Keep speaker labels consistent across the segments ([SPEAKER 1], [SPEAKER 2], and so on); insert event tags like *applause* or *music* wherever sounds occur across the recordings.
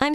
[SPEAKER 1] I'm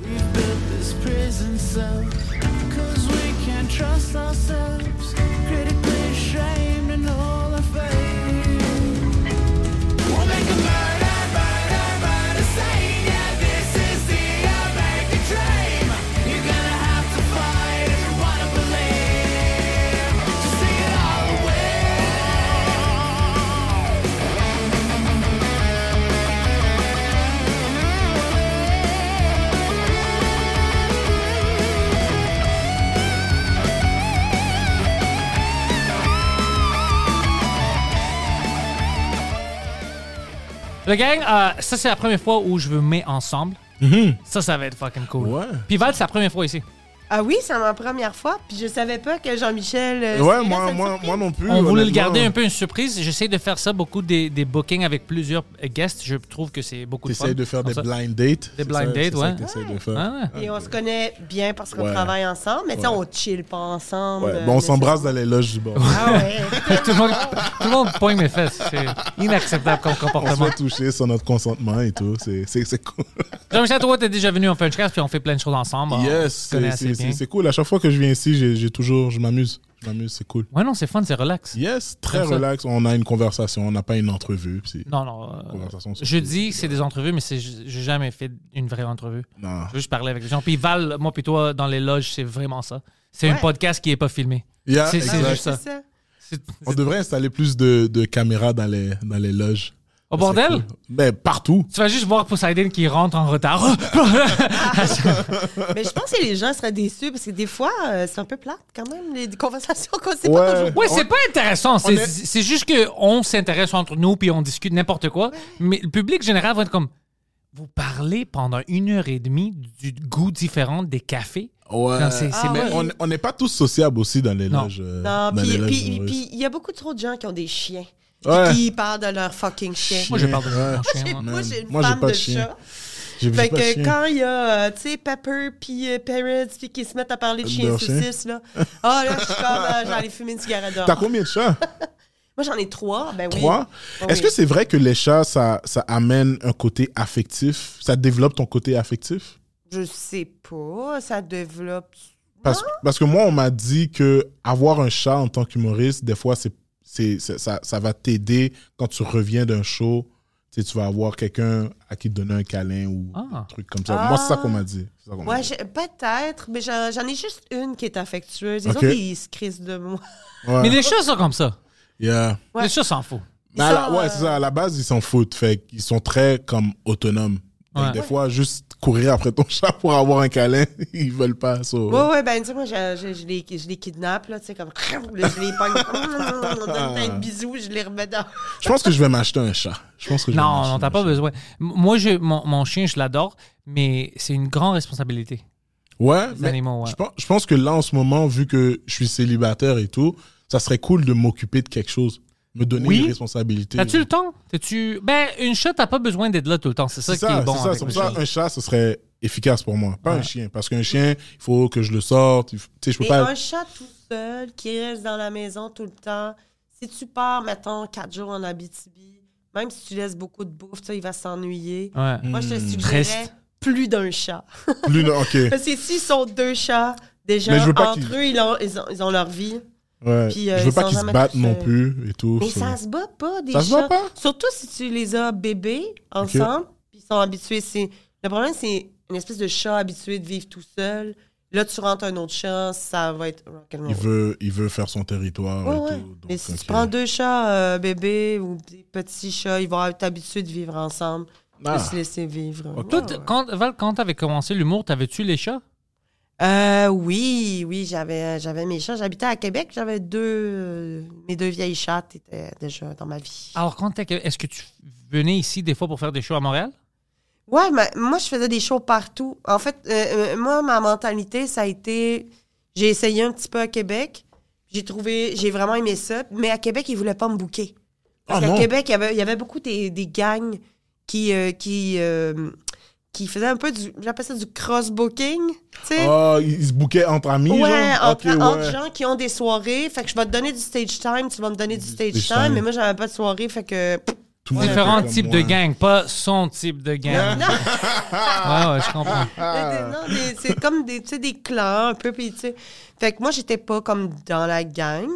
[SPEAKER 2] We built this prison cell because we can't trust ourselves. Critically ashamed and all our fame. We'll make a murder, murder, murder scene. Yeah, this is the American dream. You're gonna have to fight if you wanna believe. To see it all the way.
[SPEAKER 3] Le gang, euh, ça, c'est la première fois où je veux mets ensemble. Ça, ça va être fucking cool.
[SPEAKER 4] Mhm. Ouais.
[SPEAKER 3] Puis Val, c'est la première fois ici.
[SPEAKER 5] Ah oui, c'est ma première fois, puis je savais pas que Jean-Michel. euh,
[SPEAKER 4] Ouais,
[SPEAKER 5] c'est-
[SPEAKER 4] moi,
[SPEAKER 5] c'est une
[SPEAKER 4] moi,
[SPEAKER 5] surprise.
[SPEAKER 4] moi non plus.
[SPEAKER 3] On voulait le
[SPEAKER 4] honnêtement.
[SPEAKER 3] garder un peu une surprise. J'essaie de faire ça beaucoup des, des bookings avec plusieurs euh, guests. Je trouve que c'est beaucoup de fun.
[SPEAKER 4] T'essayes de faire
[SPEAKER 3] Comme
[SPEAKER 4] des
[SPEAKER 3] ça.
[SPEAKER 4] blind dates.
[SPEAKER 3] hein. Des
[SPEAKER 4] c'est
[SPEAKER 3] blind
[SPEAKER 4] ça-
[SPEAKER 3] dates,
[SPEAKER 4] c'est ça
[SPEAKER 3] ouais.
[SPEAKER 4] que t'essayes de faire.
[SPEAKER 3] Ah, ouais.
[SPEAKER 5] Et on se connaît bien parce qu'on
[SPEAKER 4] Ouais.
[SPEAKER 5] travaille ensemble, mais tu sais,
[SPEAKER 4] Ouais.
[SPEAKER 5] on chill pas ensemble.
[SPEAKER 4] Ouais,
[SPEAKER 5] euh,
[SPEAKER 4] bon, on
[SPEAKER 5] mais
[SPEAKER 4] s'embrasse
[SPEAKER 5] c'est-
[SPEAKER 4] dans les loges du bord.
[SPEAKER 5] Ah
[SPEAKER 4] *laughs*
[SPEAKER 5] ouais.
[SPEAKER 3] *laughs* tout, le monde, tout le monde poigne mes fesses. C'est inacceptable comme
[SPEAKER 4] On se
[SPEAKER 3] comportement.
[SPEAKER 4] fait toucher sans notre consentement et tout. C'est- C'est c'est cool.
[SPEAKER 3] Jean-Michel, toi, t'es déjà venu en Frenchcast, puis on fait plein de choses ensemble. On
[SPEAKER 4] Yes,
[SPEAKER 3] se connaît
[SPEAKER 4] c'est-
[SPEAKER 3] Ah, assez
[SPEAKER 4] c'est
[SPEAKER 3] bien.
[SPEAKER 4] c'est- c'est cool. À chaque fois que je viens ici, j'ai j'ai toujours, je m'amuse. Je m'amuse, c'est cool.
[SPEAKER 3] Ouais, non, c'est fun, c'est relax.
[SPEAKER 4] Yes, très
[SPEAKER 3] Comme ça.
[SPEAKER 4] relax. On a une conversation, on n'a pas une entrevue. puis c'est-
[SPEAKER 3] Non, non. euh,
[SPEAKER 4] Conversation sur-
[SPEAKER 3] je dis que c'est des entrevues, mais c'est- j'ai jamais fait une vraie entrevue.
[SPEAKER 4] Non.
[SPEAKER 3] Je veux juste parler avec les gens. Puis Val, moi puis toi, dans les loges, c'est vraiment ça. C'est un
[SPEAKER 5] Ouais.
[SPEAKER 3] podcast qui n'est pas filmé.
[SPEAKER 4] Yeah,
[SPEAKER 3] C'est- c'est
[SPEAKER 4] exact.
[SPEAKER 3] juste ça.
[SPEAKER 5] C'est ça.
[SPEAKER 3] C'est-
[SPEAKER 4] On devrait installer plus de, de caméras dans les, dans les loges.
[SPEAKER 3] Au
[SPEAKER 4] Ça serait
[SPEAKER 3] Oh, bordel,
[SPEAKER 4] cool. Mais partout.
[SPEAKER 3] tu vas juste voir Poseidon qui rentre en retard.
[SPEAKER 5] Mais je pense que les gens seraient déçus parce que des fois, euh, c'est un peu plate quand même, les conversations qu'on sait
[SPEAKER 4] Ouais.
[SPEAKER 5] pas toujours.
[SPEAKER 3] *laughs* ouais, c'est pas intéressant. C'est
[SPEAKER 4] est-
[SPEAKER 3] c'est juste qu'on s'intéresse entre nous puis on discute n'importe quoi. Mais le public général va être comme vous parlez pendant une heure et demie du goût différent des cafés.
[SPEAKER 4] Ouais.
[SPEAKER 3] Non, c'est- c'est-
[SPEAKER 4] mais
[SPEAKER 5] ouais.
[SPEAKER 4] on- on n'est pas tous sociables aussi dans les
[SPEAKER 3] Non.
[SPEAKER 4] loges. euh,
[SPEAKER 5] Ah Non,
[SPEAKER 4] dans
[SPEAKER 5] puis
[SPEAKER 4] les loges
[SPEAKER 5] puis-
[SPEAKER 4] nombreuses.
[SPEAKER 5] puis il y a beaucoup trop de gens qui ont des chiens. puis
[SPEAKER 4] Ouais.
[SPEAKER 5] Qui parlent de leur fucking chien.
[SPEAKER 3] Moi, je parle de
[SPEAKER 4] Ouais.
[SPEAKER 3] mon chien,
[SPEAKER 5] J'ai-
[SPEAKER 3] moi.
[SPEAKER 5] *laughs* Moi, j'ai une
[SPEAKER 4] Moi, j'ai
[SPEAKER 5] femme
[SPEAKER 4] pas
[SPEAKER 5] de
[SPEAKER 4] de chien.
[SPEAKER 5] chat.
[SPEAKER 4] J'ai vu
[SPEAKER 5] Fait
[SPEAKER 4] pas de
[SPEAKER 5] que
[SPEAKER 4] chien.
[SPEAKER 5] quand il y a, euh, tu sais, Pepper puis euh, Parrots puis qui se mettent à parler de chiens
[SPEAKER 4] Leur chien.
[SPEAKER 5] saucisses,
[SPEAKER 4] *laughs*
[SPEAKER 5] là. Ah, là, je suis comme, euh, j'allais fumer une cigarette dehors.
[SPEAKER 4] T'as combien de chats
[SPEAKER 5] Moi, j'en ai trois. Ben oui.
[SPEAKER 4] Trois.
[SPEAKER 5] Oh,
[SPEAKER 4] Est-ce
[SPEAKER 5] oui.
[SPEAKER 4] que c'est vrai que les chats, ça, ça amène un côté affectif Ça développe ton côté affectif
[SPEAKER 5] Je sais pas. Ça développe.
[SPEAKER 4] parce, parce que moi, on m'a dit que avoir un chat en tant qu'humoriste, des fois, c'est, c'est, c'est- ça, ça va t'aider quand tu reviens d'un show. Tu, sais, tu vas avoir quelqu'un à qui te donner un câlin ou
[SPEAKER 3] Ah.
[SPEAKER 4] un truc comme ça.
[SPEAKER 5] Ah.
[SPEAKER 4] Moi, c'est ça qu'on m'a dit. C'est ça qu'on m'a
[SPEAKER 5] Ouais,
[SPEAKER 4] dit.
[SPEAKER 5] j'ai- peut-être, mais j'en j'en ai juste une qui est affectueuse. Les
[SPEAKER 4] Ok.
[SPEAKER 5] autres, ils se crissent de moi.
[SPEAKER 4] Ouais.
[SPEAKER 3] Mais les choses sont comme ça.
[SPEAKER 4] Yeah.
[SPEAKER 5] Ouais.
[SPEAKER 3] Les choses s'en foutent.
[SPEAKER 4] Mais Bah, à la-
[SPEAKER 5] sont,
[SPEAKER 4] ouais,
[SPEAKER 5] euh,
[SPEAKER 4] c'est ça. À la base, ils s'en foutent. Fait qu'ils sont très comme autonomes. Donc,
[SPEAKER 3] Ouais.
[SPEAKER 4] Des fois, juste courir après ton *laughs* chat pour avoir un câlin, *laughs* ils veulent pas. so-
[SPEAKER 5] Ouais, ouais, ben, tu sais, moi, je, je- je les, je les kidnappe, là, tu sais, comme. *laughs* là, je les
[SPEAKER 4] *laughs*
[SPEAKER 5] pogne. on donne plein de bisous, je les remets dans.
[SPEAKER 4] Je pense que je vais m'acheter un chat. Je pense que je vais
[SPEAKER 3] Non,
[SPEAKER 4] m'acheter
[SPEAKER 3] non, t'as
[SPEAKER 4] un
[SPEAKER 3] pas
[SPEAKER 4] chat.
[SPEAKER 3] besoin. M- Moi, je, mon, mon chien, je l'adore, mais c'est une grande responsabilité.
[SPEAKER 4] Ouais,
[SPEAKER 3] Les
[SPEAKER 4] mais
[SPEAKER 3] animaux, ouais.
[SPEAKER 4] Je, pense, je pense que là, en ce moment, vu que je suis célibataire et tout, ça serait cool de m'occuper de quelque chose. Me donner
[SPEAKER 3] Oui.
[SPEAKER 4] une responsabilité.
[SPEAKER 3] T'as-tu le temps? T'as-tu... Ben, une chat, t'as pas besoin d'être là tout le temps. C'est ça,
[SPEAKER 4] C'est
[SPEAKER 3] qui
[SPEAKER 4] ça,
[SPEAKER 3] est bon
[SPEAKER 4] c'est ça.
[SPEAKER 3] avec
[SPEAKER 4] C'est
[SPEAKER 3] le
[SPEAKER 4] pour ça,
[SPEAKER 3] chien.
[SPEAKER 4] un chat, ce serait efficace pour moi. Pas un chien. Parce qu'un chien, il faut que je le sorte. il faut- Tu sais, je peux
[SPEAKER 5] Et
[SPEAKER 4] pas. *laughs*
[SPEAKER 5] un chat tout seul qui reste dans la maison tout le temps, si tu pars, mettons, quatre jours en Abitibi, même si tu laisses beaucoup de bouffe, tu sais, il va s'ennuyer.
[SPEAKER 3] Ouais.
[SPEAKER 5] Moi, je te
[SPEAKER 4] Hmm,
[SPEAKER 5] suggérais
[SPEAKER 3] Reste.
[SPEAKER 5] plus d'un chat.
[SPEAKER 4] Plus,
[SPEAKER 5] *laughs*
[SPEAKER 4] non, ok.
[SPEAKER 5] Parce que s'ils sont deux chats, déjà,
[SPEAKER 4] Mais je veux pas
[SPEAKER 5] entre
[SPEAKER 4] qu'ils-
[SPEAKER 5] eux, ils ont, ils ont- ils ont leur vie.
[SPEAKER 4] Ouais.
[SPEAKER 5] Puis, euh,
[SPEAKER 4] je veux
[SPEAKER 5] ils
[SPEAKER 4] pas
[SPEAKER 5] sont
[SPEAKER 4] qu'ils se
[SPEAKER 5] jamais
[SPEAKER 4] battent
[SPEAKER 5] tout
[SPEAKER 4] non
[SPEAKER 5] seuls.
[SPEAKER 4] plus et tout.
[SPEAKER 5] Mais
[SPEAKER 4] so-
[SPEAKER 5] ça se bat pas, des
[SPEAKER 4] Ça se
[SPEAKER 5] chats.
[SPEAKER 4] bat pas?
[SPEAKER 5] Surtout si tu les as bébés ensemble, puis ils sont habitués. C'est... Le problème, c'est une espèce de chat habitué de vivre tout seul. Là, tu rentres un autre chat, ça va être rock'n'roll.
[SPEAKER 4] Il veut, il veut faire son territoire
[SPEAKER 5] Ouais,
[SPEAKER 4] et
[SPEAKER 5] ouais.
[SPEAKER 4] tout. donc,
[SPEAKER 5] Mais si
[SPEAKER 4] ok.
[SPEAKER 5] tu prends deux chats euh, bébés ou des petits chats, ils vont être habitués de vivre ensemble,
[SPEAKER 4] Ah.
[SPEAKER 5] de
[SPEAKER 4] Oh,
[SPEAKER 5] se laisser vivre.
[SPEAKER 4] Ok.
[SPEAKER 3] Toi,
[SPEAKER 5] Ouais,
[SPEAKER 3] t-
[SPEAKER 5] ouais.
[SPEAKER 3] quand, Val, quand t'avais commencé l'humour, t'avais-tu les chats?
[SPEAKER 5] Euh, oui, oui, j'avais euh, j'avais mes chats. J'habitais à Québec, j'avais deux. euh, mes deux vieilles chattes étaient déjà dans ma vie.
[SPEAKER 4] Ah.
[SPEAKER 3] Alors, quand t'as- est-ce que tu venais ici des fois pour faire des shows à Montréal?
[SPEAKER 5] Ouais, mais moi, je faisais des shows partout. En fait, euh, euh, moi, ma mentalité, ça a été. J'ai essayé un petit peu à Québec. J'ai trouvé. J'ai vraiment aimé ça. Mais à Québec, ils voulaient pas me bouquer. Parce
[SPEAKER 4] Ah
[SPEAKER 5] qu'à
[SPEAKER 4] non.
[SPEAKER 5] Québec, il y avait, il y avait beaucoup des, des gangs qui. euh, qui euh, qui faisaient un peu du. J'appelle ça du cross-booking. Tu sais?
[SPEAKER 4] Ah, ils ils se bouquaient entre amis,
[SPEAKER 5] Ouais,
[SPEAKER 4] genre?
[SPEAKER 5] entre,
[SPEAKER 4] Ok,
[SPEAKER 5] entre
[SPEAKER 4] ouais.
[SPEAKER 5] gens qui ont des soirées. Fait que je vais te donner du stage time, tu vas me donner du stage,
[SPEAKER 4] stage
[SPEAKER 5] time,
[SPEAKER 4] time.
[SPEAKER 5] mais moi, j'avais pas de soirée, fait
[SPEAKER 4] *laughs*
[SPEAKER 5] que.
[SPEAKER 4] Tout le monde
[SPEAKER 3] Différents
[SPEAKER 4] était
[SPEAKER 3] types
[SPEAKER 4] comme
[SPEAKER 3] de
[SPEAKER 4] moi.
[SPEAKER 3] gangs, pas son type de gang.
[SPEAKER 5] Non,
[SPEAKER 3] Ouais, ouais, je comprends.
[SPEAKER 5] des- des- non, des- c'est comme des, tu sais, des clans un peu, puis tu sais. Fait que moi, j'étais pas comme dans la gang.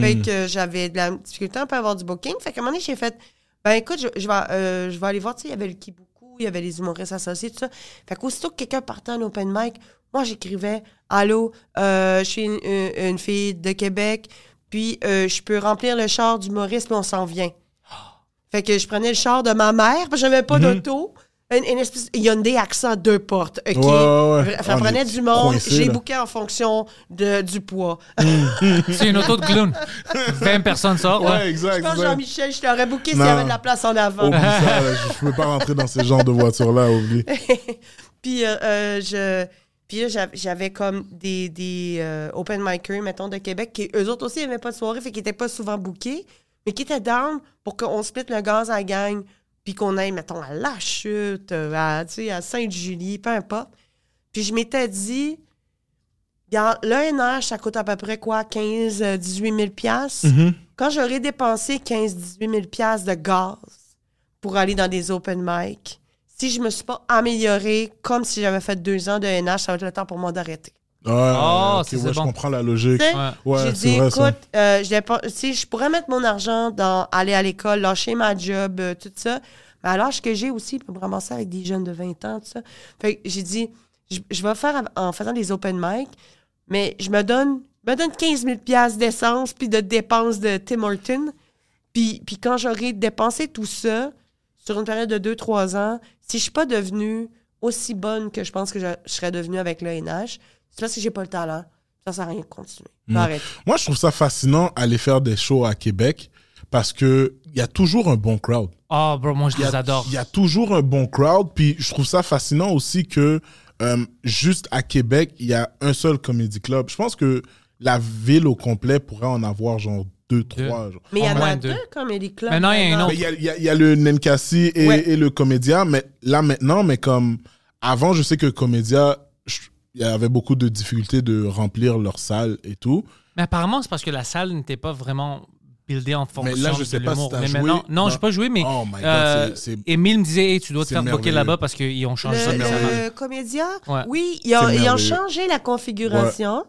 [SPEAKER 5] Fait
[SPEAKER 4] Hmm.
[SPEAKER 5] que j'avais de la difficulté un peu à avoir du booking. Fait qu'à un moment donné, j'ai fait, ben écoute, je, je vais, euh, je vais aller voir, tu sais, il y avait le Kibuku, il y avait les humoristes associés, tout ça. Fait qu'aussitôt que quelqu'un partait en open mic, moi, j'écrivais, allô, euh, je suis une, une- une fille de Québec, puis euh, je peux remplir le char d'humoriste, mais on s'en vient. Fait que je prenais le char de ma mère, parce que j'avais pas
[SPEAKER 4] Mhm.
[SPEAKER 5] d'auto. Une, une espèce Hyundai Accent deux portes, OK?
[SPEAKER 4] Ouais, ouais, ouais.
[SPEAKER 5] Ça
[SPEAKER 4] On
[SPEAKER 5] prenait
[SPEAKER 4] est
[SPEAKER 5] du monde,
[SPEAKER 4] coincé,
[SPEAKER 5] j'ai
[SPEAKER 4] là.
[SPEAKER 5] booké en fonction de, du poids.
[SPEAKER 3] C'est une auto de
[SPEAKER 4] *laughs*
[SPEAKER 3] clown. 20 personnes sortent.
[SPEAKER 4] Ouais,
[SPEAKER 3] Ouais.
[SPEAKER 4] exact.
[SPEAKER 5] Je pense,
[SPEAKER 4] exact.
[SPEAKER 5] Jean-Michel, je t'aurais booké s'il y
[SPEAKER 4] Non.
[SPEAKER 5] avait de la place en avant.
[SPEAKER 4] Oublie ça, là, je je peux pas rentrer dans ce genre de voiture-là, oublie.
[SPEAKER 5] *laughs* Puis, euh, euh, je, puis là, j'av- j'avais comme des, des euh, open micers, mettons, de Québec, qui eux autres aussi n'avaient pas de soirée, fait qu'ils n'étaient pas souvent bookés, mais qui étaient down pour qu'on split le gaz à la gang, puis qu'on aille, mettons, à La Chute, euh, à, tu sais, à Sainte-Julie, peu importe. Puis je m'étais dit, regarde, le NH, ça coûte à peu près quoi, 15, euh, 18 000 piastres. Quand j'aurais dépensé 15, 18 000 piastres de gaz, pour aller dans des open mic. Si je me suis pas améliorée comme si j'avais fait deux ans de NH, ça va être le temps pour moi d'arrêter. *laughs*
[SPEAKER 4] Ah,
[SPEAKER 3] Oh,
[SPEAKER 4] ok,
[SPEAKER 3] c'est-
[SPEAKER 4] ouais,
[SPEAKER 3] c'est
[SPEAKER 4] je
[SPEAKER 3] bon.
[SPEAKER 4] comprends la logique.
[SPEAKER 5] Tu sais,
[SPEAKER 4] Ouais,
[SPEAKER 5] J'ai
[SPEAKER 4] c'est
[SPEAKER 5] dit,
[SPEAKER 4] vrai, ça.
[SPEAKER 5] écoute, euh, je dépen- tu sais, je pourrais mettre mon argent dans aller à l'école, lâcher ma job, euh, tout ça. Mais à l'âge que j'ai aussi, pour me ramasser avec des jeunes de 20 ans, tout ça. Fait que j'ai dit, je, je vais faire av- en faisant des open mic, mais je me donne, je me donne 15 000 piastres d'essence puis de dépenses de Tim Horton. Puis, puis quand j'aurai dépensé tout ça sur une période de 2-3 ans, si je suis pas devenue aussi bonne que je pense que je, je serais devenue avec l'ANH, c'est parce que j'ai pas le talent. Ça sert à rien de continuer.
[SPEAKER 3] Hmm.
[SPEAKER 5] Je vais arrêter.
[SPEAKER 4] Moi, je trouve ça fascinant aller faire des shows à Québec parce qu'il y a toujours un bon crowd.
[SPEAKER 3] Oh, bro, moi, je
[SPEAKER 4] Il y a-
[SPEAKER 3] les adore.
[SPEAKER 4] Il y a toujours un bon crowd. Puis je trouve ça fascinant aussi que euh, juste à Québec, il y a un seul comedy club. Je pense que la ville au complet pourrait en avoir genre deux, trois. genre.
[SPEAKER 5] Mais il y
[SPEAKER 3] En
[SPEAKER 5] en
[SPEAKER 3] moins
[SPEAKER 5] a
[SPEAKER 3] deux.
[SPEAKER 5] deux comédie club.
[SPEAKER 3] Maintenant, il y a un
[SPEAKER 4] Mais Il y a, il y a- il y a le Nenkasi et,
[SPEAKER 5] Ouais.
[SPEAKER 4] et le Comédia, mais là maintenant, mais comme avant, je sais que Comédia, je- il y avait beaucoup de difficultés de remplir leur salle et tout.
[SPEAKER 3] Mais apparemment, c'est parce que la salle n'était pas vraiment buildée en fonction
[SPEAKER 4] là, je sais
[SPEAKER 3] de
[SPEAKER 4] pas
[SPEAKER 3] l'humour.
[SPEAKER 4] si t'as
[SPEAKER 3] Mais
[SPEAKER 4] joué
[SPEAKER 3] maintenant- Non,
[SPEAKER 4] dans-
[SPEAKER 3] je n'ai pas joué, mais
[SPEAKER 4] Oh my God,
[SPEAKER 3] euh,
[SPEAKER 4] c'est- c'est-
[SPEAKER 3] Émile me disait Hey, tu dois te
[SPEAKER 4] c'est
[SPEAKER 3] faire bloquer
[SPEAKER 4] merveilleux.
[SPEAKER 3] là-bas parce qu'ils ont changé ça.
[SPEAKER 5] Le,
[SPEAKER 3] dernièrement.
[SPEAKER 5] le comédien,
[SPEAKER 3] Ouais.
[SPEAKER 5] oui, ils ont,
[SPEAKER 4] C'est
[SPEAKER 5] ils ont
[SPEAKER 4] merveilleux.
[SPEAKER 5] changé la configuration.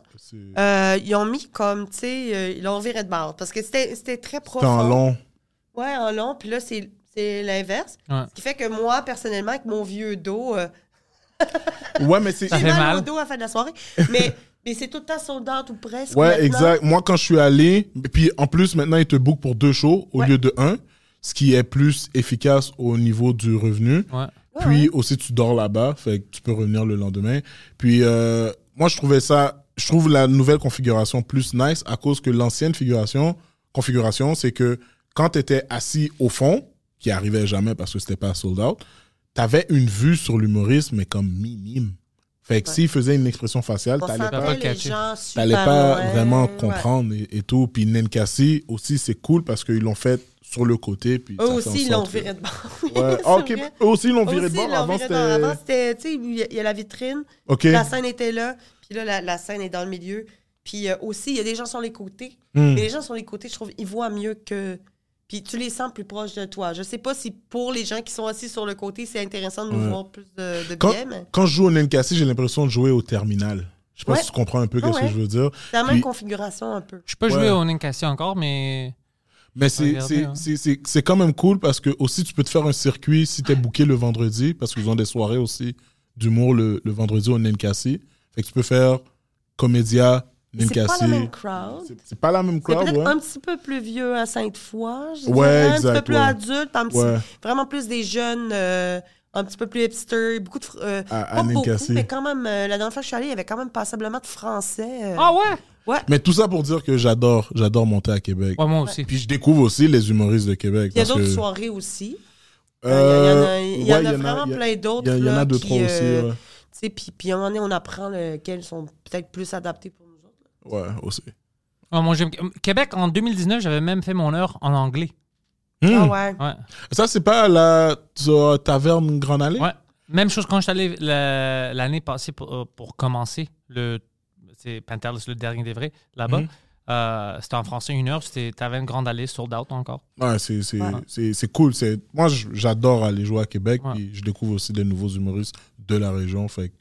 [SPEAKER 5] Euh, ils ont mis comme, tu sais, euh, ils l'ont viré de bord. Parce que c'était c'était très
[SPEAKER 4] C'était
[SPEAKER 5] profond.
[SPEAKER 4] en long.
[SPEAKER 5] Ouais, en long. Puis là, c'est c'est l'inverse.
[SPEAKER 3] Ouais.
[SPEAKER 5] Ce qui fait que moi, personnellement, avec mon vieux dos, euh,
[SPEAKER 4] Ouais, mais c'est.
[SPEAKER 3] Ça
[SPEAKER 5] j'ai
[SPEAKER 3] fait
[SPEAKER 5] mal,
[SPEAKER 3] mal.
[SPEAKER 5] au dos à la fin de la soirée. Mais, mais c'est tout le temps soldante ou presque.
[SPEAKER 4] Ouais,
[SPEAKER 5] maintenant.
[SPEAKER 4] exact. Moi, quand je suis allé, et puis en plus, maintenant, ils te bookent pour deux shows au
[SPEAKER 5] Ouais.
[SPEAKER 4] lieu de un, ce qui est plus efficace au niveau du revenu.
[SPEAKER 3] Ouais.
[SPEAKER 4] Puis aussi, tu dors là-bas, fait que tu peux revenir le lendemain. Puis euh, moi, je trouvais ça, je trouve la nouvelle configuration plus nice à cause que l'ancienne figuration, configuration, c'est que quand tu étais assis au fond, qui arrivait jamais parce que c'était pas sold out, t'avais une vue sur l'humoriste, mais comme minime. Fait que s'il faisait une expression faciale,
[SPEAKER 5] On
[SPEAKER 4] t'allais
[SPEAKER 5] sentait
[SPEAKER 4] pas
[SPEAKER 3] pas
[SPEAKER 5] les
[SPEAKER 3] catcher.
[SPEAKER 5] gens super
[SPEAKER 4] t'allais pas
[SPEAKER 5] loin.
[SPEAKER 4] vraiment
[SPEAKER 5] Ouais.
[SPEAKER 4] comprendre et, et tout. Puis Nenkasi aussi, c'est cool parce qu'ils l'ont fait sur le côté. Puis
[SPEAKER 5] Eux
[SPEAKER 4] ça fait en
[SPEAKER 5] aussi, ils l'ont
[SPEAKER 4] sorte que-
[SPEAKER 5] viré de bord. *laughs* Oui,
[SPEAKER 4] Ouais.
[SPEAKER 5] c'est
[SPEAKER 4] Ah, ok.
[SPEAKER 5] vrai.
[SPEAKER 4] Eux aussi, ils l'ont viré de
[SPEAKER 5] Aussi,
[SPEAKER 4] bord.
[SPEAKER 5] ils l'ont
[SPEAKER 4] Avant,
[SPEAKER 5] viré de bord. Avant,
[SPEAKER 4] c'était.
[SPEAKER 5] c'était, tu sais, il y a- il y a la vitrine,
[SPEAKER 4] Ok.
[SPEAKER 5] la scène était là, puis là, la, la scène est dans le milieu. Puis euh, aussi, il y a des gens sur les côtés.
[SPEAKER 4] Hmm.
[SPEAKER 5] Mais les gens sur les côtés, je trouve, ils voient mieux que... Puis tu les sens plus proches de toi. Je sais pas si pour les gens qui sont assis sur le côté, c'est intéressant de nous
[SPEAKER 4] Ouais.
[SPEAKER 5] voir plus de, de
[SPEAKER 4] Quand,
[SPEAKER 5] bien, mais
[SPEAKER 4] quand je joue au Nenkasi, j'ai l'impression de jouer au terminal. Je sais pas
[SPEAKER 5] Ouais.
[SPEAKER 4] si tu comprends un peu
[SPEAKER 5] Ah
[SPEAKER 4] qu'est-ce
[SPEAKER 5] ouais.
[SPEAKER 4] que je veux dire.
[SPEAKER 5] c'est la même
[SPEAKER 4] Puis-
[SPEAKER 5] configuration un peu.
[SPEAKER 3] Je peux jouer
[SPEAKER 4] Ouais.
[SPEAKER 3] au Ninkasi encore, mais.
[SPEAKER 4] Mais c'est-
[SPEAKER 3] Regardez,
[SPEAKER 4] c'est-
[SPEAKER 3] hein.
[SPEAKER 4] c'est c'est- c'est quand même cool parce que aussi tu peux te faire un circuit si t'es booké le vendredi parce qu'ils ont des soirées aussi d'humour le, le vendredi au Nenkasi. Fait que tu peux faire comédia,
[SPEAKER 5] Mais C'est pas la
[SPEAKER 4] Nenkasi.
[SPEAKER 5] même crowd.
[SPEAKER 4] C'est pas la même
[SPEAKER 5] C'est
[SPEAKER 4] crowd,
[SPEAKER 5] peut-être
[SPEAKER 4] ouais.
[SPEAKER 5] un petit peu plus vieux à Sainte-Foy, je
[SPEAKER 4] Ouais,
[SPEAKER 5] dirais, un petit
[SPEAKER 4] exact,
[SPEAKER 5] peu plus
[SPEAKER 4] ouais.
[SPEAKER 5] adulte, un petit-
[SPEAKER 4] Ouais.
[SPEAKER 5] vraiment plus des jeunes, euh, un petit peu plus hipster, beaucoup de... fr- euh,
[SPEAKER 4] À- à
[SPEAKER 5] pas beaucoup,
[SPEAKER 4] Ninkasi.
[SPEAKER 5] mais quand même, euh, la dernière fois que je suis allée, il y avait quand même passablement de Français. euh,
[SPEAKER 3] Ah ouais?
[SPEAKER 4] Mais tout ça pour dire que j'adore, j'adore monter à Québec.
[SPEAKER 3] Ouais, moi aussi.
[SPEAKER 4] Puis je découvre aussi les humoristes de Québec.
[SPEAKER 5] Il y a
[SPEAKER 4] parce
[SPEAKER 5] d'autres
[SPEAKER 4] que-
[SPEAKER 5] soirées aussi.
[SPEAKER 4] Euh,
[SPEAKER 5] Il y en a- il y en a
[SPEAKER 4] ouais,
[SPEAKER 5] vraiment plein d'autres,
[SPEAKER 4] Il y, en a
[SPEAKER 5] là,
[SPEAKER 4] deux,
[SPEAKER 5] qui,
[SPEAKER 4] trois aussi.
[SPEAKER 5] euh,
[SPEAKER 4] ouais.
[SPEAKER 5] Tu sais, puis, puis à un moment donné, on apprend lesquels sont peut-être plus adaptés pour nous autres.
[SPEAKER 4] Ouais, aussi.
[SPEAKER 3] Ah, mon j'aime- Québec, en 2019, j'avais même fait mon heure en anglais.
[SPEAKER 4] Hmm.
[SPEAKER 5] Ah ouais.
[SPEAKER 3] Ouais.
[SPEAKER 4] Ça, c'est pas la ta- taverne Grand Allée?
[SPEAKER 3] Ouais. Même chose quand je suis allé la- l'année passée pour, euh, pour commencer le c'est Pantelis, le dernier des vrais, là-bas.
[SPEAKER 4] Mhm.
[SPEAKER 3] Euh, c'était en français une heure, c'était t'avais une grande allée sold out encore.
[SPEAKER 4] Ouais, c'est, c'est,
[SPEAKER 3] Ouais.
[SPEAKER 4] c'est, c'est cool. C'est, moi, j- j'adore aller jouer à Québec.
[SPEAKER 3] Ouais.
[SPEAKER 4] Puis je découvre aussi des nouveaux humoristes de la région. Fait que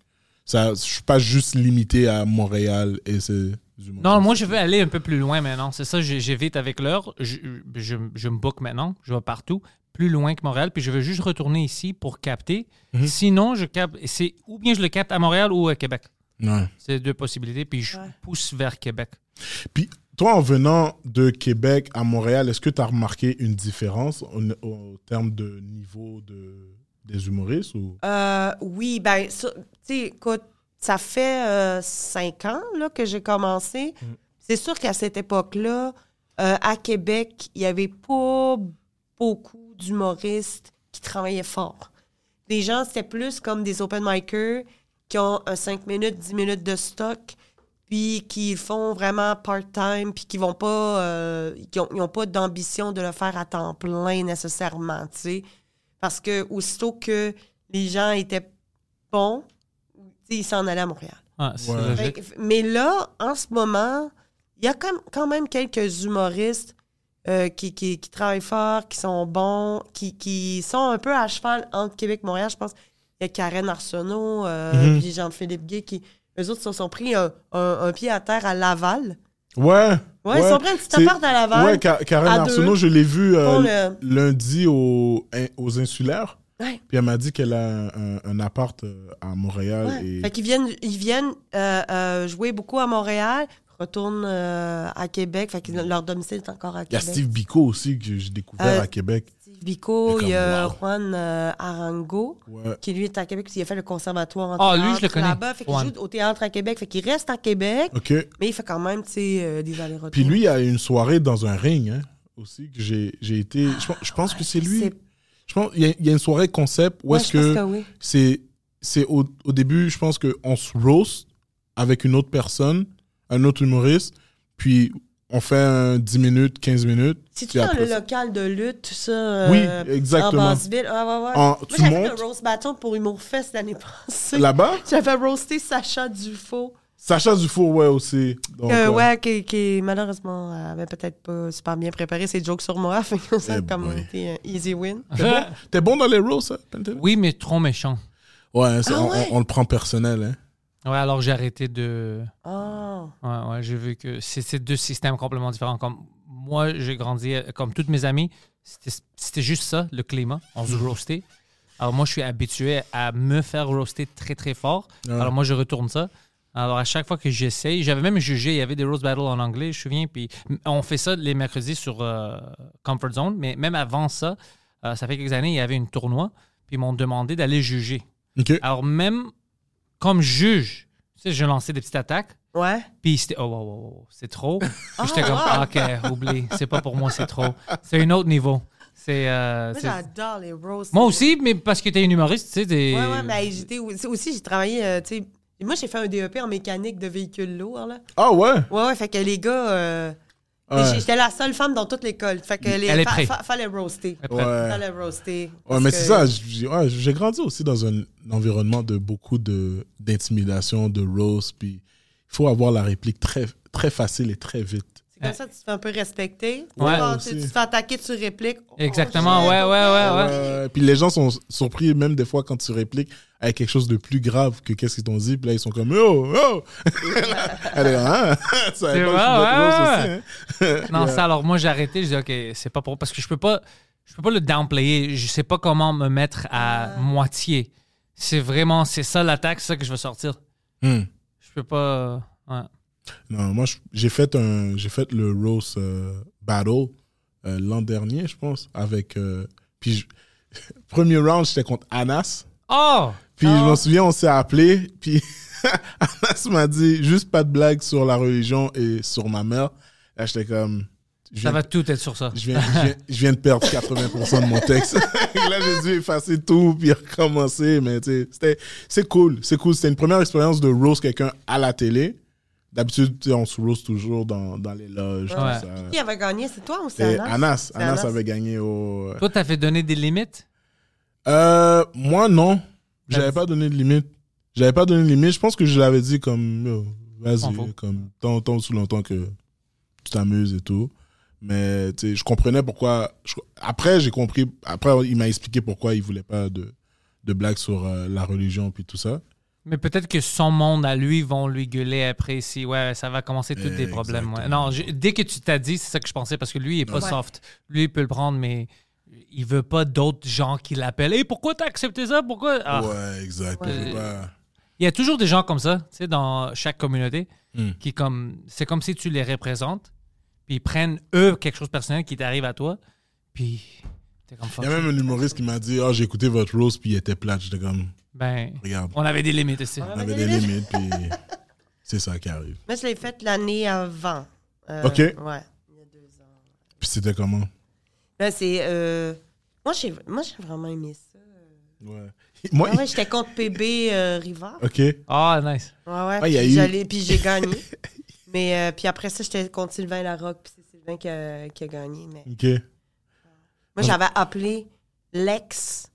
[SPEAKER 4] ça, je suis pas juste limité à Montréal et ses humoristes.
[SPEAKER 3] Non, moi je veux aller un peu plus loin maintenant. C'est ça, j'ai- j'évite avec l'heure. Je, je, je me book maintenant, je vais partout, plus loin que Montréal, puis je veux juste retourner ici pour capter. Sinon, je capte, c'est ou bien je le capte à Montréal ou à Québec.
[SPEAKER 4] Ouais.
[SPEAKER 3] C'est deux possibilités, puis je pousse vers Québec.
[SPEAKER 4] Puis toi, en venant de Québec à Montréal, est-ce que tu as remarqué une différence en- au, terme de niveau de, des humoristes ou...
[SPEAKER 5] Euh, oui, ben, ça- tu sais, écoute, ça fait euh, cinq ans là, que j'ai commencé. C'est sûr qu'à cette époque-là, euh, à Québec, il n'y avait pas beaucoup d'humoristes qui travaillaient fort. Les gens, c'était plus comme des open micers qui ont un 5 minutes, 10 minutes de stock, puis qui font vraiment part-time, puis qui vont pas, euh, qui ont, ils ont pas d'ambition de le faire à temps plein nécessairement, tu sais. Parce que aussitôt que les gens étaient bons, tu sais, ils s'en allaient à Montréal.
[SPEAKER 3] Ah, c'est
[SPEAKER 4] Ouais.
[SPEAKER 3] logique.
[SPEAKER 5] Fait que- mais là, en ce moment, il y a quand, quand même quelques humoristes euh, qui, qui- qui travaillent fort, qui sont bons, qui, qui sont un peu à cheval entre Québec et Montréal. Je pense il y a Karen Arsenault, euh,
[SPEAKER 4] Mhm.
[SPEAKER 5] puis Jean-Philippe Gay, qui, eux autres, se sont pris un, un- un pied à terre à Laval.
[SPEAKER 4] Ouais.
[SPEAKER 5] Ouais, ils sont pris un petit
[SPEAKER 4] C'est-
[SPEAKER 5] appart à Laval,
[SPEAKER 4] Ouais, Ka- Karen
[SPEAKER 5] à deux.
[SPEAKER 4] Arsenault, je l'ai vue euh,
[SPEAKER 5] Pour
[SPEAKER 4] lundi au- in- aux Insulaires.
[SPEAKER 5] Ouais.
[SPEAKER 4] Puis elle m'a dit qu'elle a un, un- un appart euh, à Montréal.
[SPEAKER 5] Ouais.
[SPEAKER 4] Et...
[SPEAKER 5] Fait qu'ils viennent, ils viennent euh, euh, jouer beaucoup à Montréal, retournent euh, à Québec. Fait que leur domicile est encore à
[SPEAKER 4] Il y a
[SPEAKER 5] Québec.
[SPEAKER 4] Steve Biko aussi que j'ai découvert
[SPEAKER 5] Euh,
[SPEAKER 4] à Québec.
[SPEAKER 5] Steve Biko,
[SPEAKER 4] Il est
[SPEAKER 5] il y a
[SPEAKER 4] comme, wow.
[SPEAKER 5] Juan euh, Arango,
[SPEAKER 4] Ouais.
[SPEAKER 5] qui lui est à Québec, parce qu'il a fait le conservatoire en
[SPEAKER 3] Ah, lui,
[SPEAKER 5] théâtre
[SPEAKER 3] je le connais,
[SPEAKER 5] là-bas. Fait qu'il
[SPEAKER 3] Juan.
[SPEAKER 5] joue au théâtre à Québec. Fait qu'il reste à Québec,
[SPEAKER 4] OK.
[SPEAKER 5] mais il fait quand même, tu sais, euh, des allers-retours.
[SPEAKER 4] Puis lui, il a une soirée dans un ring hein, aussi que j'ai j'ai été. Je pense, je pense que c'est lui.
[SPEAKER 5] Ah, c'est-
[SPEAKER 4] Je pense il y, a- il y a une soirée concept où
[SPEAKER 5] Ouais,
[SPEAKER 4] est-ce
[SPEAKER 5] je pense
[SPEAKER 4] que,
[SPEAKER 5] que oui.
[SPEAKER 4] c'est c'est au, au début, je pense qu'on se roast avec une autre personne, un autre humoriste, puis on fait un 10 minutes, 15 minutes.
[SPEAKER 5] C'est-tu
[SPEAKER 4] puis
[SPEAKER 5] dans
[SPEAKER 4] après
[SPEAKER 5] le
[SPEAKER 4] ça-
[SPEAKER 5] local de lutte, tout ça? euh,
[SPEAKER 4] Oui, exactement.
[SPEAKER 5] En Basseville. Ah, ouais, ouais.
[SPEAKER 4] En-
[SPEAKER 5] Moi,
[SPEAKER 4] tu
[SPEAKER 5] j'avais
[SPEAKER 4] montes-
[SPEAKER 5] fait un roast bâton pour Humour Fest l'année *laughs* passée.
[SPEAKER 4] Là-bas,
[SPEAKER 5] J'avais roasté Sacha Dufaux.
[SPEAKER 4] Sacha Dufour, ouais, aussi. Donc,
[SPEAKER 5] Euh,
[SPEAKER 4] euh,
[SPEAKER 5] ouais, qui, qui, malheureusement euh, avait peut-être pas super bien préparé ses jokes sur moi. *laughs* Fait que ça a
[SPEAKER 4] Eh
[SPEAKER 5] comme
[SPEAKER 4] boy.
[SPEAKER 5] été un easy win.
[SPEAKER 4] T'es bon, t'es bon dans les roasts, hein, Pentel?
[SPEAKER 3] Oui, mais trop méchant.
[SPEAKER 4] Ouais, c'est-
[SPEAKER 5] Ah
[SPEAKER 4] on, on-
[SPEAKER 5] ouais?
[SPEAKER 4] on le prend personnel, hein.
[SPEAKER 3] Ouais, alors j'ai arrêté de.
[SPEAKER 5] Oh.
[SPEAKER 3] Ouais, ouais, j'ai vu que c'est c'est deux systèmes complètement différents. Comme moi, j'ai grandi, euh, comme toutes mes amies, c'était c'était juste ça, le climat. On se roastait. Alors moi, je suis habitué à me faire roaster très, très fort. Alors moi, je retourne ça. Alors à chaque fois que j'essaye, j'avais même jugé, il y avait des roast battles en anglais, je me souviens. Puis m- on fait ça les mercredis sur euh, Comfort Zone. Mais même avant ça, euh, ça fait quelques années, il y avait une tournoi. Puis ils m'ont demandé d'aller juger.
[SPEAKER 4] OK.
[SPEAKER 3] Alors même comme juge, tu sais, je lançais des petites attaques.
[SPEAKER 5] Ouais.
[SPEAKER 3] Puis c'était, oh, wow, wow, wow, c'est trop. Puis j'étais comme, ah, ok, oublie, c'est pas pour moi, c'est trop. C'est un autre niveau. C'est, euh,
[SPEAKER 5] Moi,
[SPEAKER 3] c'est-
[SPEAKER 5] j'adore les roasts.
[SPEAKER 3] Moi aussi, mais parce que t'es une humoriste, tu sais. t'es-
[SPEAKER 5] Ouais, ouais, mais j'étais aussi, aussi, j'ai travaillé, euh, tu sais. Moi, j'ai fait un DEP en mécanique de véhicules lourds, là.
[SPEAKER 4] Ah ouais?
[SPEAKER 5] Ouais, ouais, fait que les gars. euh,
[SPEAKER 4] Ouais.
[SPEAKER 5] J'étais la seule femme dans toute l'école. Fait que les.
[SPEAKER 3] Elle est
[SPEAKER 5] fa-
[SPEAKER 3] prête.
[SPEAKER 5] fa- fallait roaster.
[SPEAKER 3] Après-
[SPEAKER 4] Ouais.
[SPEAKER 5] Fallait roaster.
[SPEAKER 4] Ouais,
[SPEAKER 5] Parce
[SPEAKER 4] mais
[SPEAKER 5] que-
[SPEAKER 4] c'est ça. J'ai ouais, j'ai grandi aussi dans un environnement de beaucoup de- d'intimidation, de, roast. Puis il faut avoir la réplique très, très facile et très vite.
[SPEAKER 5] C'est comme ça que tu te fais un peu respecter.
[SPEAKER 3] Ouais,
[SPEAKER 5] Genre,
[SPEAKER 4] aussi.
[SPEAKER 5] tu, tu te fais attaquer, tu répliques. Oh,
[SPEAKER 3] Exactement,
[SPEAKER 5] shit,
[SPEAKER 3] ouais, ouais,
[SPEAKER 5] ok.
[SPEAKER 3] Ah ouais, ouais.
[SPEAKER 4] Euh, puis les gens sont surpris, même des fois, quand tu répliques avec quelque chose de plus grave que qu'est-ce qu'ils t'ont dit. Puis là, ils sont comme Oh, oh! *laughs* Elle est là, hein? *laughs* Ça va
[SPEAKER 3] C'est vrai,
[SPEAKER 4] être notre
[SPEAKER 3] ouais,
[SPEAKER 4] roast aussi, hein?
[SPEAKER 3] Non, ça, alors moi, j'ai arrêté, je dis, ok, c'est pas pour. Parce que je peux pas, je peux pas le downplayer, je sais pas comment me mettre
[SPEAKER 5] Ah.
[SPEAKER 3] à moitié. C'est vraiment, c'est ça l'attaque, c'est ça que je veux sortir.
[SPEAKER 4] Hmm.
[SPEAKER 3] Je peux pas. Ouais.
[SPEAKER 4] Non, moi, je- j'ai fait, un- j'ai fait le Rose Battle euh, l'an dernier, je pense, avec... euh, puis, je- *laughs* premier round, j'étais contre Anas.
[SPEAKER 3] Oh!
[SPEAKER 4] Puis, je m'en souviens, on s'est appelé. Puis, *laughs* Anas m'a dit, juste pas de blague sur la religion et sur ma mère. Là, j'étais comme... je
[SPEAKER 3] Ça
[SPEAKER 4] viens-
[SPEAKER 3] va tout être sur ça.
[SPEAKER 4] je viens, je, viens, je viens de perdre 80% de mon texte. *laughs* là, j'ai dû effacer tout puis recommencer. Mais tu sais, c'était- c'est cool. C'est cool. C'était une première expérience de roast quelqu'un à la télé. D'habitude, tu sais, on se roast toujours dans, dans les loges. tout
[SPEAKER 3] Ouais.
[SPEAKER 4] ça.
[SPEAKER 5] Qui avait gagné, c'est toi ou c'est
[SPEAKER 4] Et
[SPEAKER 5] Anas?
[SPEAKER 4] Anas,
[SPEAKER 5] C'est
[SPEAKER 4] Anas avait gagné au.
[SPEAKER 3] Toi, t'as fait donner des limites.
[SPEAKER 4] Euh, moi, non. J'avais
[SPEAKER 3] Vas-y.
[SPEAKER 4] pas donné de limite. J'avais pas donné de limite. Je pense que je l'avais dit comme, Yo,
[SPEAKER 3] S'en fout.
[SPEAKER 4] vas-y, comme, tant, tant sous longtemps que tu t'amuses et tout. Mais, tu sais, je comprenais pourquoi. je- après, j'ai compris. Après, il m'a expliqué pourquoi il voulait pas de, de blagues sur euh, la religion puis tout ça.
[SPEAKER 3] Mais peut-être que son monde à lui vont lui gueuler après si ouais ça va commencer tous des problèmes. ouais.
[SPEAKER 4] Exactement.
[SPEAKER 3] Non, je- dès que tu t'as dit c'est ça que je pensais parce que lui il est pas
[SPEAKER 5] Ouais.
[SPEAKER 3] soft. Lui il peut le prendre mais il veut pas d'autres gens qui l'appellent. Et pourquoi t'as accepté ça Pourquoi Ah.
[SPEAKER 4] Ouais, exact.
[SPEAKER 3] Ouais.
[SPEAKER 4] J'ai pas-
[SPEAKER 3] Il y a toujours des gens comme ça, tu sais, dans chaque communauté,
[SPEAKER 4] Hmm.
[SPEAKER 3] qui comme c'est comme si tu les représentes, puis ils prennent eux quelque chose de personnel qui t'arrive à toi, puis t'es comme
[SPEAKER 4] Il
[SPEAKER 3] fuck.
[SPEAKER 4] y a même un humoriste qui m'a dit, ah, j'ai écouté votre roast puis il était plat. J'étais comme,
[SPEAKER 3] Ben,
[SPEAKER 4] regarde,
[SPEAKER 3] on avait des limites aussi.
[SPEAKER 4] on avait des limites
[SPEAKER 3] *laughs*
[SPEAKER 4] puis c'est ça qui arrive.
[SPEAKER 5] Moi, je l'ai faite l'année avant. Euh,
[SPEAKER 4] Ok.
[SPEAKER 5] Ouais. Il y a deux ans.
[SPEAKER 4] Puis c'était comment?
[SPEAKER 5] Là, c'est. euh, Moi, j'ai moi, j'ai vraiment aimé ça.
[SPEAKER 4] Ouais. Moi,
[SPEAKER 5] Ah ouais, j'étais contre PB euh, Rivard.
[SPEAKER 4] OK.
[SPEAKER 3] Ah nice.
[SPEAKER 5] Ouais, ouais.
[SPEAKER 4] Ah, il y a
[SPEAKER 5] puis
[SPEAKER 4] eu-
[SPEAKER 5] j'allais- puis j'ai
[SPEAKER 4] *laughs*
[SPEAKER 5] gagné. mais euh, puis après ça, j'étais contre Sylvain Larocque, puis c'est Sylvain qui a, qui a gagné. Mais
[SPEAKER 4] OK. Ah.
[SPEAKER 5] moi, j'avais appelé l'ex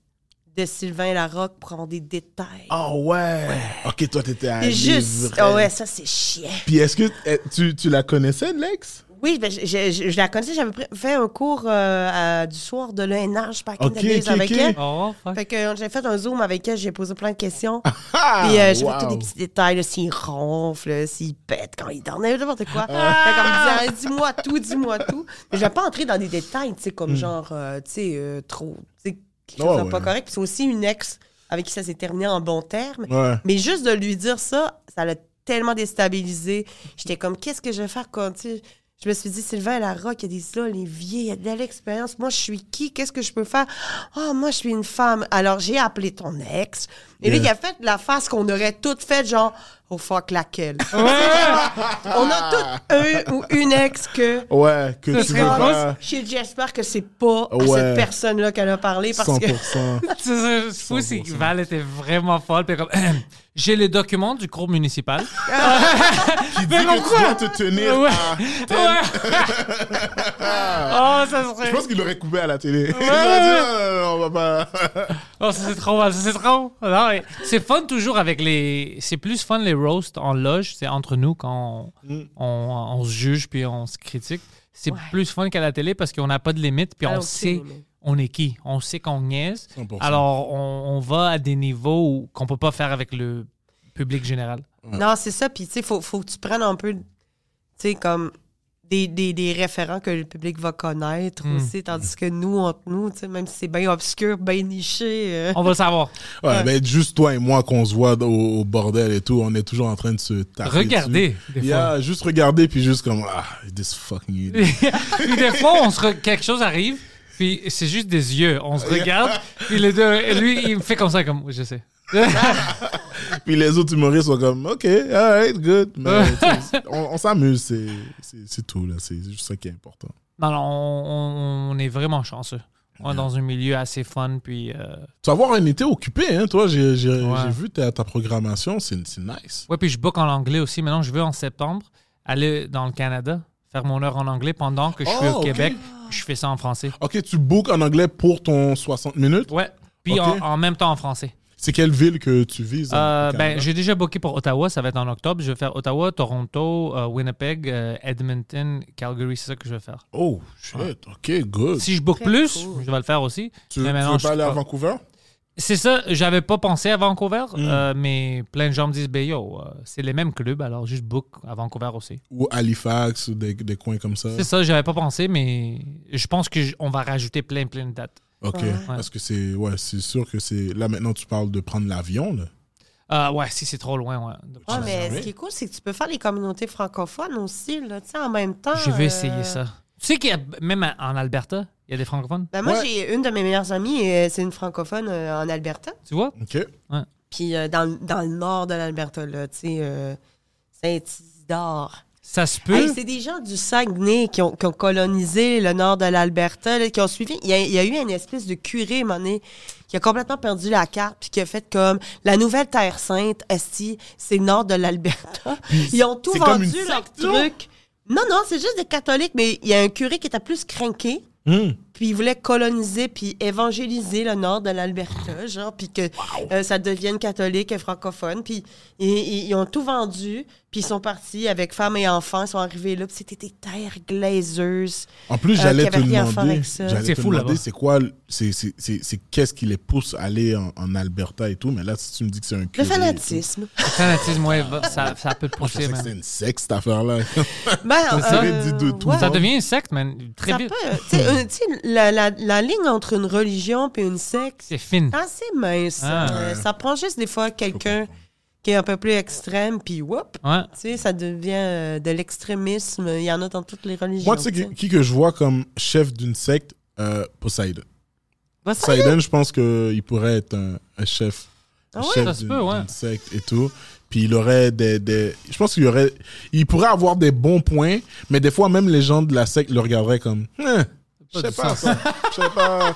[SPEAKER 5] de Sylvain Larocque pour avoir des détails.
[SPEAKER 4] Oh ouais. OK, toi, t'étais à
[SPEAKER 5] c'est juste.
[SPEAKER 4] Livray.
[SPEAKER 5] Ah ouais, ça, c'est chiant.
[SPEAKER 4] Puis est-ce que eh, tu, tu la connaissais, Lex?
[SPEAKER 5] Oui, ben, je, je- je- je la connaissais, j'avais pris- fait un cours euh, à- du soir de l'ENH back in
[SPEAKER 4] Ok,
[SPEAKER 5] the days
[SPEAKER 4] ok,
[SPEAKER 5] avec
[SPEAKER 4] ok.
[SPEAKER 5] elle.
[SPEAKER 3] Oh fuck.
[SPEAKER 5] Fait que euh, j'ai fait un zoom avec elle, j'ai posé plein de questions.
[SPEAKER 4] Ah,
[SPEAKER 5] Puis euh, j'ai fait
[SPEAKER 4] wow.
[SPEAKER 5] tous des petits détails, là, s'il ronfle, là, s'il pète quand il dort, n'importe quoi. Fait qu'on me disait, Ah, dis-moi tout, dis-moi tout. Mais je vais pas entrer dans des détails, tu sais, comme genre, euh, tu sais, euh, trop, tu sais, quelque chose
[SPEAKER 4] Hmm. Ouais,
[SPEAKER 5] de pas
[SPEAKER 4] ouais.
[SPEAKER 5] correct. Puis c'est aussi une ex avec qui ça s'est terminé en bon terme.
[SPEAKER 4] Ouais.
[SPEAKER 5] Mais juste de lui dire ça, ça l'a tellement déstabilisé. J'étais comme, qu'est-ce que je vais faire quand, tu sais, je me suis dit, Sylvain Larocque, il y a des oliviers, il y a de l'expérience. Moi, je suis qui? Qu'est-ce que je peux faire? Ah, moi, je suis une femme. Alors, j'ai appelé ton ex. Et lui, il
[SPEAKER 4] Yeah.
[SPEAKER 5] a fait la face qu'on aurait toutes faite, genre, oh fuck,
[SPEAKER 4] *laughs*
[SPEAKER 5] laquelle? On a toutes un ou une ex que.
[SPEAKER 4] Ouais, que tu
[SPEAKER 3] serait
[SPEAKER 4] veux pas.
[SPEAKER 5] Je- J'espère que c'est pas à
[SPEAKER 4] Ouais.
[SPEAKER 5] cette personne-là qu'elle a parlé parce que.
[SPEAKER 4] 100%.
[SPEAKER 3] C'est ça, c'est fou, c'est que Val était vraiment folle. Puis comme, *clears throat* j'ai les documents du cours municipal.
[SPEAKER 4] Qui dit que tu dois *laughs* te tenir
[SPEAKER 3] Ouais.
[SPEAKER 4] à...
[SPEAKER 3] Ouais. *laughs* oh, ça
[SPEAKER 4] Je
[SPEAKER 3] serait.
[SPEAKER 4] pense qu'il l'aurait coupé à la télé. *laughs* Il
[SPEAKER 3] ouais,
[SPEAKER 4] aurait dit,
[SPEAKER 3] ouais.
[SPEAKER 4] Ah, on va pas...
[SPEAKER 3] Oh, ça, c'est trop mal, ça, c'est trop. Non, mais c'est fun toujours avec les. C'est plus fun les roasts en loge, c'est entre nous quand on, on- on se juge puis on se critique. C'est plus fun qu'à la télé parce qu'on n'a pas de limite puis
[SPEAKER 5] Ah,
[SPEAKER 3] on
[SPEAKER 5] aucune
[SPEAKER 3] sait
[SPEAKER 5] limite.
[SPEAKER 3] on est qui. On sait qu'on niaise.
[SPEAKER 4] 100%.
[SPEAKER 3] Alors on, on va à des niveaux où- qu'on peut pas faire avec le public général.
[SPEAKER 5] Non, c'est ça. Puis, tu sais, faut, faut que tu prennes un peu, tu sais, comme des, des, des référents que le public va connaître
[SPEAKER 3] Mm.
[SPEAKER 5] aussi. Tandis que nous, entre nous, tu sais, même si c'est bien obscur, bien niché. euh,
[SPEAKER 3] On va le savoir.
[SPEAKER 4] Ouais, ben juste toi et moi qu'on se voit au, au bordel et tout, on est toujours en train de se taper
[SPEAKER 3] Regardez,
[SPEAKER 4] dessus.
[SPEAKER 3] des fois.
[SPEAKER 4] Yeah, juste regarder puis juste comme ah this fucking idiot.
[SPEAKER 3] puis des fois, on se re- quelque chose arrive, puis c'est juste des yeux. On se regarde, puis les deux, et lui, il me fait comme ça, comme Oui, je sais.
[SPEAKER 4] Puis les autres humoristes sont comme, OK, alright, good. Mais tu sais, on, on s'amuse, c'est- c'est c'est tout, là. C'est juste ça qui est important.
[SPEAKER 3] Non, non, on, on- on est vraiment chanceux. On est dans un milieu assez fun, puis. euh,
[SPEAKER 4] Tu vas avoir un été occupé, hein, toi. J'ai j'ai-
[SPEAKER 3] Ouais.
[SPEAKER 4] j'ai vu ta, ta programmation, c'est c'est nice.
[SPEAKER 3] Ouais, puis je book en anglais aussi. Maintenant, je veux en septembre aller dans le Canada, faire mon heure en anglais pendant que je suis
[SPEAKER 4] Oh,
[SPEAKER 3] au
[SPEAKER 4] ok.
[SPEAKER 3] Québec. Je fais ça en français.
[SPEAKER 4] OK, tu bookes en anglais pour ton 60 minutes.
[SPEAKER 3] Ouais. Puis
[SPEAKER 4] Ok.
[SPEAKER 3] en, en même temps en français.
[SPEAKER 4] C'est quelle ville que tu vises? hein,
[SPEAKER 3] Euh,
[SPEAKER 4] au
[SPEAKER 3] ben,
[SPEAKER 4] Canada?
[SPEAKER 3] j'ai déjà booké pour Ottawa, ça va être en octobre. Je vais faire Ottawa, Toronto, euh, Winnipeg, euh, Edmonton, Calgary, c'est ça que je vais faire.
[SPEAKER 4] Oh, shit. OK, good.
[SPEAKER 3] Si je book plus, je vais le faire aussi.
[SPEAKER 4] tu,
[SPEAKER 3] Mais
[SPEAKER 4] tu
[SPEAKER 3] maintenant,
[SPEAKER 4] veux
[SPEAKER 3] je-
[SPEAKER 4] pas aller à Vancouver?
[SPEAKER 3] C'est ça, j'avais pas pensé à Vancouver,
[SPEAKER 4] Mm.
[SPEAKER 3] euh, mais plein de gens me disent, ben yo, euh, c'est les mêmes clubs, alors juste book à Vancouver aussi.
[SPEAKER 4] Ou Halifax, ou des, des coins comme ça?
[SPEAKER 3] C'est ça, j'avais pas pensé, mais je pense qu'on va rajouter plein, plein de dates.
[SPEAKER 4] OK, parce que c'est... Ouais, c'est sûr que c'est... Là, maintenant, tu parles de prendre l'avion, là.
[SPEAKER 3] Euh, ouais, si c'est trop loin, ouais.
[SPEAKER 5] Ouais, mais ce qui est cool, c'est que tu peux faire les communautés francophones aussi, là, tu sais, en même temps.
[SPEAKER 3] Je vais
[SPEAKER 5] euh,
[SPEAKER 3] essayer ça. Tu sais qu'il y a, même en Alberta, il y a des francophones,
[SPEAKER 5] Ben moi,
[SPEAKER 4] Ouais.
[SPEAKER 5] j'ai une de mes meilleures amies, euh, c'est une francophone euh, en Alberta.
[SPEAKER 3] tu vois?
[SPEAKER 4] OK.
[SPEAKER 5] Puis euh, dans, le- dans le nord de l'Alberta, là, tu sais, euh, Saint-Isidore.
[SPEAKER 3] Ça se peut.
[SPEAKER 5] Hey, c'est des gens du Saguenay qui ont, qui ont colonisé le nord de l'Alberta, là, qui ont suivi. Il y, a, il y a eu une espèce de curé, mon qui a complètement perdu la carte, puis qui a fait comme la nouvelle Terre Sainte, Esti, c'est nord de l'Alberta. Ils ont tout
[SPEAKER 4] c'est comme
[SPEAKER 5] vendu
[SPEAKER 4] une
[SPEAKER 5] leur
[SPEAKER 4] secte, là.
[SPEAKER 5] truc. Non, non, c'est juste des catholiques, mais il y a un curé qui était plus craqué.
[SPEAKER 4] Hmm.
[SPEAKER 5] Puis il voulait coloniser puis évangéliser le nord de l'Alberta, genre, puis que euh, ça devienne catholique et francophone. Puis ils, ils- ils ont tout vendu, puis ils sont partis avec femmes et enfants, ils sont arrivés là, puis c'était des terres glaiseuses.
[SPEAKER 4] En plus,
[SPEAKER 5] Euh,
[SPEAKER 4] j'allais
[SPEAKER 5] qu'il y
[SPEAKER 4] te
[SPEAKER 5] avait rien à faire
[SPEAKER 4] demander,
[SPEAKER 5] avec ça.
[SPEAKER 4] j'allais
[SPEAKER 3] C'est
[SPEAKER 4] te
[SPEAKER 3] fou,
[SPEAKER 4] demander,
[SPEAKER 3] là-bas.
[SPEAKER 4] c'est quoi, le- c'est c'est- c'est- c'est qu'est-ce qui les pousse à aller en, en Alberta et tout, mais là, si tu me dis que c'est un
[SPEAKER 5] Le
[SPEAKER 4] curé et tout,
[SPEAKER 5] fanatisme.
[SPEAKER 3] Le fanatisme, ouais, va- ça, ça peut te
[SPEAKER 4] je
[SPEAKER 3] pousser,
[SPEAKER 4] pensais que
[SPEAKER 3] man.
[SPEAKER 4] c'était une secte,
[SPEAKER 5] *laughs*
[SPEAKER 4] cette affaire-là. *laughs*
[SPEAKER 5] Ben,
[SPEAKER 3] ça.
[SPEAKER 4] Dit de tout.
[SPEAKER 5] ouais.
[SPEAKER 3] Ça devient une secte, man, très
[SPEAKER 5] Ça
[SPEAKER 3] vite.
[SPEAKER 5] peut, euh, tu sais, euh, tu sais, la, la- la ligne entre une religion et une secte,
[SPEAKER 3] C'est fine.
[SPEAKER 5] c'est assez mince.
[SPEAKER 3] Ah.
[SPEAKER 5] Euh, Ça prend juste des fois quelqu'un qui est un peu plus extrême, puis whoop,
[SPEAKER 3] Ouais.
[SPEAKER 5] Tu sais, ça devient euh, de l'extrémisme. Il y en a dans toutes les religions.
[SPEAKER 4] Moi, tu sais,
[SPEAKER 5] tu sais.
[SPEAKER 4] qui, qui que je vois comme chef d'une secte, euh, Poseidon.
[SPEAKER 5] Bah, ça,
[SPEAKER 4] Poseidon, je pense qu'il pourrait être un, un chef,
[SPEAKER 5] Ah
[SPEAKER 4] un
[SPEAKER 5] ouais?
[SPEAKER 4] chef
[SPEAKER 3] Ça se
[SPEAKER 4] d'une
[SPEAKER 3] peut, ouais.
[SPEAKER 4] d'une secte et tout. Puis il aurait des, des- je pense qu'il y aurait, il pourrait avoir des bons points, mais des fois même les gens de la secte le regarderaient comme, Hein, je sais
[SPEAKER 3] du
[SPEAKER 4] pas,
[SPEAKER 3] sens.
[SPEAKER 4] ça. je sais pas,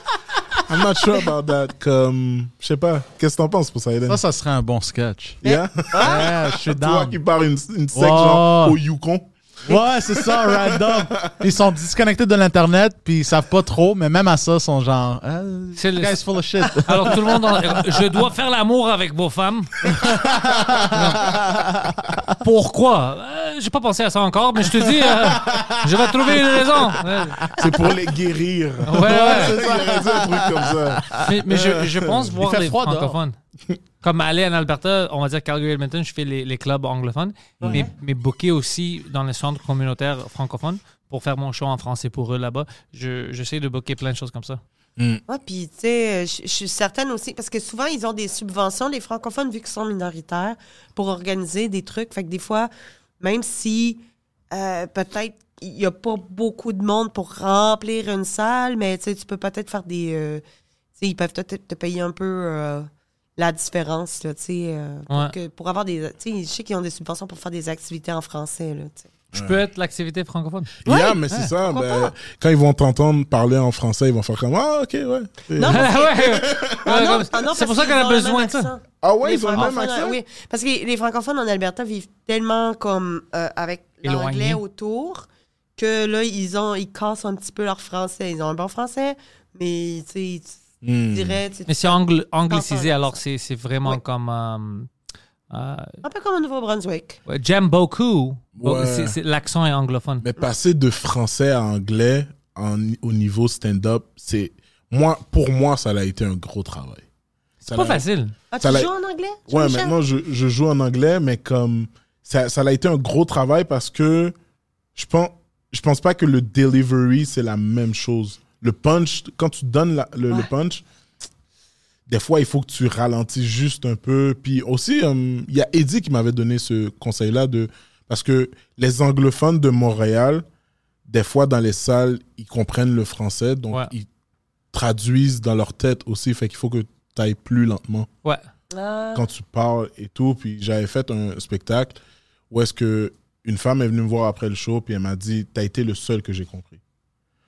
[SPEAKER 4] I'm not sure about that. Comme, je sais pas, qu'est-ce que t'en penses Poseidon?
[SPEAKER 6] Ça, ça serait un bon sketch.
[SPEAKER 4] Yeah?
[SPEAKER 6] Ouais, je suis
[SPEAKER 4] *laughs* Toi
[SPEAKER 6] down.
[SPEAKER 4] qui pars une, une secte genre
[SPEAKER 6] Ouais.
[SPEAKER 4] au Yukon.
[SPEAKER 6] Ouais, c'est ça, random. Ils sont disconnectés de l'Internet, puis ils savent pas trop, mais même à ça, ils sont genre. Euh,
[SPEAKER 3] C'est le-
[SPEAKER 6] guys full of shit.
[SPEAKER 3] Alors, tout le monde, en- je dois faire l'amour avec vos
[SPEAKER 4] *laughs*
[SPEAKER 3] femmes. Pourquoi? Euh, J'ai pas pensé à ça encore, mais je te dis, euh, je vais trouver une raison. Euh, Ouais,
[SPEAKER 4] C'est pour les guérir.
[SPEAKER 3] ouais.
[SPEAKER 4] *laughs*
[SPEAKER 3] ouais.
[SPEAKER 4] Il aurait dit un truc comme ça.
[SPEAKER 3] Mais, mais je, je pense voir
[SPEAKER 6] fait
[SPEAKER 3] les
[SPEAKER 6] froid dehors.
[SPEAKER 3] francophones. Comme aller en Alberta, on va dire Calgary Edmonton, je fais les, les clubs anglophones, mais, mais booker aussi dans les centres communautaires francophones pour faire mon show en français pour eux là-bas. Je- J'essaie de booker plein de choses comme ça.
[SPEAKER 5] Ouais, puis, tu sais, euh, je je suis certaine aussi, parce que souvent, ils ont des subventions, les francophones, vu qu'ils sont minoritaires, pour organiser des trucs. Fait que des fois, même si euh, peut-être il n'y a pas beaucoup de monde pour remplir une salle, mais tu sais, tu peux peut-être faire des. euh, tu sais, ils peuvent peut-être te payer un peu euh, la différence, là, tu sais, euh, pour,
[SPEAKER 3] Ouais.
[SPEAKER 5] que- pour avoir des. Tu sais, je sais qu'ils ont des subventions pour faire des activités en français, là, tu sais.
[SPEAKER 3] *laughs* Je peux être l'activité francophone.
[SPEAKER 4] Yeah, mais c'est ça.
[SPEAKER 5] pourquoi
[SPEAKER 4] ben, quand ils vont t'entendre parler en français, ils vont faire comme Ah, ok, ouais.
[SPEAKER 5] Non,
[SPEAKER 3] Ah ouais, *laughs* ouais.
[SPEAKER 5] Ah non,
[SPEAKER 3] Ouais,
[SPEAKER 5] ah non,
[SPEAKER 3] c'est pour
[SPEAKER 5] parce
[SPEAKER 3] ça qu'on
[SPEAKER 5] qu'ils
[SPEAKER 3] a
[SPEAKER 5] ont le
[SPEAKER 3] besoin
[SPEAKER 5] même
[SPEAKER 3] de ça.
[SPEAKER 5] accent.
[SPEAKER 4] Ah ouais, ils ont le
[SPEAKER 5] francophones,
[SPEAKER 4] même accent.
[SPEAKER 5] Oui, parce que les francophones en Alberta vivent tellement comme euh, avec
[SPEAKER 3] Éloignés.
[SPEAKER 5] l'anglais autour que là, ils ont ils cassent un petit peu leur français. Ils ont un bon français, mais tu sais, tu
[SPEAKER 4] Hmm.
[SPEAKER 5] dirais... tu sais,
[SPEAKER 3] Mais c'est angle- anglicisé,
[SPEAKER 5] Francophone.
[SPEAKER 3] alors c'est c'est vraiment
[SPEAKER 5] Ouais.
[SPEAKER 3] comme. euh, euh,
[SPEAKER 5] un peu comme au Nouveau-Brunswick.
[SPEAKER 3] ouais, J'aime beaucoup. Bon,
[SPEAKER 4] Ouais.
[SPEAKER 3] c'est- c'est- L'accent est anglophone.
[SPEAKER 4] Mais passer de français à anglais en- au niveau stand-up, c'est. Moi, pour moi, ça a été un gros travail.
[SPEAKER 3] C'est pas facile.
[SPEAKER 5] Ah, tu
[SPEAKER 4] Ça l'a-
[SPEAKER 5] joues en anglais?
[SPEAKER 4] Ouais,
[SPEAKER 5] Jean-Michel?
[SPEAKER 4] maintenant je, je joue en anglais, mais comme ça, ça a été un gros travail parce que je pense, je pense pas que le delivery c'est la même chose. Le punch, quand tu donnes la- le, le punch, des fois il faut que tu ralentis juste un peu. Puis aussi, euh, il y a Eddie qui m'avait donné ce conseil-là de parce que les anglophones de Montréal, des fois dans les salles, ils comprennent le français, donc
[SPEAKER 3] Ouais.
[SPEAKER 4] ils traduisent dans leur tête aussi. Fait qu'il faut que tu ailles plus lentement
[SPEAKER 3] Ouais.
[SPEAKER 5] Ah,
[SPEAKER 4] quand tu parles et tout. Puis j'avais fait un spectacle où est-ce que une femme est venue me voir après le show puis elle m'a dit t'as été le seul que j'ai compris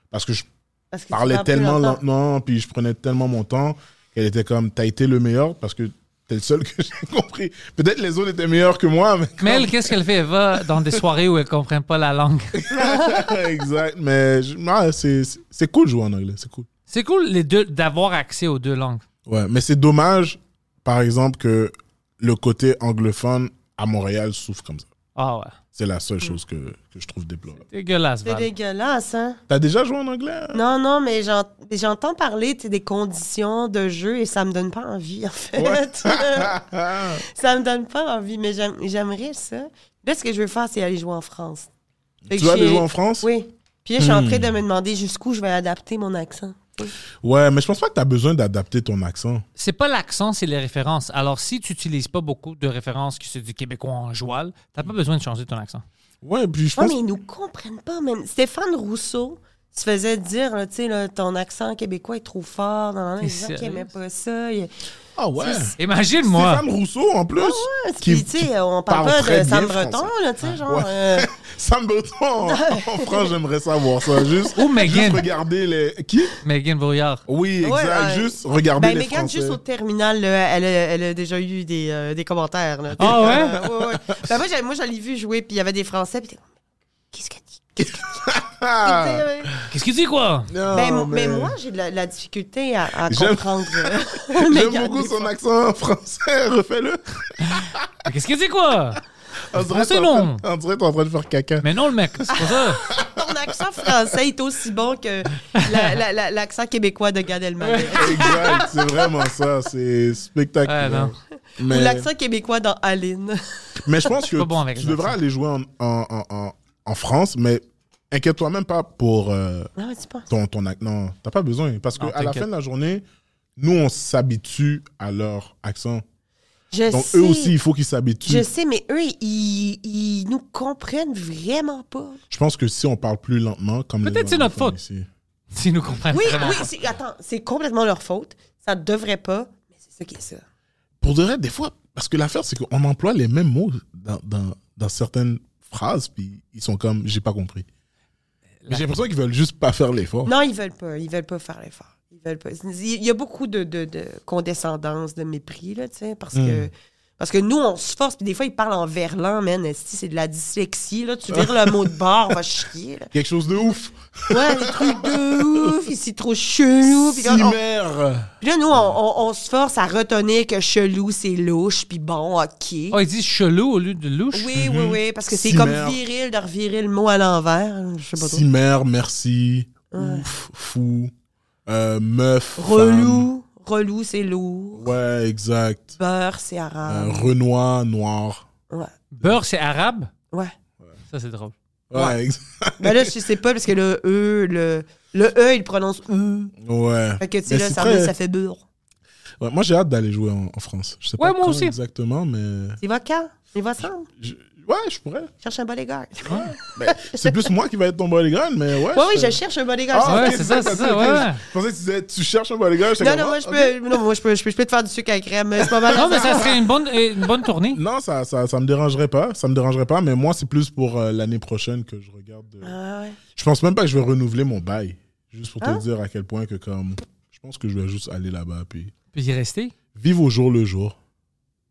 [SPEAKER 4] parce que je
[SPEAKER 5] parce que tu
[SPEAKER 4] parlais
[SPEAKER 5] parles plus
[SPEAKER 4] tellement
[SPEAKER 5] longtemps.
[SPEAKER 4] lentement puis je prenais tellement mon temps qu'elle était comme t'as été le meilleur parce que t'es le seul que j'ai *laughs* compris peut-être les autres étaient meilleurs que moi
[SPEAKER 5] *laughs*
[SPEAKER 4] mais
[SPEAKER 3] Mais elle, qu'est-ce qu'elle fait? Elle va dans des soirées où elle comprend pas la langue. *laughs*
[SPEAKER 4] exact mais je- ah, c'est c'est- c'est cool de jouer en anglais c'est cool
[SPEAKER 3] C'est cool les deux d'avoir accès aux deux langues.
[SPEAKER 4] ouais mais c'est dommage par exemple que le côté anglophone à Montréal souffre comme ça
[SPEAKER 3] Ah ouais.
[SPEAKER 4] c'est la
[SPEAKER 5] Mm.
[SPEAKER 4] seule chose que, que je trouve déplorable
[SPEAKER 3] Dégueulasse,
[SPEAKER 5] C'est
[SPEAKER 3] Val.
[SPEAKER 5] dégueulasse, hein?
[SPEAKER 4] T'as déjà joué en
[SPEAKER 5] *laughs*
[SPEAKER 4] anglais?
[SPEAKER 5] Non, non, mais j'en- mais j'entends parler tu sais, des conditions de jeu et ça me donne pas envie, en fait. *laughs* ça me donne pas envie, mais j'aime- j'aimerais ça. Là, ce que je veux faire, c'est aller jouer en France. Fait
[SPEAKER 4] *laughs* Tu
[SPEAKER 5] que
[SPEAKER 4] vas aller
[SPEAKER 5] j'ai-
[SPEAKER 4] jouer en France?
[SPEAKER 5] Oui. Puis là, je suis en train de me demander jusqu'où je vais adapter mon accent.
[SPEAKER 4] Ouais, mais je pense pas que t'as besoin d'adapter ton accent.
[SPEAKER 3] C'est pas l'accent, c'est les références. Alors, si tu utilises pas beaucoup de références qui sont du québécois en joual, t'as pas besoin de changer ton accent.
[SPEAKER 4] Ouais, puis je
[SPEAKER 5] Non,
[SPEAKER 4] pense.
[SPEAKER 5] mais ils nous comprennent pas, même. Stéphane Rousseau, se faisait dire, là, tu sais, là, ton accent québécois est trop fort. Dans la
[SPEAKER 3] T'es
[SPEAKER 5] main, gens qui
[SPEAKER 3] sérieux?
[SPEAKER 5] n'aimaient pas ça. Il-
[SPEAKER 4] Ah ouais.
[SPEAKER 3] Imagine-moi.
[SPEAKER 4] Stéphane Rousseau, en plus.
[SPEAKER 5] Puis, tu sais, euh, on parle
[SPEAKER 4] parle
[SPEAKER 5] pas
[SPEAKER 4] très
[SPEAKER 5] de Sam
[SPEAKER 4] bien
[SPEAKER 5] Breton,
[SPEAKER 4] français. Ah,
[SPEAKER 5] là, tu sais, genre.
[SPEAKER 4] Ouais.
[SPEAKER 5] euh,
[SPEAKER 4] *laughs* Sam Breton,
[SPEAKER 5] *laughs*
[SPEAKER 4] en, en France, j'aimerais savoir ça. Juste,
[SPEAKER 3] Ou
[SPEAKER 4] juste
[SPEAKER 3] Megan.
[SPEAKER 4] regarder les. Qui
[SPEAKER 3] Megan Brouillard.
[SPEAKER 4] Oui, exact.
[SPEAKER 5] Ouais, ouais.
[SPEAKER 4] Juste regarder
[SPEAKER 5] Ben,
[SPEAKER 4] les
[SPEAKER 5] Mégane,
[SPEAKER 4] Français.
[SPEAKER 5] juste au terminal, là, elle, a, elle a déjà eu des, euh, des commentaires. là.
[SPEAKER 3] Ah
[SPEAKER 5] Euh, ouais, ouais. Ben, moi, j'ai- moi, j'en ai vu jouer, puis il y avait des Français, puis t'es comme, qu'est-ce que tu
[SPEAKER 4] *laughs* Ah,
[SPEAKER 3] Qu'est-ce que tu dis, *laughs* quoi?
[SPEAKER 4] non,
[SPEAKER 5] ben, mo-
[SPEAKER 4] Ah, mais-
[SPEAKER 5] Mais moi, j'ai de la, la difficulté à, à
[SPEAKER 4] J'aime- *laughs*
[SPEAKER 5] comprendre. *laughs*
[SPEAKER 4] J'aime beaucoup son accent *laughs* français. Refais-le.
[SPEAKER 3] Qu'est-ce que tu dis, quoi?
[SPEAKER 4] On dirait que
[SPEAKER 3] Français,
[SPEAKER 4] t'es en train-
[SPEAKER 3] non.
[SPEAKER 4] On dirait que t'es en train de faire caca.
[SPEAKER 3] Mais non, le mec, c'est pas ça.
[SPEAKER 5] Ton accent français est aussi bon que la- la- la- l'accent québécois de Gad Elmaleh.
[SPEAKER 4] Exact, c'est vraiment ça, c'est
[SPEAKER 3] Ouais,
[SPEAKER 4] spectaculaire.
[SPEAKER 3] non.
[SPEAKER 5] Ou
[SPEAKER 4] mais,
[SPEAKER 5] l'accent québécois dans Aline.
[SPEAKER 4] mais je pense que
[SPEAKER 3] pas bon avec
[SPEAKER 4] tu
[SPEAKER 3] les
[SPEAKER 4] devras
[SPEAKER 3] accents.
[SPEAKER 4] aller jouer en, en, en, en- en France, mais inquiète-toi même pas pour euh,
[SPEAKER 5] *laughs* Non, mais tu penses?
[SPEAKER 4] ton, ton ac- Non, t'as pas besoin, parce
[SPEAKER 3] Non,
[SPEAKER 4] qu'à la
[SPEAKER 3] t'inquiète.
[SPEAKER 4] fin de la journée, nous, on s'habitue à leur accent.
[SPEAKER 5] Je
[SPEAKER 4] Donc,
[SPEAKER 5] sais,
[SPEAKER 4] eux aussi, il faut qu'ils s'habituent.
[SPEAKER 5] Je
[SPEAKER 4] Je...
[SPEAKER 5] sais, mais eux, ils, ils nous comprennent vraiment pas.
[SPEAKER 4] pense que si on parle plus lentement, comme les
[SPEAKER 3] Peut-être c'est notre
[SPEAKER 4] anglophones
[SPEAKER 3] faute.
[SPEAKER 4] ici.
[SPEAKER 3] S'ils nous comprennent
[SPEAKER 5] Oui,
[SPEAKER 3] vraiment.
[SPEAKER 5] oui, c'est- attends, c'est complètement leur faute. Ça devrait pas, mais c'est ça qui est ça.
[SPEAKER 4] Pour de vrai, des fois, parce que l'affaire, c'est qu'on emploie les mêmes mots dans, dans, dans certaines phrases, puis ils sont comme, j'ai pas compris. Mais J'ai l'impression qu'ils veulent juste pas faire l'effort.
[SPEAKER 5] Non, ils veulent pas. Ils veulent pas faire l'effort. Ils veulent pas. Il y a beaucoup de, de- de condescendance, de mépris, là, tu sais, parce que. Parce que nous, on se force, puis des fois, ils parlent en verlan, man. esti, C'est de la dyslexie, là. Tu vires le mot de bord, va chier, là.
[SPEAKER 4] Quelque chose de ouf.
[SPEAKER 5] Ouais, des trucs de ouf, ici, trop chelou. Puis là, on-
[SPEAKER 4] Cimère.
[SPEAKER 5] puis là, nous, on, on- on se force à retenir que chelou, c'est louche, puis bon, OK.
[SPEAKER 3] Oh, ils disent chelou au lieu de louche. Mm.
[SPEAKER 5] Oui, oui, oui, parce que c'est
[SPEAKER 4] Cimère.
[SPEAKER 5] comme viril de revirer le mot à l'envers. là, Je sais pas trop.
[SPEAKER 4] Cimère, merci. Ouf, fou. Euh, meuf.
[SPEAKER 5] Relou, relou, c'est lourd.
[SPEAKER 4] femme. Ouais, exact.
[SPEAKER 5] Beurre, c'est
[SPEAKER 4] Euh,
[SPEAKER 5] arabe.
[SPEAKER 4] Renoir, noir.
[SPEAKER 5] Ouais.
[SPEAKER 3] Beurre, c'est arabe.
[SPEAKER 5] ouais.
[SPEAKER 3] Ça, c'est drôle.
[SPEAKER 4] Ouais, exact.
[SPEAKER 5] Ben là, je sais pas, parce que le E, le, le E, il prononce E.
[SPEAKER 4] Ouais.
[SPEAKER 5] Fait que, tu sais,
[SPEAKER 4] Mais
[SPEAKER 5] là,
[SPEAKER 4] c'est
[SPEAKER 5] ça,
[SPEAKER 4] très-
[SPEAKER 5] ça fait beurre.
[SPEAKER 4] Ouais, Moi, j'ai hâte d'aller jouer en, en France. Je sais
[SPEAKER 3] Ouais,
[SPEAKER 4] pas
[SPEAKER 3] moi
[SPEAKER 4] quand
[SPEAKER 3] aussi.
[SPEAKER 4] exactement, mais.
[SPEAKER 5] C'est vocal. C'est ensemble.
[SPEAKER 4] je- Ouais, je pourrais.
[SPEAKER 5] Cherche un bodyguard.
[SPEAKER 4] C'est plus moi qui va être ton bodyguard, mais ouais.
[SPEAKER 5] Ouais, oui,
[SPEAKER 4] je-
[SPEAKER 5] je cherche un bodyguard.
[SPEAKER 4] Ah,
[SPEAKER 3] Ouais,
[SPEAKER 4] ok,
[SPEAKER 3] c'est ça,
[SPEAKER 4] d'accord,
[SPEAKER 3] c'est ça,
[SPEAKER 4] ok.
[SPEAKER 3] ouais, ouais.
[SPEAKER 4] Je pensais que tu disais, tu cherches un bodyguard. j'étais
[SPEAKER 5] non,
[SPEAKER 4] comme,
[SPEAKER 5] non, moi,
[SPEAKER 4] ah,
[SPEAKER 5] je
[SPEAKER 4] ok.
[SPEAKER 5] peux, non, moi, je peux, je peux, je peux te faire du sucre à la crème. C'est pas mal.
[SPEAKER 3] Non, mais ça serait une bonne, une bonne tournée.
[SPEAKER 4] Non, ça, ça, ça me dérangerait pas. Ça me dérangerait pas, mais moi, c'est plus pour euh, l'année prochaine que je regarde. euh,
[SPEAKER 5] Ah, ouais.
[SPEAKER 4] Je pense même pas que je vais renouveler mon bail. Juste pour
[SPEAKER 5] Hein?
[SPEAKER 4] te dire à quel point que comme je pense que je vais juste aller là-bas puis
[SPEAKER 3] *laughs* Puis y rester.
[SPEAKER 4] vivre au jour le jour.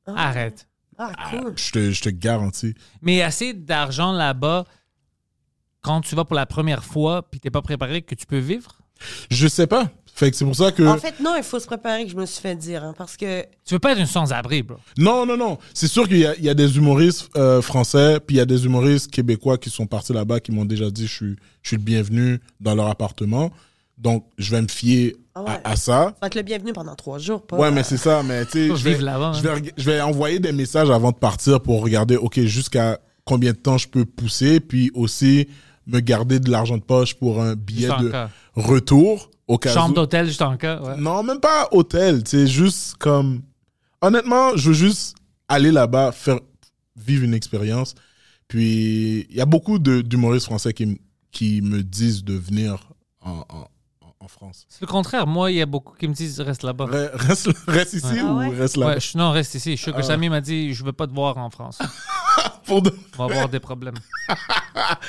[SPEAKER 3] Arrête.
[SPEAKER 5] Ah, cool.
[SPEAKER 4] Je te, je te garantis.
[SPEAKER 3] Mais assez d'argent là-bas quand tu vas pour la première fois puis t'es pas préparé que tu peux vivre.
[SPEAKER 4] Je sais pas. Fait que c'est pour ça que
[SPEAKER 5] En fait, non, il faut se préparer, que je me suis fait dire, hein, parce que
[SPEAKER 3] Tu veux pas être une sans-abri, bro.
[SPEAKER 4] non non non. C'est sûr qu'il y, a- il y a des humoristes euh, français puis il y a des humoristes québécois qui sont partis là-bas qui m'ont déjà dit je suis je suis le bienvenu dans leur appartement. Donc je vais me fier
[SPEAKER 5] Ah ouais.
[SPEAKER 4] à, à ça.
[SPEAKER 5] Faut être le bienvenu pendant trois jours, pas.
[SPEAKER 4] Ouais, mais c'est ça, mais tu sais,
[SPEAKER 3] Faut
[SPEAKER 4] je vais,
[SPEAKER 3] vivre hein. là-bas,
[SPEAKER 4] je, vais, reg- je vais envoyer des messages avant de partir pour regarder, OK, jusqu'à combien de temps je peux pousser, puis aussi me garder de l'argent de poche pour un billet
[SPEAKER 3] Juste en
[SPEAKER 4] de Mm.
[SPEAKER 3] cas.
[SPEAKER 4] retour au cas
[SPEAKER 3] Chambre
[SPEAKER 4] où.
[SPEAKER 3] d'hôtel, juste en cas. ouais.
[SPEAKER 4] Non, même pas hôtel, c'est juste comme... Honnêtement, je veux juste aller là-bas, faire vivre une expérience. Puis, il y a beaucoup de- d'humoristes français qui, m- qui me disent de venir en, en- en- en France.
[SPEAKER 3] C'est le contraire. Moi, il y a beaucoup qui me disent reste là-bas.
[SPEAKER 4] Re- Reste, reste ici
[SPEAKER 5] Ah ouais?
[SPEAKER 4] ou reste là-bas?
[SPEAKER 3] Ouais, je- non, reste ici. Je sais que Samy m'a dit je veux pas te voir en France.
[SPEAKER 4] Pour de-
[SPEAKER 3] On va avoir des problèmes.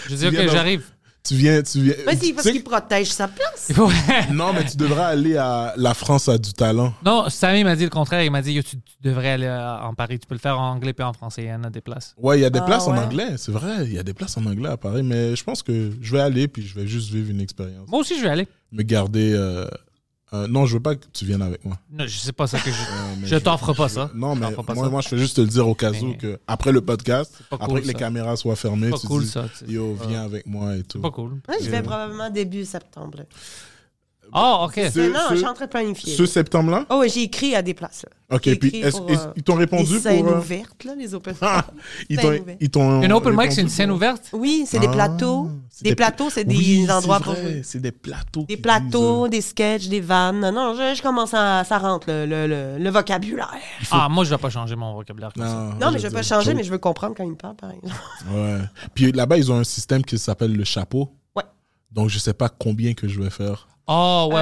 [SPEAKER 3] Je dis
[SPEAKER 4] Tu viens
[SPEAKER 3] ok,
[SPEAKER 4] dans-
[SPEAKER 3] j'arrive.
[SPEAKER 4] Tu viens, tu viens.
[SPEAKER 5] Mais c'est
[SPEAKER 4] tu
[SPEAKER 5] parce
[SPEAKER 4] sais
[SPEAKER 5] qu'il protège sa
[SPEAKER 4] *laughs*
[SPEAKER 5] place.
[SPEAKER 3] Il faut-
[SPEAKER 4] que- Non, mais tu devras aller à la France a du talent.
[SPEAKER 3] non, Samy m'a dit le contraire. Il m'a dit Yo, tu, tu devrais aller euh, en Paris. Tu peux le faire en anglais puis en français. Il y en a des places.
[SPEAKER 4] Ouais, il y a des
[SPEAKER 5] Ah,
[SPEAKER 4] places
[SPEAKER 5] ouais.
[SPEAKER 4] en anglais, c'est vrai. Il y a des places en anglais à Paris, mais je pense que je vais aller puis je vais juste vivre une expérience.
[SPEAKER 3] Moi aussi, je vais aller.
[SPEAKER 4] Me garder. euh, euh, non, je veux pas que tu viennes avec moi.
[SPEAKER 3] Non, je sais pas ça que je.
[SPEAKER 4] *laughs* Euh, mais
[SPEAKER 3] je t'offre pas ça.
[SPEAKER 4] Non,
[SPEAKER 3] Je
[SPEAKER 4] mais
[SPEAKER 3] t'offre pas
[SPEAKER 4] moi,
[SPEAKER 3] ça.
[SPEAKER 4] moi, je fais juste te le dire au cas
[SPEAKER 3] Mais-
[SPEAKER 4] où que après le podcast,
[SPEAKER 3] pas
[SPEAKER 4] après
[SPEAKER 3] cool,
[SPEAKER 4] que les
[SPEAKER 3] ça.
[SPEAKER 4] caméras soient fermées,
[SPEAKER 3] pas
[SPEAKER 4] tu
[SPEAKER 3] cool,
[SPEAKER 4] dis
[SPEAKER 3] ça, tu sais. Ah.
[SPEAKER 4] Yo, viens avec moi et tout.
[SPEAKER 3] C'est pas cool.
[SPEAKER 4] Euh,
[SPEAKER 5] Moi, je vais probablement début septembre. là.
[SPEAKER 3] Ah, ok.
[SPEAKER 4] Ce-
[SPEAKER 5] Mais non,
[SPEAKER 4] ce-
[SPEAKER 5] je suis en train de planifier.
[SPEAKER 4] Ce septembre-là
[SPEAKER 5] Oh, ouais, j'ai écrit à des places. là.
[SPEAKER 4] Ok,
[SPEAKER 5] J'ai
[SPEAKER 4] puis
[SPEAKER 5] écrit
[SPEAKER 4] est-ce-
[SPEAKER 5] pour,
[SPEAKER 4] est-ce-
[SPEAKER 5] euh,
[SPEAKER 4] ils t'ont répondu
[SPEAKER 5] Des scènes
[SPEAKER 4] pour. euh,
[SPEAKER 5] ouvertes, là, les open
[SPEAKER 4] *laughs* Ah, ils
[SPEAKER 5] Scène
[SPEAKER 4] t'ont.
[SPEAKER 5] ouverte.
[SPEAKER 4] ils t'ont
[SPEAKER 3] Une open mic, c'est une
[SPEAKER 4] répondu
[SPEAKER 3] scène
[SPEAKER 4] pour-
[SPEAKER 3] ouverte?
[SPEAKER 5] Oui, c'est des
[SPEAKER 4] Ah,
[SPEAKER 5] plateaux.
[SPEAKER 4] c'est
[SPEAKER 5] Des, plateaux, c'est des
[SPEAKER 4] Oui,
[SPEAKER 5] endroits
[SPEAKER 4] c'est
[SPEAKER 5] pour
[SPEAKER 4] vrai,
[SPEAKER 5] jouer.
[SPEAKER 4] C'est des plateaux.
[SPEAKER 5] Des
[SPEAKER 4] qui
[SPEAKER 5] plateaux,
[SPEAKER 4] disent,
[SPEAKER 5] des sketchs, des vannes. Non, non, je, je commence à. Ça rentre, le, le, le, le vocabulaire.
[SPEAKER 3] Ah, moi, je vais pas changer mon vocabulaire comme
[SPEAKER 4] euh,
[SPEAKER 3] ça.
[SPEAKER 5] Non, mais je
[SPEAKER 4] veux
[SPEAKER 5] peux
[SPEAKER 4] dire,
[SPEAKER 5] changer,
[SPEAKER 4] joke.
[SPEAKER 5] mais je veux comprendre quand il me parle, par exemple.
[SPEAKER 4] Ouais. Puis là-bas, ils ont un système qui s'appelle le chapeau.
[SPEAKER 5] Ouais.
[SPEAKER 4] Donc, je sais pas combien que je vais faire.
[SPEAKER 3] Ah, ouais, ouais,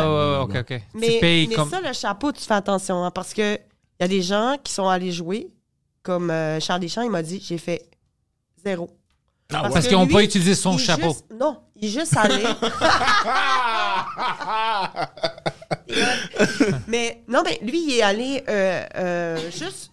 [SPEAKER 3] ouais, ok, ok.
[SPEAKER 5] Mais,
[SPEAKER 3] tu payes
[SPEAKER 5] mais
[SPEAKER 3] comme.
[SPEAKER 4] Ah,
[SPEAKER 5] ça, le chapeau, tu fais attention, hein, parce que il y a des gens qui sont allés jouer, comme euh, Charles Deschamps, il m'a dit, j'ai fait zéro.
[SPEAKER 3] ouais. Parce qu'ils ont
[SPEAKER 5] lui,
[SPEAKER 3] pas utilisé son
[SPEAKER 5] il est
[SPEAKER 3] chapeau.
[SPEAKER 5] juste- non, il est juste allé. mais non, mais lui, il est allé euh, euh, juste,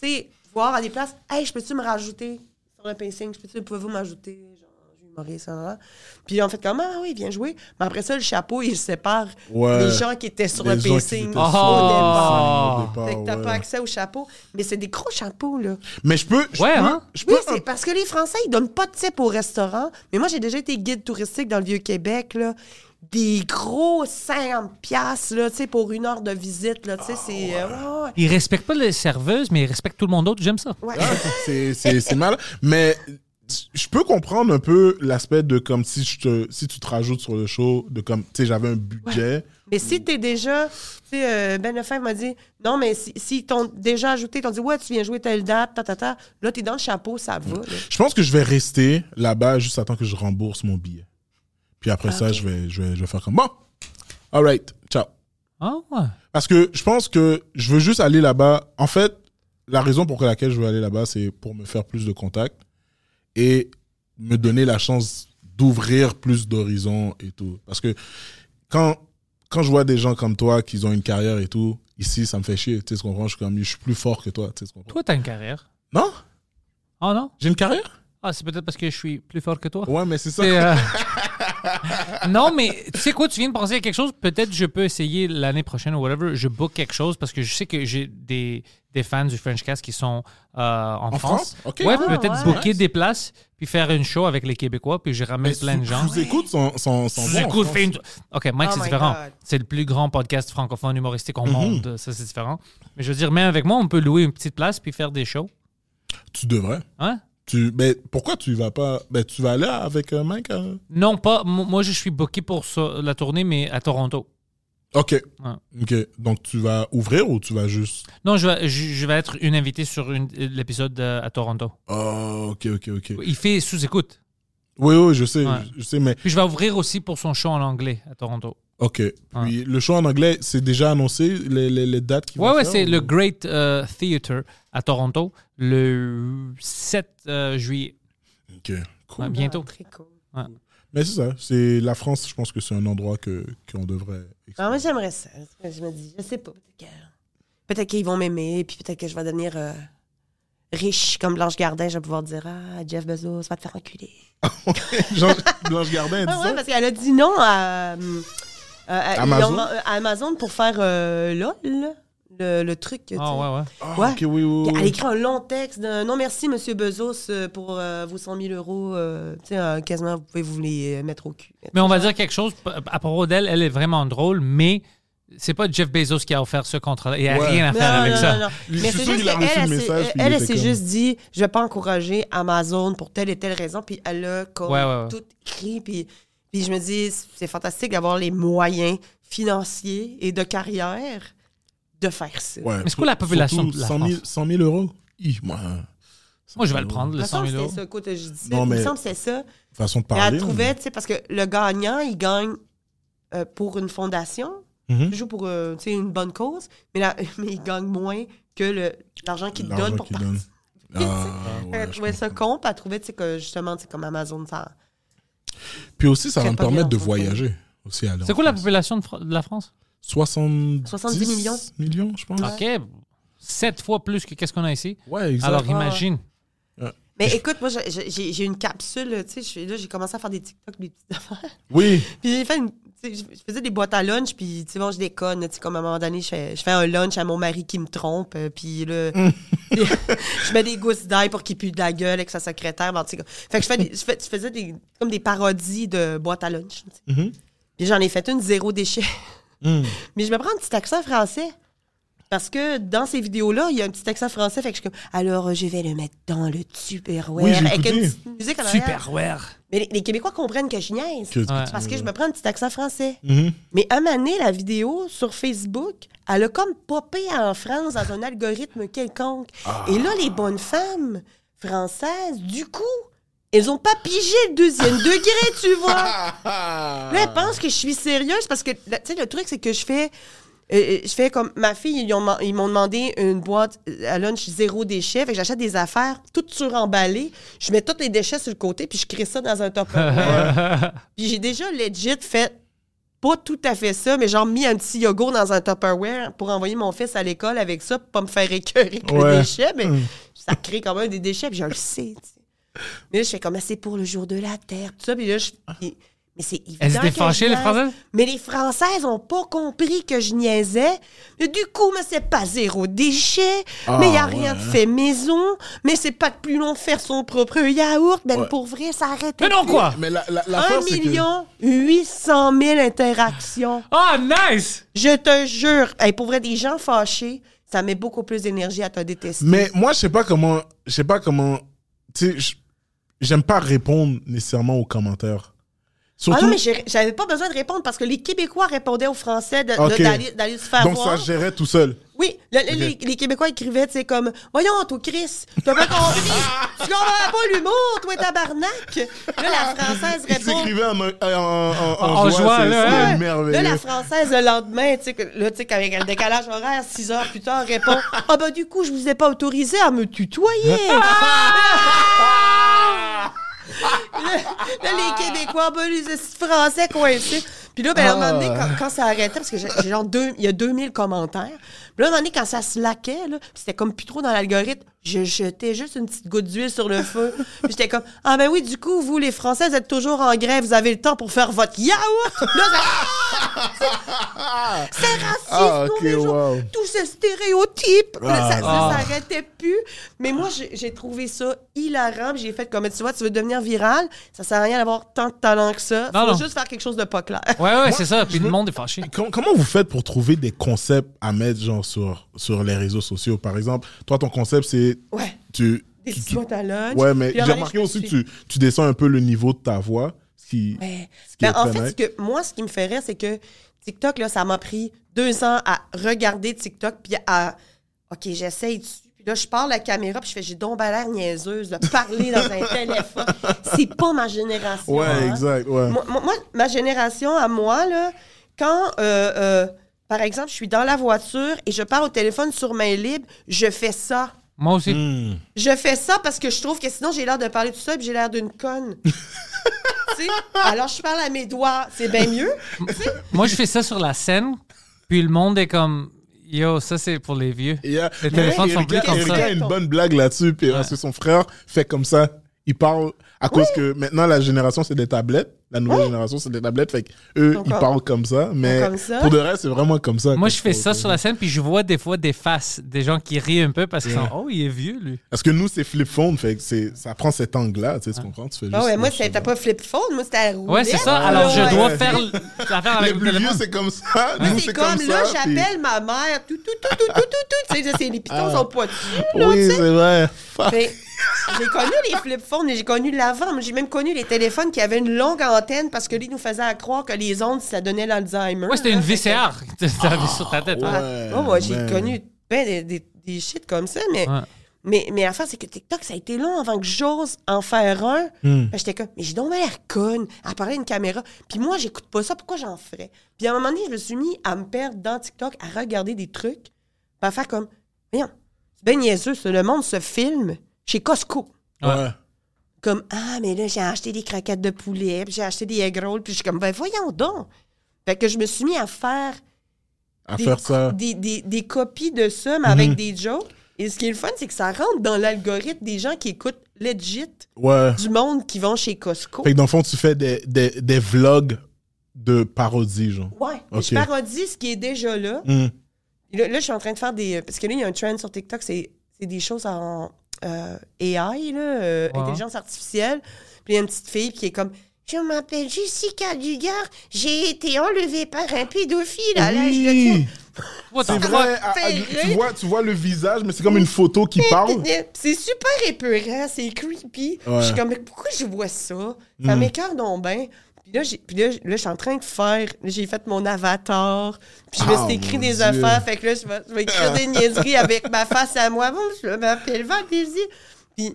[SPEAKER 5] tu sais, voir à des places, hey, je peux-tu me rajouter sur le pacing, je peux-tu, pouvez-vous m'ajouter, genre, je vais humoriste, là, là, là. Puis en fait, comme, ah oui, viens jouer. Mais après ça, le chapeau, il sépare
[SPEAKER 4] Ouais.
[SPEAKER 5] les gens qui étaient sur
[SPEAKER 4] Les
[SPEAKER 5] le
[SPEAKER 4] gens qui
[SPEAKER 5] pacing
[SPEAKER 4] étaient
[SPEAKER 5] au
[SPEAKER 4] sur
[SPEAKER 3] le
[SPEAKER 5] départ.
[SPEAKER 3] Ah.
[SPEAKER 4] Au départ,
[SPEAKER 5] Fait que t'as
[SPEAKER 4] ouais.
[SPEAKER 5] pas accès au chapeau. Mais c'est des gros chapeaux, là.
[SPEAKER 4] Mais je peux. je
[SPEAKER 3] Ouais,
[SPEAKER 4] peux-
[SPEAKER 3] hein?
[SPEAKER 4] Je
[SPEAKER 5] Oui,
[SPEAKER 4] peux. *laughs*
[SPEAKER 5] c'est parce que les Français, ils donnent pas de type au restaurant. Mais moi, j'ai déjà été guide touristique dans le Vieux-Québec, là. Des gros 50 piastres, là, tu sais, pour une heure de visite, là, tu sais, c'est... euh, ouais, ouais.
[SPEAKER 3] Ils respectent pas les serveuses, mais ils respectent tout le monde d'autre. J'aime ça.
[SPEAKER 5] Ouais.
[SPEAKER 4] Ah, c'est- c'est c'est mal. Mais je peux comprendre un peu l'aspect de comme si, je te, si tu te rajoutes sur le show, de comme, tu sais, j'avais un budget.
[SPEAKER 5] Mais si t'es déjà... Tu sais, euh, Ben Lefebvre m'a dit, non, mais si, si t'ont déjà ajouté, t'ont dit, ouais, tu viens jouer telle date, ta, ta, ta. Là, t'es dans le chapeau, ça va, là.
[SPEAKER 4] Je pense que je vais rester là-bas juste à temps que je rembourse mon billet. Puis après ça, je vais, je, vais, je vais faire comme, bon, all right, ciao.
[SPEAKER 3] Ah, ouais.
[SPEAKER 4] Parce que je pense que je veux juste aller là-bas. En fait, la raison pour laquelle je veux aller là-bas, c'est pour me faire plus de contacts et me donner la chance d'ouvrir plus d'horizons et tout. Parce que quand, quand je vois des gens comme toi qui ont une carrière et tout, ici, ça me fait chier. Tu sais ce qu'on Je suis comme, je suis plus fort que toi. Tu sais ce qu'on
[SPEAKER 3] Toi, t'as une carrière.
[SPEAKER 4] Non
[SPEAKER 3] Ah, non?
[SPEAKER 4] J'ai une carrière
[SPEAKER 3] Ah, c'est peut-être parce que je suis plus fort que toi.
[SPEAKER 4] Ouais, mais c'est
[SPEAKER 3] *laughs*
[SPEAKER 4] ça.
[SPEAKER 3] C'est, euh, non, mais tu sais quoi, tu viens de penser à quelque chose. Peut-être je peux essayer l'année prochaine ou whatever. Je book quelque chose parce que je sais que j'ai des, des fans du French Cast qui sont euh, en,
[SPEAKER 4] En France? Ok.
[SPEAKER 3] Ouais,
[SPEAKER 4] Ah,
[SPEAKER 3] peut-être
[SPEAKER 5] ouais.
[SPEAKER 3] booker des places puis faire une show avec les Québécois puis je ramène plein de gens.
[SPEAKER 4] Je vous écoute sans. sans, sans
[SPEAKER 3] Sous
[SPEAKER 4] bon, en
[SPEAKER 3] écoute,
[SPEAKER 4] France.
[SPEAKER 3] fais une- Ok, Mike,
[SPEAKER 5] Oh
[SPEAKER 3] c'est
[SPEAKER 5] my
[SPEAKER 3] différent.
[SPEAKER 5] God.
[SPEAKER 3] C'est le plus grand podcast francophone humoristique
[SPEAKER 4] Mm-hmm.
[SPEAKER 3] au monde. Ça, c'est différent. Mais je veux dire, même avec moi, on peut louer une petite place puis faire des shows.
[SPEAKER 4] Tu devrais.
[SPEAKER 3] Hein?
[SPEAKER 4] Tu, ben, pourquoi tu vas pas. Ben, tu vas aller avec euh, Mike euh?
[SPEAKER 3] Non, pas. mo- Moi, je suis booké pour ça- la tournée, mais à Toronto.
[SPEAKER 4] Ok.
[SPEAKER 3] Ouais.
[SPEAKER 4] Ok. Donc, tu vas ouvrir ou tu vas juste.
[SPEAKER 3] Non, je vais, je, je vais être une invitée sur une- l'épisode euh, à Toronto.
[SPEAKER 4] Oh, ok, ok, ok.
[SPEAKER 3] Il fait sous-écoute.
[SPEAKER 4] Oui, oui, je sais,
[SPEAKER 3] Ouais.
[SPEAKER 4] je sais, mais
[SPEAKER 3] Puis je vais ouvrir aussi pour son show en anglais à Toronto.
[SPEAKER 4] ok. Puis le show en anglais, c'est déjà annoncé les, les, les dates qui
[SPEAKER 3] Ouais, ouais, c'est le Great euh, Theatre à Toronto le 7 euh, juillet.
[SPEAKER 4] Ok, cool.
[SPEAKER 3] Ouais, bientôt.
[SPEAKER 5] Ah, Très cool.
[SPEAKER 4] Mais c'est ça, c'est la France. Je pense que c'est un endroit que qu'on devrait.
[SPEAKER 5] Ah, moi, j'aimerais ça. Je me dis, je sais pas. Peut-être que- peut-être qu'ils vont m'aimer, puis peut-être que je vais devenir euh, riche comme Blanche Gardin. Je vais pouvoir dire, ah, Jeff Bezos, va te faire enculer.
[SPEAKER 4] *laughs* Jean- Blanche Gardin,
[SPEAKER 5] Ah
[SPEAKER 4] dis
[SPEAKER 5] ouais,
[SPEAKER 4] ça.
[SPEAKER 5] parce qu'elle a dit non à, euh, à- à-
[SPEAKER 4] Amazon?
[SPEAKER 5] ils ont- à Amazon pour faire euh, LOL, le, le truc. tu sais.
[SPEAKER 3] Ah, ouais, ouais.
[SPEAKER 4] Ah,
[SPEAKER 5] Ouais.
[SPEAKER 4] ok, oui, oui,
[SPEAKER 5] Elle a
[SPEAKER 4] oui.
[SPEAKER 5] écrit un long texte de Non, merci, monsieur Bezos, euh, pour euh, vos 100 000 euros. euh, tu sais, euh, quasiment, vous pouvez vous les euh, mettre au cul.
[SPEAKER 3] Mais on va dire quelque chose p- à propos d'elle. Elle est vraiment drôle, mais c'est pas Jeff Bezos qui a offert ce contrat. Il n'y a
[SPEAKER 4] Ouais.
[SPEAKER 3] rien à
[SPEAKER 5] Non,
[SPEAKER 3] faire avec
[SPEAKER 5] non,
[SPEAKER 3] ça.
[SPEAKER 5] non, non. Mais
[SPEAKER 4] Je suis
[SPEAKER 5] c'est
[SPEAKER 4] sûr
[SPEAKER 5] juste
[SPEAKER 4] qu'il a
[SPEAKER 5] qu'elle,
[SPEAKER 4] reçu
[SPEAKER 5] elle,
[SPEAKER 4] le
[SPEAKER 5] s'est-
[SPEAKER 4] message, puis il
[SPEAKER 5] elle, elle
[SPEAKER 4] était
[SPEAKER 5] s'est
[SPEAKER 4] comme-
[SPEAKER 5] juste dit Je vais pas encourager Amazon pour telle et telle raison. Puis elle a comme
[SPEAKER 3] Ouais, ouais, ouais.
[SPEAKER 5] tout écrit. Puis, puis je me dis C'est fantastique d'avoir les moyens financiers et de carrière de faire ça.
[SPEAKER 4] Ouais,
[SPEAKER 3] Mais c'est quoi la population de la
[SPEAKER 4] 100 000,
[SPEAKER 3] France?
[SPEAKER 4] 100 000 euros. Hi, moi, euh,
[SPEAKER 3] Moi, je vais le prendre, le 100 000 euros.
[SPEAKER 5] c'est ça. Écoute, je dis ça,
[SPEAKER 4] Non,
[SPEAKER 5] il me
[SPEAKER 4] mais-
[SPEAKER 5] semble que c'est ça.
[SPEAKER 4] façon de
[SPEAKER 5] Mais
[SPEAKER 4] parler.
[SPEAKER 5] elle trouvait, tu sais, parce que le gagnant, il gagne euh, pour une fondation,
[SPEAKER 4] Mhm.
[SPEAKER 5] il joue pour euh, tu sais, une bonne cause, mais, la- *laughs* mais il gagne moins que le- l'argent qu'il
[SPEAKER 4] L'argent
[SPEAKER 5] donne pour
[SPEAKER 4] qu'il
[SPEAKER 5] partir. *laughs*
[SPEAKER 4] donne. Ah, ouais,
[SPEAKER 5] elle
[SPEAKER 4] je
[SPEAKER 5] trouvait ça con, puis elle trouvait tu sais, que justement, tu sais, comme Amazon, ça.
[SPEAKER 4] Puis aussi, ça
[SPEAKER 5] Très euh,
[SPEAKER 4] va me
[SPEAKER 5] pas bien,
[SPEAKER 4] permettre de
[SPEAKER 5] en fait.
[SPEAKER 4] voyager. aussi. aller
[SPEAKER 3] C'est
[SPEAKER 4] en
[SPEAKER 3] quoi la
[SPEAKER 4] France.
[SPEAKER 3] population de, Fra- de la France?
[SPEAKER 4] 70,
[SPEAKER 5] 70 millions.
[SPEAKER 4] millions, je pense.
[SPEAKER 3] OK. Sept fois plus que qu'est-ce qu'on a ici.
[SPEAKER 4] Ouais, exact.
[SPEAKER 3] Alors, imagine.
[SPEAKER 5] Mais écoute, moi, j'ai- j'ai j'ai une capsule, tu sais, je suis- là, j'ai commencé à faire des TikTok, des petites affaires.
[SPEAKER 4] Oui,
[SPEAKER 5] Puis j'ai fait une- tu sais, je je faisais des boîtes à lunch, puis tu sais, bon, je déconne. là, Tu sais, comme à un moment donné, je fais, je fais un lunch à mon mari qui me trompe, euh, puis là,
[SPEAKER 4] *laughs*
[SPEAKER 5] *laughs* je mets des gousses d'ail pour qu'il pue de la gueule avec sa secrétaire. bon, tu sais, comme- fait que je, fais des- je fais- je faisais des, comme des parodies de boîtes à lunch. tu sais.
[SPEAKER 4] Mm-hmm.
[SPEAKER 5] Puis j'en ai fait une zéro déchet.
[SPEAKER 4] Mm.
[SPEAKER 5] *laughs* Mais je me prends un petit accent français. Parce que dans ces vidéos-là, il y a un petit accent français. Fait que je suis comme, alors euh, je vais le mettre dans le Tupperware
[SPEAKER 4] Oui, j'ai
[SPEAKER 5] avec une
[SPEAKER 4] écouté.
[SPEAKER 5] petite musique en arrière.
[SPEAKER 3] Superware.
[SPEAKER 5] Mais les, les Québécois comprennent que je niaise.
[SPEAKER 4] Que- que
[SPEAKER 3] Ouais.
[SPEAKER 5] Parce que je me prends un petit accent français. Mais à un moment donné, la vidéo sur Facebook, elle a comme popé en France dans un algorithme quelconque. Et là, les bonnes femmes françaises, du coup, Ils ont pas pigé le deuxième degré, tu vois.
[SPEAKER 4] Ah.
[SPEAKER 5] Là, elle pense que je suis sérieuse parce que, là, tu sais, le truc, c'est que je fais. euh, je fais comme ma fille, ils, lui ont man- ils m'ont demandé une boîte à lunch zéro déchet. Fait que j'achète des affaires toutes suremballées. Je mets tous les déchets sur le côté, puis je crée ça dans un top. Puis j'ai déjà legit fait pas tout à fait ça, mais genre mis un petit yogourt dans un Tupperware pour envoyer mon fils à l'école avec ça, pour pas me faire écœurer que
[SPEAKER 4] Ouais.
[SPEAKER 5] le déchet, mais ça crée quand même des déchets, puis je le sais. tu sais. Mais là, je fais comme Ah, c'est pour le jour de la Terre, tout ça, puis là, je.
[SPEAKER 3] Ah.
[SPEAKER 5] puis- mais c'est évident.
[SPEAKER 3] Elles étaient
[SPEAKER 5] que
[SPEAKER 3] fâchées,
[SPEAKER 5] je
[SPEAKER 3] les
[SPEAKER 5] niaise.
[SPEAKER 3] Françaises?
[SPEAKER 5] Mais les Françaises ont pas compris que je niaisais. Mais du coup, mais c'est pas zéro déchet.
[SPEAKER 4] Ah,
[SPEAKER 5] mais il a rien de
[SPEAKER 4] hein.
[SPEAKER 5] fait maison. Mais c'est pas de plus long faire son propre yaourt. Ben, pour vrai, ça arrête.
[SPEAKER 3] Mais non, quoi?
[SPEAKER 4] Mais la, la, la
[SPEAKER 5] 1
[SPEAKER 4] force, c'est que...
[SPEAKER 5] million 800 000 interactions.
[SPEAKER 3] Ah, nice!
[SPEAKER 5] Je te jure, hey, pour vrai, des gens fâchés, ça met beaucoup plus d'énergie à te détester.
[SPEAKER 4] Mais moi, je sais pas comment... Je sais pas comment... Tu sais, je- j'aime pas répondre nécessairement aux commentaires. Surtout...
[SPEAKER 5] Ah non, mais j'ai- j'avais pas besoin de répondre parce que les Québécois répondaient aux Français de- de-
[SPEAKER 4] Ok.
[SPEAKER 5] d'aller d'aller se faire
[SPEAKER 4] Donc,
[SPEAKER 5] voir.
[SPEAKER 4] ça se gérait tout seul.
[SPEAKER 5] Oui, le- le- les, les Québécois écrivaient, tu sais, comme Voyons, toi, Chris, t'as pas
[SPEAKER 4] *laughs*
[SPEAKER 5] compris, tu comprends pas l'humour, toi, tabarnak. Là, la Française
[SPEAKER 4] Ils
[SPEAKER 5] répond.
[SPEAKER 4] s'écrivaient en, en, en,
[SPEAKER 3] En joie,
[SPEAKER 4] c'est-
[SPEAKER 3] là,
[SPEAKER 4] c'est
[SPEAKER 3] hein.
[SPEAKER 4] merveilleux.
[SPEAKER 5] Là, la Française, le lendemain, tu sais, que- là, tu sais, avec le décalage horaire, 6 heures plus tard,
[SPEAKER 4] *laughs*
[SPEAKER 5] répond Ah, ben, du coup, je vous ai pas autorisé à me tutoyer. là, là, les Québécois, ben, les esti de Français coincés. Puis là, ben, à un moment donné,
[SPEAKER 4] Ah.
[SPEAKER 5] quand, quand ça arrêtait, parce que j'ai j'ai genre deux, il y a 2000 commentaires, puis là, à un moment donné, quand ça se laquait, là, puis c'était comme plus trop dans l'algorithme, je jetais juste une petite goutte d'huile sur le feu. Puis j'étais comme, ah ben oui, du coup, vous, les Français, vous êtes toujours en grève, vous avez le temps pour faire votre yaourt. Là,
[SPEAKER 4] *laughs*
[SPEAKER 5] ça- c'est raciste,
[SPEAKER 4] Ah,
[SPEAKER 5] non,
[SPEAKER 4] ok,
[SPEAKER 5] mais genre,
[SPEAKER 4] wow.
[SPEAKER 5] tous ces stéréotypes. Là, ça
[SPEAKER 3] Ah.
[SPEAKER 5] ça s'arrêtait plus. Mais moi, j'ai j'ai trouvé ça hilarant. puis J'ai fait comme, tu vois, tu veux devenir viral, ça sert à rien d'avoir tant de talent que ça.
[SPEAKER 3] Non,
[SPEAKER 5] Faut
[SPEAKER 3] non.
[SPEAKER 5] juste faire quelque chose de pas clair.
[SPEAKER 3] Ouais, ouais, c'est ça. Puis le monde est fâché.
[SPEAKER 4] Com- comment vous faites pour trouver des concepts à mettre genre sur, sur les réseaux sociaux Par exemple, toi, ton concept, c'est...
[SPEAKER 5] *laughs* Ouais.
[SPEAKER 4] Tu,
[SPEAKER 5] Des
[SPEAKER 4] qui-
[SPEAKER 5] petits
[SPEAKER 4] qui-
[SPEAKER 5] boîtes à lunch.
[SPEAKER 4] Ouais, mais
[SPEAKER 5] Puis à un
[SPEAKER 4] j'ai
[SPEAKER 5] moment
[SPEAKER 4] remarqué
[SPEAKER 5] donné, Ah, je
[SPEAKER 4] aussi
[SPEAKER 5] me
[SPEAKER 4] que
[SPEAKER 5] suis-
[SPEAKER 4] tu, tu descends un peu le niveau de ta voix. Ce qui,
[SPEAKER 5] Ouais.
[SPEAKER 4] ce qui
[SPEAKER 5] Ben,
[SPEAKER 4] est
[SPEAKER 5] en
[SPEAKER 4] très
[SPEAKER 5] fait, ce
[SPEAKER 4] nice.
[SPEAKER 5] que, moi, ce qui me fait rire, c'est que TikTok, là, ça m'a pris deux ans à regarder TikTok, puis à. OK, j'essaye dessus. Puis là, je pars la caméra, puis je fais, j'ai donc ben l'air niaiseuse de parler dans
[SPEAKER 4] *laughs*
[SPEAKER 5] un téléphone. C'est pas ma génération.
[SPEAKER 4] Ouais,
[SPEAKER 5] hein.
[SPEAKER 4] exact. Ouais.
[SPEAKER 5] Moi, moi- moi, ma génération à moi, là, quand, euh, euh, par exemple, je suis dans la voiture et je parle au téléphone sur main libre, je fais ça.
[SPEAKER 3] Moi aussi.
[SPEAKER 4] Hmm.
[SPEAKER 5] Je fais ça parce que je trouve que sinon, j'ai l'air de parler tout seul et j'ai l'air d'une conne. *laughs* Tu sais? Alors, je parle à mes doigts. C'est bien mieux. Tu sais?
[SPEAKER 3] Moi, je fais ça sur la scène, puis le monde est comme Yo, ça c'est pour les vieux.
[SPEAKER 4] Et, euh,
[SPEAKER 3] Les téléphones
[SPEAKER 4] Erika-
[SPEAKER 3] sont plus comme
[SPEAKER 4] Erika
[SPEAKER 3] ça.
[SPEAKER 4] a une bonne blague là-dessus, puis parce que son frère fait comme ça. Il parle à cause que maintenant la génération c'est des tablettes, la nouvelle génération c'est des tablettes, fait que eux
[SPEAKER 5] Donc,
[SPEAKER 4] ils
[SPEAKER 5] euh,
[SPEAKER 4] parlent comme ça, mais
[SPEAKER 5] comme ça.
[SPEAKER 4] pour de vrai c'est vraiment comme ça.
[SPEAKER 3] Moi,
[SPEAKER 4] que
[SPEAKER 3] je fais ça
[SPEAKER 4] parle.
[SPEAKER 3] sur la scène, puis je vois des fois des faces, des gens qui rient un peu parce qu'ils sont Oh, il est vieux, lui.
[SPEAKER 4] Parce que nous c'est flip phone, fait que c'est ça prend cet angle-là, tu sais, tu comprends, tu fais juste.
[SPEAKER 5] Ah ouais, moi,
[SPEAKER 4] c'est
[SPEAKER 5] c'était pas flip phone. Moi, c'était à la roulette.
[SPEAKER 3] Ouais, c'est ça.
[SPEAKER 5] là,
[SPEAKER 3] Alors,
[SPEAKER 5] ouais.
[SPEAKER 3] je dois faire
[SPEAKER 4] *laughs*
[SPEAKER 3] l- l'affaire
[SPEAKER 4] Les
[SPEAKER 3] avec le
[SPEAKER 4] plus vieux
[SPEAKER 3] téléphone.
[SPEAKER 4] c'est comme ça, nous
[SPEAKER 5] C'est
[SPEAKER 4] c'est
[SPEAKER 5] comme, là,
[SPEAKER 4] ça, puis- Ah.
[SPEAKER 5] j'appelle ma mère. Tout, tout, tout, tout, tout, tout, tout. Tu sais, c'est- les pitons sont pas dessus, là,
[SPEAKER 4] Oui
[SPEAKER 5] tu sais.
[SPEAKER 4] c'est vrai.
[SPEAKER 5] Fait- Ben, J'ai connu les flip phones, j'ai connu l'avant, mais j'ai même connu les téléphones qui avaient une longue antenne parce que lui nous faisait à croire que les ondes, ça donnait l'Alzheimer.
[SPEAKER 3] Ouais, c'était
[SPEAKER 5] là.
[SPEAKER 3] une
[SPEAKER 4] *laughs*
[SPEAKER 3] VCR que t'avais sur ta tête.
[SPEAKER 5] Ah,
[SPEAKER 4] Ouais,
[SPEAKER 5] oh, ouais, j'ai
[SPEAKER 4] man.
[SPEAKER 5] connu ben des, des, des shit comme ça, mais,
[SPEAKER 3] Ouais.
[SPEAKER 5] mais, mais l'affaire, c'est que TikTok, ça a été long avant que j'ose en faire un. Ben, J'étais comme, mais j'ai donc bien l'air conne à parler à une caméra. Puis moi, j'écoute pas ça, pourquoi j'en ferais? Puis à un moment donné, je me suis mis à me perdre dans TikTok, à regarder des trucs, puis à faire comme, voyons, c'est bien niaiseux, ça, le monde se filme chez Costco
[SPEAKER 4] Ouais.
[SPEAKER 5] comme ah mais là j'ai acheté des croquettes de poulet puis j'ai acheté des egg rolls puis je suis comme ben voyons donc fait que je me suis mis à faire
[SPEAKER 4] À
[SPEAKER 5] des,
[SPEAKER 4] faire ça. Mhm.
[SPEAKER 5] des, des- des copies de ça mais avec des jokes et ce qui est le fun c'est que ça rentre dans l'algorithme des gens qui écoutent legit
[SPEAKER 4] Ouais.
[SPEAKER 5] du monde qui vont chez Costco
[SPEAKER 4] Fait que dans le fond, tu fais des, des, des vlogs de parodie, genre.
[SPEAKER 5] ouais
[SPEAKER 4] Ok.
[SPEAKER 5] je parodie ce qui est déjà là
[SPEAKER 4] Hmm.
[SPEAKER 5] Et Là, là, je suis en train de faire des. euh, Parce que là, il y a un trend sur TikTok, c'est c'est des choses en euh, AI, là, euh,
[SPEAKER 3] Ouais.
[SPEAKER 5] intelligence artificielle. Puis il y a une petite fille qui est comme Je m'appelle Jessica Dugard, j'ai été enlevée par un pédophile à l'âge de.
[SPEAKER 4] Oui.
[SPEAKER 3] What the
[SPEAKER 5] Ah,
[SPEAKER 4] C'est
[SPEAKER 3] fuck?
[SPEAKER 4] vrai,
[SPEAKER 5] Ça
[SPEAKER 4] à- à-
[SPEAKER 5] fait
[SPEAKER 4] tu,
[SPEAKER 5] rire.
[SPEAKER 4] vois, tu vois le visage, mais c'est comme une photo qui parle.
[SPEAKER 5] C'est super épeurant, c'est creepy.
[SPEAKER 4] Ouais. Hmm.
[SPEAKER 5] Je suis comme, mais pourquoi je vois ça? Ça m'écœure donc bien. Puis là, j'ai- puis là, j- là, je suis en train de faire. J'ai fait mon avatar. Puis je me
[SPEAKER 4] Oh,
[SPEAKER 5] suis écrit
[SPEAKER 4] mon
[SPEAKER 5] des
[SPEAKER 4] Dieu.
[SPEAKER 5] affaires. Fait que là, je vais, je vais écrire des niaiseries avec ma face à moi. Bon, je m'appelle Valdésie. Puis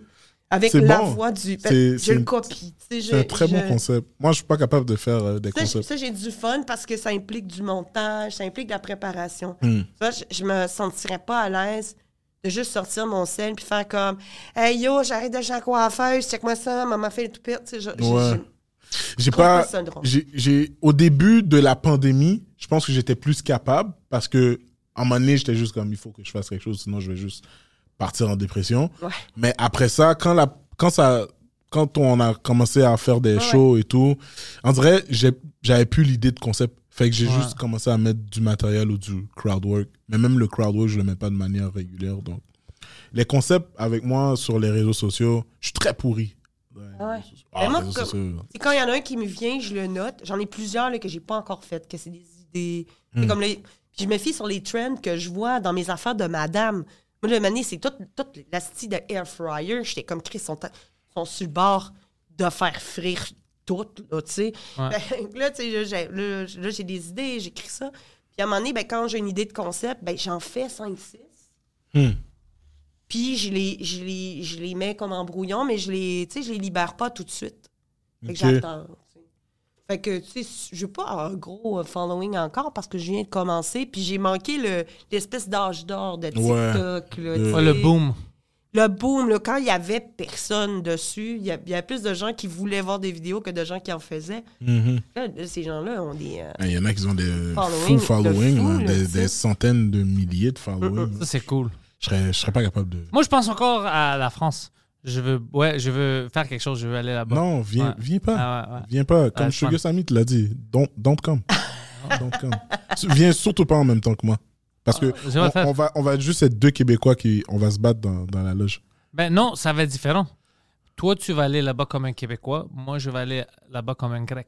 [SPEAKER 5] Avec
[SPEAKER 4] C'est
[SPEAKER 5] la
[SPEAKER 4] bon.
[SPEAKER 5] voix du. ben,
[SPEAKER 4] C'est-
[SPEAKER 5] Je
[SPEAKER 4] c'est
[SPEAKER 5] le
[SPEAKER 4] une-
[SPEAKER 5] copie. tu sais,
[SPEAKER 4] C'est un
[SPEAKER 5] je-
[SPEAKER 4] très
[SPEAKER 5] je-
[SPEAKER 4] bon concept. Moi, je suis pas capable de faire euh, des
[SPEAKER 5] Ça, j'ai-
[SPEAKER 4] concepts.
[SPEAKER 5] ça, j'ai du fun parce que ça implique du montage, ça implique de la préparation.
[SPEAKER 4] Hmm.
[SPEAKER 5] Tu vois, je, je me sentirais pas à l'aise de juste sortir mon sel puis faire comme Hey yo, j'arrête de chez la coiffeuse, check-moi ça, maman fait le tout pire. Tu sais, je- je-
[SPEAKER 4] Ouais.
[SPEAKER 5] j'ai-
[SPEAKER 4] J'ai
[SPEAKER 5] trouve
[SPEAKER 4] pas.
[SPEAKER 5] pas ça drôle.
[SPEAKER 4] j'ai- j'ai- au début de la pandémie, je pense que j'étais plus capable parce que, à un moment donné, j'étais juste comme il faut que je fasse quelque chose, sinon je vais juste partir en dépression.
[SPEAKER 5] Ouais.
[SPEAKER 4] Mais après ça, quand, la, quand, ça, quand on a commencé à faire des shows et tout, on dirait j'ai- j'avais plus l'idée de concept. Fait que j'ai
[SPEAKER 3] Ouais.
[SPEAKER 4] juste commencé à mettre du matériel ou du crowd work. Mais même le crowd work, je le mets pas de manière régulière. Donc, les concepts avec moi sur les réseaux sociaux, je suis très pourri.
[SPEAKER 5] Ah ouais.
[SPEAKER 4] Ah,
[SPEAKER 5] Mais moi,
[SPEAKER 4] réseaux
[SPEAKER 5] comme-
[SPEAKER 4] sociaux.
[SPEAKER 5] C'est quand il y en a un qui me vient, je le note. J'en ai plusieurs là, que j'ai pas encore faites, que c'est des idées. C'est Comme les... Puis je me fie sur les trends que je vois dans mes affaires de madame. Moi, le mané, c'est toute, toute la style de air fryer. J'étais comme Chris, sont, sont sur le bord de faire frire tout, là, tu sais.
[SPEAKER 3] Ouais.
[SPEAKER 5] *laughs* Fait que Là, tu sais, là, j'ai- là, j'ai- là, j'ai des idées, j'écris ça. Puis à un moment donné, ben, quand j'ai une idée de concept, ben, j'en fais 5-6.
[SPEAKER 4] Hmm.
[SPEAKER 5] Puis je les, je, les, je les mets comme en brouillon, mais je les, tu sais, je les libère pas tout de suite. Fait que
[SPEAKER 4] Ok.
[SPEAKER 5] j'attends. tu sais. Fait que, tu sais, je pas un gros euh, following encore parce que je viens de commencer, puis j'ai manqué le- l'espèce d'âge d'or de TikTok.
[SPEAKER 4] Ouais.
[SPEAKER 5] là, tu
[SPEAKER 4] Ouais,
[SPEAKER 3] Ouais,
[SPEAKER 5] sais.
[SPEAKER 3] le boom.
[SPEAKER 5] Le boom, là, quand il y avait personne dessus, il y, a- il y a plus de gens qui voulaient voir des vidéos que de gens qui en faisaient.
[SPEAKER 4] Mhm.
[SPEAKER 5] Là, là, ces gens-là ont des. euh,
[SPEAKER 4] Ah, Il y en a qui ont des
[SPEAKER 5] Following,
[SPEAKER 4] fous following,
[SPEAKER 5] de fous,
[SPEAKER 4] hein,
[SPEAKER 5] là,
[SPEAKER 4] des,
[SPEAKER 5] tu sais.
[SPEAKER 4] des centaines de milliers de following.
[SPEAKER 3] Ça, c'est cool.
[SPEAKER 4] Je serais, je serais pas capable de.
[SPEAKER 3] Moi, je pense encore à la France. Je veux, ouais, je veux faire quelque chose. Je veux aller là-bas.
[SPEAKER 4] Non, viens,
[SPEAKER 3] Ouais.
[SPEAKER 4] viens pas.
[SPEAKER 3] Ah ouais, ouais.
[SPEAKER 4] Viens pas. Comme
[SPEAKER 3] Ouais, c'est
[SPEAKER 4] Sugar Sammy te l'a dit, don't, don't
[SPEAKER 3] *laughs*
[SPEAKER 4] come. Don't come. Su- Viens surtout pas en même temps que moi. Parce que
[SPEAKER 3] Ah, c'est vrai,
[SPEAKER 4] on,
[SPEAKER 3] fait.
[SPEAKER 4] on va, on va être juste être deux Québécois qui on va se battre dans, dans la loge.
[SPEAKER 3] Ben non, ça va être différent. Toi, tu vas aller là-bas comme un Québécois. Moi, je vais aller là-bas comme un Grec.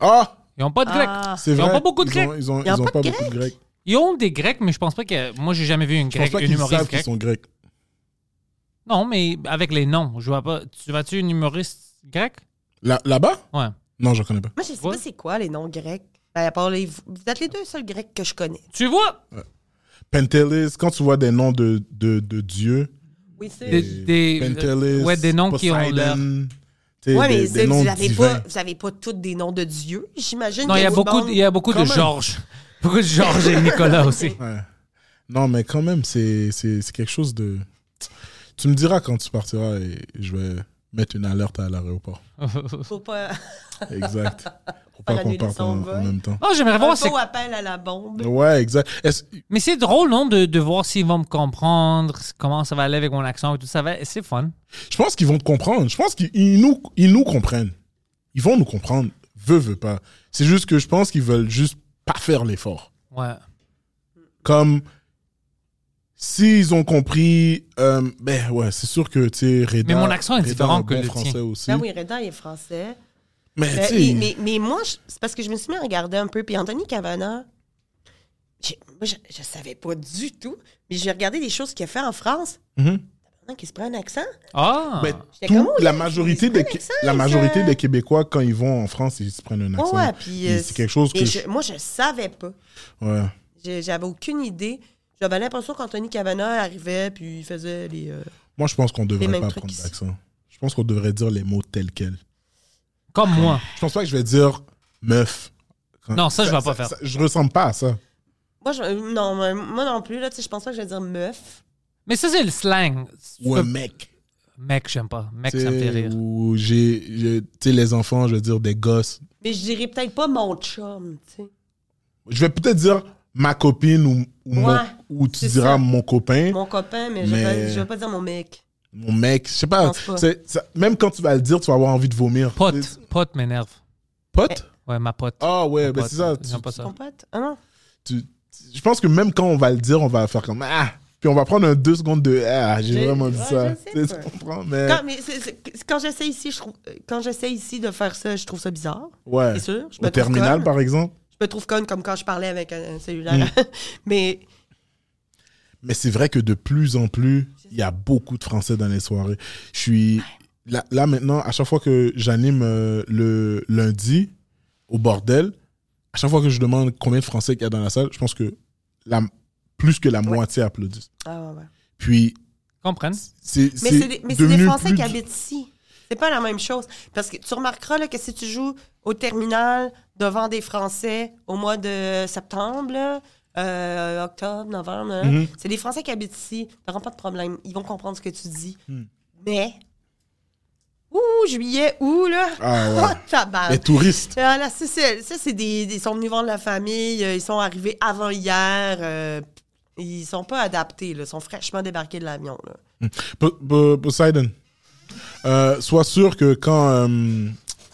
[SPEAKER 4] Ah!
[SPEAKER 3] Ils n'ont pas de Grecs.
[SPEAKER 5] Ah.
[SPEAKER 4] C'est
[SPEAKER 3] Ils ont
[SPEAKER 4] vrai.
[SPEAKER 3] pas beaucoup de
[SPEAKER 4] ils ont, ils ont,
[SPEAKER 5] Ils ont
[SPEAKER 4] ils ont
[SPEAKER 5] pas
[SPEAKER 4] pas,
[SPEAKER 5] de
[SPEAKER 4] beaucoup de Grecs.
[SPEAKER 3] Ils ont des Grecs, mais je pense pas que. Moi, j'ai jamais vu une
[SPEAKER 4] Je pense
[SPEAKER 3] Grecque,
[SPEAKER 4] pas
[SPEAKER 3] une
[SPEAKER 4] qu'ils savent
[SPEAKER 3] humoriste
[SPEAKER 4] qu'ils
[SPEAKER 3] grecque.
[SPEAKER 4] sont Grecs.
[SPEAKER 3] Non, mais avec les noms, je vois pas. Tu vas-tu une humoriste grecque?
[SPEAKER 4] Là- Là-bas?
[SPEAKER 3] Ouais.
[SPEAKER 4] Non, je connais pas.
[SPEAKER 5] Moi, je sais
[SPEAKER 3] Ouais.
[SPEAKER 5] pas c'est quoi les noms grecs. Ben, à part les- vous vous êtes les deux seuls grecs que je connais.
[SPEAKER 3] Tu vois?
[SPEAKER 4] Pentelis, quand tu vois des noms de, de, de dieux,
[SPEAKER 5] Oui, c'est.
[SPEAKER 3] Des, des-
[SPEAKER 4] Pentelis,
[SPEAKER 3] ouais, des noms qui ont leur.
[SPEAKER 4] Poseidon, tu sais,
[SPEAKER 5] Ouais, mais
[SPEAKER 4] des,
[SPEAKER 5] c'est-
[SPEAKER 4] des
[SPEAKER 5] vous
[SPEAKER 4] noms
[SPEAKER 5] n'avez pas,
[SPEAKER 4] divins.
[SPEAKER 5] vous avez pas tous des noms de dieux, j'imagine.
[SPEAKER 3] Non,
[SPEAKER 5] que
[SPEAKER 3] il y a
[SPEAKER 5] tout
[SPEAKER 3] beaucoup,
[SPEAKER 5] le monde-
[SPEAKER 3] il y a beaucoup de
[SPEAKER 4] Quand même.
[SPEAKER 3] Georges. *laughs* Beaucoup de Georges et
[SPEAKER 5] *laughs*
[SPEAKER 3] Nicolas aussi.
[SPEAKER 4] Ouais. Non, mais quand même, c'est c'est- c'est quelque chose de. Tu me diras quand tu partiras et je vais mettre une alerte à l'aéroport.
[SPEAKER 5] Faut pas. *laughs*
[SPEAKER 4] Exact. Pour pas
[SPEAKER 5] Pas
[SPEAKER 4] qu'on
[SPEAKER 5] annuler
[SPEAKER 4] parte
[SPEAKER 5] son
[SPEAKER 4] en, en
[SPEAKER 5] vol.
[SPEAKER 4] même temps.
[SPEAKER 3] Oh, j'aimerais
[SPEAKER 5] Un
[SPEAKER 3] voir. c'est-
[SPEAKER 5] faux appel à la bombe.
[SPEAKER 4] Ouais, exact. Est-ce-
[SPEAKER 3] Mais c'est drôle, non, de, de voir s'ils vont me comprendre, comment ça va aller avec mon accent et tout ça. va- C'est fun.
[SPEAKER 4] Je pense qu'ils vont te comprendre. Je pense qu'ils ils nous, ils nous comprennent. Ils vont nous comprendre. Veux, veux pas. C'est juste que je pense qu'ils veulent juste pas faire l'effort.
[SPEAKER 3] Ouais.
[SPEAKER 4] comme s'ils ont compris euh, ben ouais c'est sûr que tu sais
[SPEAKER 3] Mais
[SPEAKER 4] Reda
[SPEAKER 3] mon accent est
[SPEAKER 4] Reda
[SPEAKER 3] différent
[SPEAKER 4] un
[SPEAKER 3] que
[SPEAKER 4] bon
[SPEAKER 3] le
[SPEAKER 4] français
[SPEAKER 3] tien.
[SPEAKER 4] aussi
[SPEAKER 5] Ben oui, Reda il est français.
[SPEAKER 4] mais
[SPEAKER 5] Ben,
[SPEAKER 4] tu
[SPEAKER 5] et-
[SPEAKER 4] sais
[SPEAKER 5] mais, mais moi, je- c'est parce que je me suis mis à regarder un peu. Puis Anthony Cavana, j'ai- moi, je, je savais pas du tout, mais j'ai regardé des choses qu'il a fait en France.
[SPEAKER 4] Mhm.
[SPEAKER 5] Pendant qu'il se prend un accent.
[SPEAKER 3] Ah!
[SPEAKER 4] Ben,
[SPEAKER 5] J'étais
[SPEAKER 4] tout-
[SPEAKER 5] comme, oh,
[SPEAKER 4] la
[SPEAKER 5] il-
[SPEAKER 4] majorité
[SPEAKER 5] il se
[SPEAKER 4] des
[SPEAKER 5] prend l'accent,
[SPEAKER 4] la
[SPEAKER 5] il
[SPEAKER 4] majorité
[SPEAKER 5] se-
[SPEAKER 4] des Québécois quand ils vont en France ils se prennent un accent
[SPEAKER 5] Ouais, ouais, puis.
[SPEAKER 4] Et
[SPEAKER 5] euh,
[SPEAKER 4] c'est quelque chose
[SPEAKER 5] mais
[SPEAKER 4] que
[SPEAKER 5] je- moi, je savais pas.
[SPEAKER 4] je- ouais
[SPEAKER 5] J'ai- J'avais aucune idée. J'avais l'impression qu'Anthony Cavana arrivait, puis il faisait les. euh,
[SPEAKER 4] moi je pense qu'on
[SPEAKER 5] Les
[SPEAKER 4] devrait
[SPEAKER 5] mêmes
[SPEAKER 4] pas
[SPEAKER 5] trucs
[SPEAKER 4] prendre
[SPEAKER 5] ici.
[SPEAKER 4] d'accent je pense qu'on devrait dire les mots tels quels
[SPEAKER 3] Comme moi.
[SPEAKER 4] je pense pas que je vais dire meuf Quand-
[SPEAKER 3] Non, ça, je vais pas faire.
[SPEAKER 4] je ressemble pas à ça
[SPEAKER 5] Moi, je, euh, non, moi- moi non plus, là, tu sais, je pense pas que je vais dire meuf.
[SPEAKER 3] Mais ça, c'est le slang. Tu
[SPEAKER 4] ou un
[SPEAKER 3] peux-
[SPEAKER 4] mec
[SPEAKER 3] Mec, j'aime pas. Mec,
[SPEAKER 4] tu
[SPEAKER 3] ça me fait
[SPEAKER 4] sais,
[SPEAKER 3] rire.
[SPEAKER 4] ou j'ai je- tu sais les enfants je vais dire des gosses
[SPEAKER 5] Mais je dirais peut-être pas mon chum, tu sais.
[SPEAKER 4] je vais peut-être dire ma copine ou, ou, mon-
[SPEAKER 5] Ouais,
[SPEAKER 4] ou tu
[SPEAKER 5] c'est
[SPEAKER 4] diras
[SPEAKER 5] ça.
[SPEAKER 4] mon copain, mon,
[SPEAKER 5] Mon copain, mais, je vais
[SPEAKER 4] Mais-
[SPEAKER 5] pas- je vais pas dire mon mec.
[SPEAKER 4] mec, je sais
[SPEAKER 5] Je
[SPEAKER 4] pas.
[SPEAKER 5] pense pas.
[SPEAKER 4] c'est- ça- même quand tu vas le dire, tu vas avoir envie de vomir. C'est-
[SPEAKER 3] Pote. Pote m'énerve.
[SPEAKER 4] Pote
[SPEAKER 3] Ouais, ma pote.
[SPEAKER 4] Ah ouais,
[SPEAKER 3] Ma
[SPEAKER 4] ben
[SPEAKER 3] pote.
[SPEAKER 4] c'est ça. tu-
[SPEAKER 3] J'aime pas ça.
[SPEAKER 5] Ton pote? Ah non?
[SPEAKER 4] tu- tu- je pense que même quand on va le dire, on va faire comme Ah Puis on va prendre un deux secondes de Ah, j'ai
[SPEAKER 5] J'ai-
[SPEAKER 4] vraiment dit
[SPEAKER 5] ouais,
[SPEAKER 4] ça.
[SPEAKER 5] je sais
[SPEAKER 4] Tu sais,
[SPEAKER 5] pas.
[SPEAKER 4] tu comprends, mais.
[SPEAKER 5] Quand, mais c'est- c'est- quand j'essaie ici, je trouve, quand j'essaie ici de faire ça, je trouve ça bizarre.
[SPEAKER 4] Ouais.
[SPEAKER 5] C'est sûr. Je
[SPEAKER 4] Euh. Au
[SPEAKER 5] me trouve
[SPEAKER 4] terminal,
[SPEAKER 5] conne.
[SPEAKER 4] par Mm. exemple.
[SPEAKER 5] Je me trouve conne comme quand je parlais avec un, un cellulaire. *laughs* mais
[SPEAKER 4] Mais c'est vrai que de plus en plus, il y a beaucoup de Français dans les soirées. Je suis là, là maintenant, à chaque fois que j'anime euh, le lundi au bordel, à chaque fois que je demande combien de Français qu'il y a dans la salle, je pense que la, plus que la moitié applaudissent.
[SPEAKER 5] ah ouais, ouais.
[SPEAKER 4] Puis
[SPEAKER 3] comprennent.
[SPEAKER 4] C'est
[SPEAKER 5] Mais c'est des, mais c'est des
[SPEAKER 4] devenu
[SPEAKER 5] Français
[SPEAKER 4] plus
[SPEAKER 5] qui
[SPEAKER 4] du-
[SPEAKER 5] habitent ici. C'est pas la même chose. Parce que tu remarqueras là, que si tu joues au terminal devant des Français au mois de septembre, là, euh, octobre, novembre, là,
[SPEAKER 4] Mm-hmm.
[SPEAKER 5] c'est des Français qui habitent ici. T'auras pas de problème. Ils vont comprendre ce que tu dis.
[SPEAKER 4] Mm.
[SPEAKER 5] Mais. Ouh, juillet, ouh, là.
[SPEAKER 4] Ah ouais.
[SPEAKER 5] Oh, *laughs* tabarnak.
[SPEAKER 4] Les touristes.
[SPEAKER 5] Ah, là, ça, c'est, ça, c'est des, des- Ils sont venus voir la famille, euh, ils sont arrivés avant hier. euh, ils sont pas adaptés, là, ils sont fraîchement débarqués de l'avion. Là.
[SPEAKER 4] Po- Po- Poseidon, euh, sois sûr que quand, euh,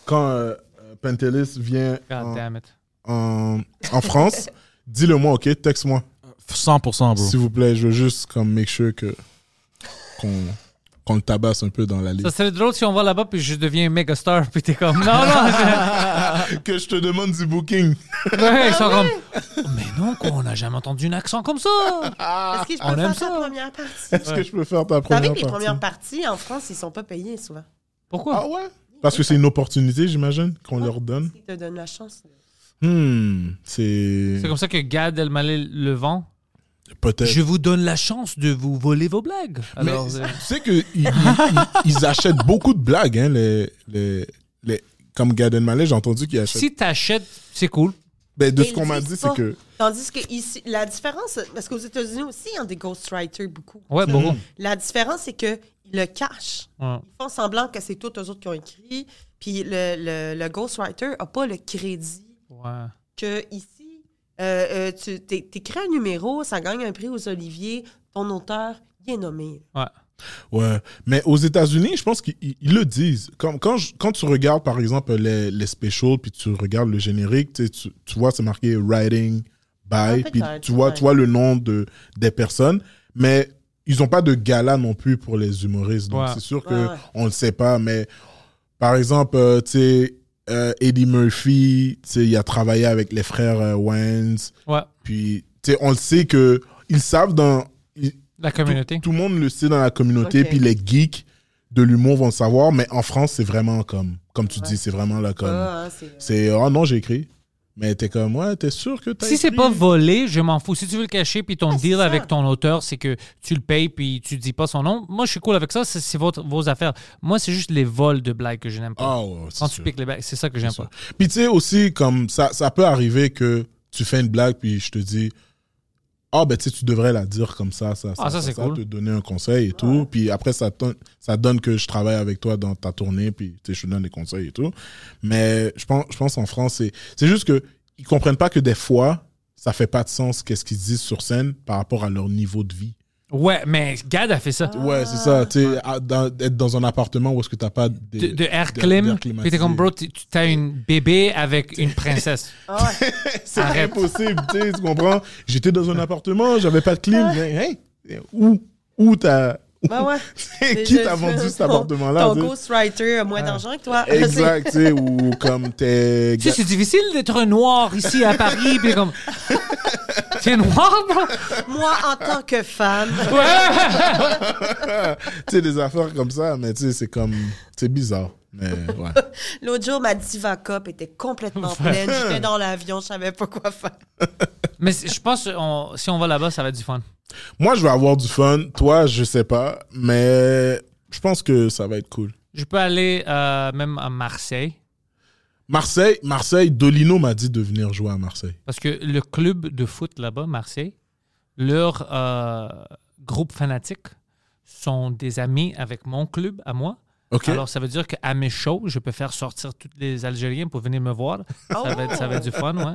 [SPEAKER 4] quand euh, Pentelis vient
[SPEAKER 3] God
[SPEAKER 4] en,
[SPEAKER 3] damn it.
[SPEAKER 4] en- Euh, en France, dis-le-moi, OK? Texte-moi,
[SPEAKER 6] 100%, bro.
[SPEAKER 4] s'il vous plaît. Je veux juste comme make sure que qu'on qu'on le tabasse un peu dans la
[SPEAKER 3] Ça
[SPEAKER 4] liste.
[SPEAKER 3] serait drôle si on va là-bas puis je deviens méga star *laughs* puis t'es comme non non je-
[SPEAKER 4] que je te demande du booking.
[SPEAKER 3] Ouais,
[SPEAKER 4] Ah
[SPEAKER 3] ils sont comme mais non quoi on n'a jamais entendu un accent comme ça
[SPEAKER 5] Est-ce que je
[SPEAKER 3] on
[SPEAKER 5] peux
[SPEAKER 3] aime
[SPEAKER 5] faire
[SPEAKER 3] ça.
[SPEAKER 5] ta première partie?
[SPEAKER 4] Est-ce que je peux faire ta
[SPEAKER 5] T'as
[SPEAKER 4] première
[SPEAKER 5] vu que
[SPEAKER 4] partie?
[SPEAKER 5] les premières parties en France, ils sont pas payés souvent.
[SPEAKER 3] pourquoi
[SPEAKER 4] Ah ouais? Parce que c'est une opportunité, j'imagine, qu'on leur donne.
[SPEAKER 5] Ils te donnent la chance.
[SPEAKER 4] Hmm, c'est...
[SPEAKER 3] c'est comme ça que Gad Elmaleh le vend
[SPEAKER 4] Peut-être.
[SPEAKER 3] je vous donne la chance de vous voler vos blagues
[SPEAKER 4] Mais
[SPEAKER 3] alors euh,
[SPEAKER 4] tu sais qu'ils ils, ils- ils achètent beaucoup de blagues, hein, les, les, les, comme Gad Elmaleh, j'ai entendu qu'ils achètent.
[SPEAKER 3] si t'achètes c'est cool
[SPEAKER 4] Ben, de
[SPEAKER 5] Ils
[SPEAKER 4] ce qu'on m'a
[SPEAKER 5] disent
[SPEAKER 4] dit,
[SPEAKER 5] pas.
[SPEAKER 4] c'est que
[SPEAKER 5] Tandis que ici, la différence, parce qu'aux États-Unis aussi, il y a des ghostwriters beaucoup.
[SPEAKER 3] ouais
[SPEAKER 4] Mm.
[SPEAKER 3] bon
[SPEAKER 5] La différence, c'est qu'ils le cachent. Ils font semblant que c'est tous eux autres qui ont écrit. Puis le, le, le ghostwriter n'a pas le crédit
[SPEAKER 3] ouais
[SPEAKER 5] que ici, euh, euh, tu écris un numéro, ça gagne un prix aux Oliviers, ton auteur, il est nommé.
[SPEAKER 3] ouais
[SPEAKER 4] Ouais, mais aux États-Unis, je pense qu'ils ils- ils le disent. Comme quand, je- quand tu regardes, par exemple, les, les specials, puis tu regardes le générique, tu, sais, tu- tu vois, c'est marqué writing by,
[SPEAKER 5] Ah, peut-être,
[SPEAKER 4] puis tu vois,
[SPEAKER 5] ouais.
[SPEAKER 4] tu vois le nom de, des personnes, mais ils n'ont pas de gala non plus pour les humoristes. Donc,
[SPEAKER 3] Ouais.
[SPEAKER 4] c'est sûr
[SPEAKER 5] Ouais,
[SPEAKER 4] que
[SPEAKER 5] ouais.
[SPEAKER 4] on ne le sait pas, mais par exemple, euh, tu sais, euh, Eddie Murphy, tu sais, il a travaillé avec les frères euh, Wayans,
[SPEAKER 3] ouais
[SPEAKER 4] puis, tu sais, on le sait que ils savent dans. ils-
[SPEAKER 3] la communauté
[SPEAKER 4] tout le monde le sait dans la communauté,
[SPEAKER 5] Ok.
[SPEAKER 4] puis les geeks de l'humour vont le savoir, mais en France, c'est vraiment comme, comme tu dis, c'est vraiment là comme.
[SPEAKER 5] Ah, hein, c'est-
[SPEAKER 4] C'est, oh non, j'ai écrit. Mais t'es comme, ouais, t'es sûr que t'as
[SPEAKER 3] Si c'est
[SPEAKER 4] écrit?
[SPEAKER 3] pas volé, je m'en fous. Si tu veux le cacher, puis ton
[SPEAKER 5] Ah, c'est
[SPEAKER 3] deal
[SPEAKER 5] ça.
[SPEAKER 3] avec ton auteur, c'est que tu le payes, puis tu dis pas son nom. Moi, je suis cool avec ça. C'est c'est votre- vos affaires. Moi, c'est juste les vols de blagues que je n'aime pas.
[SPEAKER 4] Ah ouais, c'est
[SPEAKER 3] Quand tu
[SPEAKER 4] sûr.
[SPEAKER 3] piques les blagues, c'est ça que j'aime
[SPEAKER 4] sûr.
[SPEAKER 3] pas.
[SPEAKER 4] Puis tu sais aussi, comme ça, ça peut arriver que tu fais une blague, puis je te dis, ah ben tu sais, tu devrais la dire comme ça, ça,
[SPEAKER 3] Ah, ça, c'est cool.
[SPEAKER 4] te donner un conseil et tout. Puis après, ça, ton- ça donne que je travaille avec toi dans ta tournée, puis tu sais, je te donne des conseils et tout. Mais je pense, je pense en France, c'est c'est juste que ils comprennent pas que des fois, ça fait pas de sens qu'est-ce qu'ils disent sur scène par rapport à leur niveau de vie.
[SPEAKER 3] Ouais, mais Gad a fait ça.
[SPEAKER 5] Ah.
[SPEAKER 4] Ouais,
[SPEAKER 3] Ah.
[SPEAKER 4] c'est ça. Tu sais, à- dans- être dans un appartement où est-ce que t'as pas des-
[SPEAKER 3] De, de air
[SPEAKER 4] d'air-
[SPEAKER 3] clim,
[SPEAKER 4] d'air
[SPEAKER 3] puis t'es
[SPEAKER 4] climatisé.
[SPEAKER 3] comme, bro, tu tu- t'as une bébé
[SPEAKER 4] *laughs*
[SPEAKER 3] avec une princesse.
[SPEAKER 4] C'est impossible, tu sais, tu comprends? J'étais dans un appartement, j'avais pas de clim. mais, hey, où où t'as. où-
[SPEAKER 5] Ben
[SPEAKER 4] *laughs*
[SPEAKER 5] ouais.
[SPEAKER 4] qui
[SPEAKER 5] Je-
[SPEAKER 4] t'a vendu cet
[SPEAKER 5] ton-
[SPEAKER 4] appartement-là?
[SPEAKER 5] Ton
[SPEAKER 4] tu sais?
[SPEAKER 5] ghostwriter a moins d'argent que toi.
[SPEAKER 4] *laughs* Exact, tu sais, ou comme t'es.
[SPEAKER 3] Tu sais, c'est difficile d'être noir ici à Paris, puis comme. *laughs* T'es noir, bro?
[SPEAKER 5] *laughs* Moi, en tant que
[SPEAKER 4] *laughs*
[SPEAKER 5] femme,
[SPEAKER 3] Ouais!
[SPEAKER 4] Tu sais, des affaires comme ça, mais tu sais, c'est comme. C'est bizarre. Mais ouais.
[SPEAKER 5] l'autre jour, ma diva cup était complètement pleine. J'étais dans l'avion, je savais pas quoi faire.
[SPEAKER 3] Mais c'est- je pense, on- si on va là-bas, ça va être du fun.
[SPEAKER 4] Moi, je vais avoir du fun. Toi, je sais pas. Mais je pense que ça va être cool.
[SPEAKER 3] Je peux aller euh, même à Marseille.
[SPEAKER 4] Marseille, Marseille, Dolino m'a dit de venir jouer à Marseille.
[SPEAKER 3] Parce que le club de foot là-bas, Marseille, leur euh, groupe fanatique sont des amis avec mon club à moi.
[SPEAKER 4] OK?
[SPEAKER 3] Alors, ça veut dire qu'à mes shows, je peux faire sortir tous les Algériens pour venir me voir.
[SPEAKER 4] Oh!
[SPEAKER 3] Ça, va être, ça va être du fun, ouais.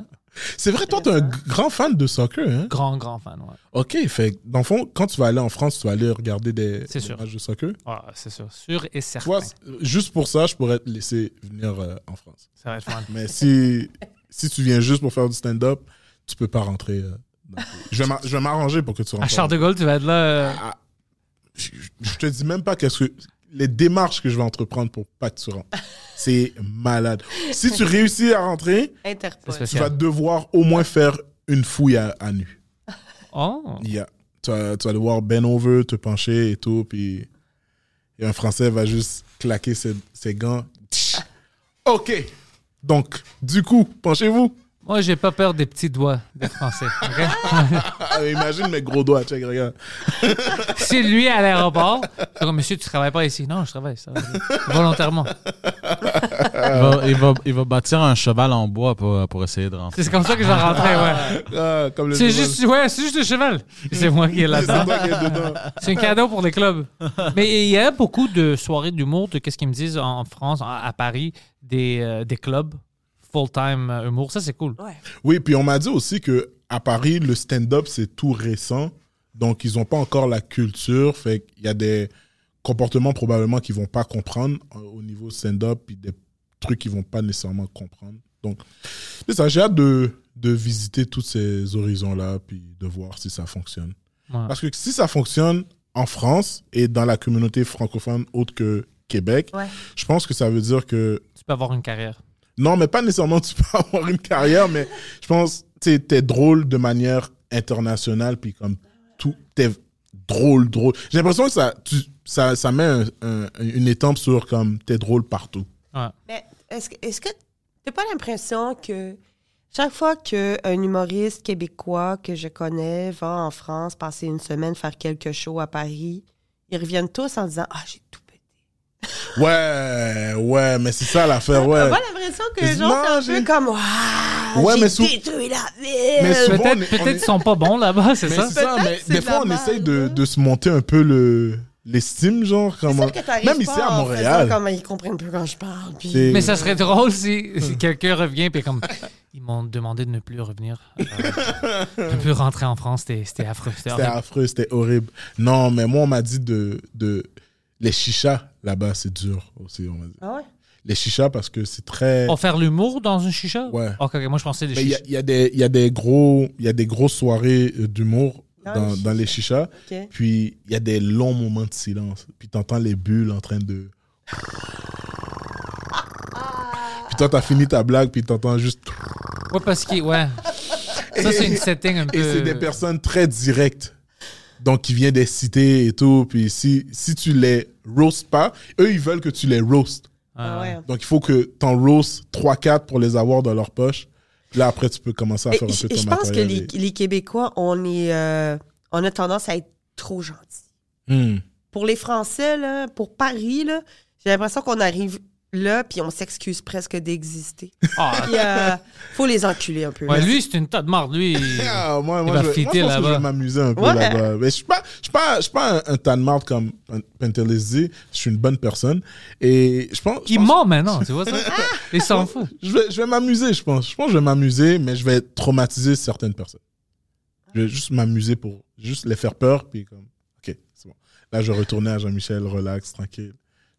[SPEAKER 4] c'est vrai, toi, t'es un g- grand fan de soccer, hein?
[SPEAKER 3] Grand, grand fan, ouais.
[SPEAKER 4] OK, fait que, dans le fond, quand tu vas aller en France, tu vas aller regarder des,
[SPEAKER 3] C'est
[SPEAKER 4] des
[SPEAKER 3] sûr.
[SPEAKER 4] matchs
[SPEAKER 3] *laughs*
[SPEAKER 4] de soccer.
[SPEAKER 3] Ah, c'est sûr. Sûr et certain.
[SPEAKER 4] Toi, c- juste pour ça, je pourrais te laisser venir euh, en France.
[SPEAKER 3] Ça va être fun.
[SPEAKER 4] Mais si, si tu viens juste pour faire du stand-up, tu peux pas rentrer. euh, dans- je vais m'a- je vais m'arranger pour que tu rentres.
[SPEAKER 3] À Charles de Gaulle, tu vas être là. euh,
[SPEAKER 4] Ah, Je, je te dis même pas qu'est-ce que les démarches que je vais entreprendre pour pas que tu rentres.
[SPEAKER 3] *laughs*
[SPEAKER 4] C'est malade. Si tu réussis à rentrer,
[SPEAKER 3] c'est
[SPEAKER 5] Interpol.
[SPEAKER 4] tu
[SPEAKER 3] spécial.
[SPEAKER 4] vas devoir au moins faire une fouille à, à nu.
[SPEAKER 3] Oh,
[SPEAKER 4] Yeah. Tu, vas, tu vas devoir bend over, te pencher et tout, puis et un Français va juste claquer ses, ses gants. OK. Donc, du coup, penchez-vous.
[SPEAKER 3] Moi, j'ai pas peur des petits doigts des Français.
[SPEAKER 4] *laughs*
[SPEAKER 3] ok?
[SPEAKER 4] Ah, imagine mes gros doigts, check, regarde.
[SPEAKER 3] si lui est à l'aéroport, je dis, monsieur, tu travailles pas ici. Non, je travaille, ça va.
[SPEAKER 4] *laughs*
[SPEAKER 3] volontairement.
[SPEAKER 6] Il va, il, va, il va bâtir un cheval en bois pour, pour essayer de rentrer.
[SPEAKER 3] C'est comme ça que je rentrais, ouais.
[SPEAKER 4] Ah, comme le
[SPEAKER 3] C'est
[SPEAKER 4] cheval.
[SPEAKER 3] juste, ouais, c'est juste le cheval. C'est moi qui est
[SPEAKER 4] C'est
[SPEAKER 3] là-dedans.
[SPEAKER 4] toi qui es dedans.
[SPEAKER 3] C'est un cadeau pour les
[SPEAKER 4] *laughs*
[SPEAKER 3] clubs. Mais il y a beaucoup de soirées d'humour, de qu'est-ce qu'ils me disent en France, à à Paris, des, euh, des clubs full-time euh, humour. Ça, c'est cool.
[SPEAKER 4] Oui, puis on m'a dit aussi que à Paris, le stand-up, c'est tout récent. Donc, ils n'ont pas encore la culture. Fait qu'il y a des comportements probablement qu'ils ne vont pas comprendre euh, au niveau stand-up, puis des trucs qu'ils ne vont pas nécessairement comprendre. Donc, c'est ça. J'ai hâte de, de visiter tous ces horizons-là, puis de voir si ça fonctionne.
[SPEAKER 3] Ouais.
[SPEAKER 4] Parce que si ça fonctionne en France et dans la communauté francophone autre que Québec,
[SPEAKER 5] Ouais.
[SPEAKER 4] je pense que ça veut dire que
[SPEAKER 3] Tu peux avoir une carrière.
[SPEAKER 4] non, mais pas nécessairement tu peux *laughs* avoir une carrière, mais je pense tu sais, t'es drôle de manière internationale, puis comme tout, t'es drôle, drôle. J'ai l'impression que ça, tu, ça, ça met un- un- une étampe sur comme t'es drôle partout.
[SPEAKER 3] Ouais.
[SPEAKER 5] Mais est-ce que est-ce que t'as pas l'impression que chaque fois qu'un humoriste québécois que je connais va en France passer une semaine faire quelques shows à Paris, ils reviennent tous en disant Ah, j'ai tout pété.
[SPEAKER 4] Euh, Ouais, ouais, mais c'est ça l'affaire, ouais.
[SPEAKER 5] T'as pas l'impression que
[SPEAKER 4] Mais
[SPEAKER 5] genre
[SPEAKER 4] non,
[SPEAKER 5] c'est un
[SPEAKER 4] j'ai-
[SPEAKER 5] peu comme Ah,
[SPEAKER 4] Ouais,
[SPEAKER 5] j'ai
[SPEAKER 4] mais sous-
[SPEAKER 5] détruit la ville.
[SPEAKER 4] Mais sous- Souvent,
[SPEAKER 3] Peut-être
[SPEAKER 4] on est-
[SPEAKER 3] peut-être
[SPEAKER 4] on est-
[SPEAKER 3] qu'ils sont pas bons là-bas, c'est
[SPEAKER 4] Mais
[SPEAKER 3] ça?
[SPEAKER 4] c'est ça,
[SPEAKER 5] Peut-être
[SPEAKER 4] mais
[SPEAKER 5] c'est
[SPEAKER 4] des fois on
[SPEAKER 5] normal,
[SPEAKER 4] essaye
[SPEAKER 5] ouais.
[SPEAKER 4] de, de se monter un peu le l'estime, genre, comme
[SPEAKER 5] Sauf que t'arrives
[SPEAKER 4] même ici
[SPEAKER 5] pas
[SPEAKER 4] à
[SPEAKER 5] en faisant
[SPEAKER 4] Montréal.
[SPEAKER 5] Comme ils comprennent plus quand je parle. puis-
[SPEAKER 4] c'est-
[SPEAKER 3] Mais ça serait drôle
[SPEAKER 4] *laughs*
[SPEAKER 3] si, si quelqu'un revient et comme ils m'ont demandé de ne plus revenir, Euh, de ne plus rentrer en France, c'était c'était affreux, c'était
[SPEAKER 4] C'était
[SPEAKER 3] horrible.
[SPEAKER 4] affreux, c'était horrible. Non, mais moi, on m'a dit de, de. Les chichas, là-bas, c'est dur aussi, on m'a dit.
[SPEAKER 5] Ah ouais?
[SPEAKER 4] Les chichas, parce que c'est très.
[SPEAKER 3] Oh, faire l'humour dans une chicha?
[SPEAKER 4] Ouais.
[SPEAKER 3] Ok, ok, moi je pensais des
[SPEAKER 4] Mais il y
[SPEAKER 3] chichas.
[SPEAKER 4] a, il y a des- il y a des gros, il y a des grosses soirées euh, d'humour
[SPEAKER 5] Dans
[SPEAKER 4] dans,
[SPEAKER 5] les
[SPEAKER 4] dans les chichas.
[SPEAKER 5] Ok.
[SPEAKER 4] Puis il y a des longs moments de silence. Puis t'entends les bulles en train de. Puis toi, t'as fini ta blague, puis t'entends juste.
[SPEAKER 3] Ouais, parce que, ouais. Ça, c'est une setting un peu.
[SPEAKER 4] Et c'est des personnes très directes. Donc, qui viennent des cités et tout. Puis si, si tu les roastes pas, eux, ils veulent que tu les roastes.
[SPEAKER 5] Ah ouais.
[SPEAKER 4] Donc, il faut que t'en roast 3-4 pour les avoir dans leur poche. Là, après, tu peux commencer à
[SPEAKER 5] Et
[SPEAKER 4] faire un
[SPEAKER 5] je-
[SPEAKER 4] peu
[SPEAKER 5] et
[SPEAKER 4] ton
[SPEAKER 5] je pense que
[SPEAKER 4] matériel
[SPEAKER 5] les,
[SPEAKER 4] et-
[SPEAKER 5] les Québécois, on, est, euh, on a tendance à être trop gentils.
[SPEAKER 4] Hmm.
[SPEAKER 5] pour les Français, là, pour Paris, là, j'ai l'impression qu'on arrive là, puis on s'excuse presque d'exister.
[SPEAKER 4] *laughs*
[SPEAKER 3] Ah,
[SPEAKER 5] Puis, euh, faut les enculer un peu.
[SPEAKER 3] ouais,
[SPEAKER 5] là.
[SPEAKER 3] lui, c'est une tas de marde, lui.
[SPEAKER 4] Ah, moi,
[SPEAKER 3] va
[SPEAKER 4] moi, je, moi, je
[SPEAKER 3] fitter
[SPEAKER 4] pense que je
[SPEAKER 3] là-bas.
[SPEAKER 4] vais m'amuser un peu
[SPEAKER 5] Ouais.
[SPEAKER 4] là-bas. Mais je suis pas, je suis pas, je suis pas un, un tas de marde comme Pentelis dit. Je suis une bonne personne. Et je pense. Ah. je
[SPEAKER 3] Il
[SPEAKER 4] pense-
[SPEAKER 3] ment maintenant, tu vois ça? Il s'en fout.
[SPEAKER 4] Je vais, je vais m'amuser, je pense. Je pense que je vais m'amuser, mais je vais traumatiser certaines personnes. Je vais juste m'amuser pour juste les faire peur, puis comme, ok, c'est bon. Là, je vais retourner à Jean-Michel, relax, tranquille.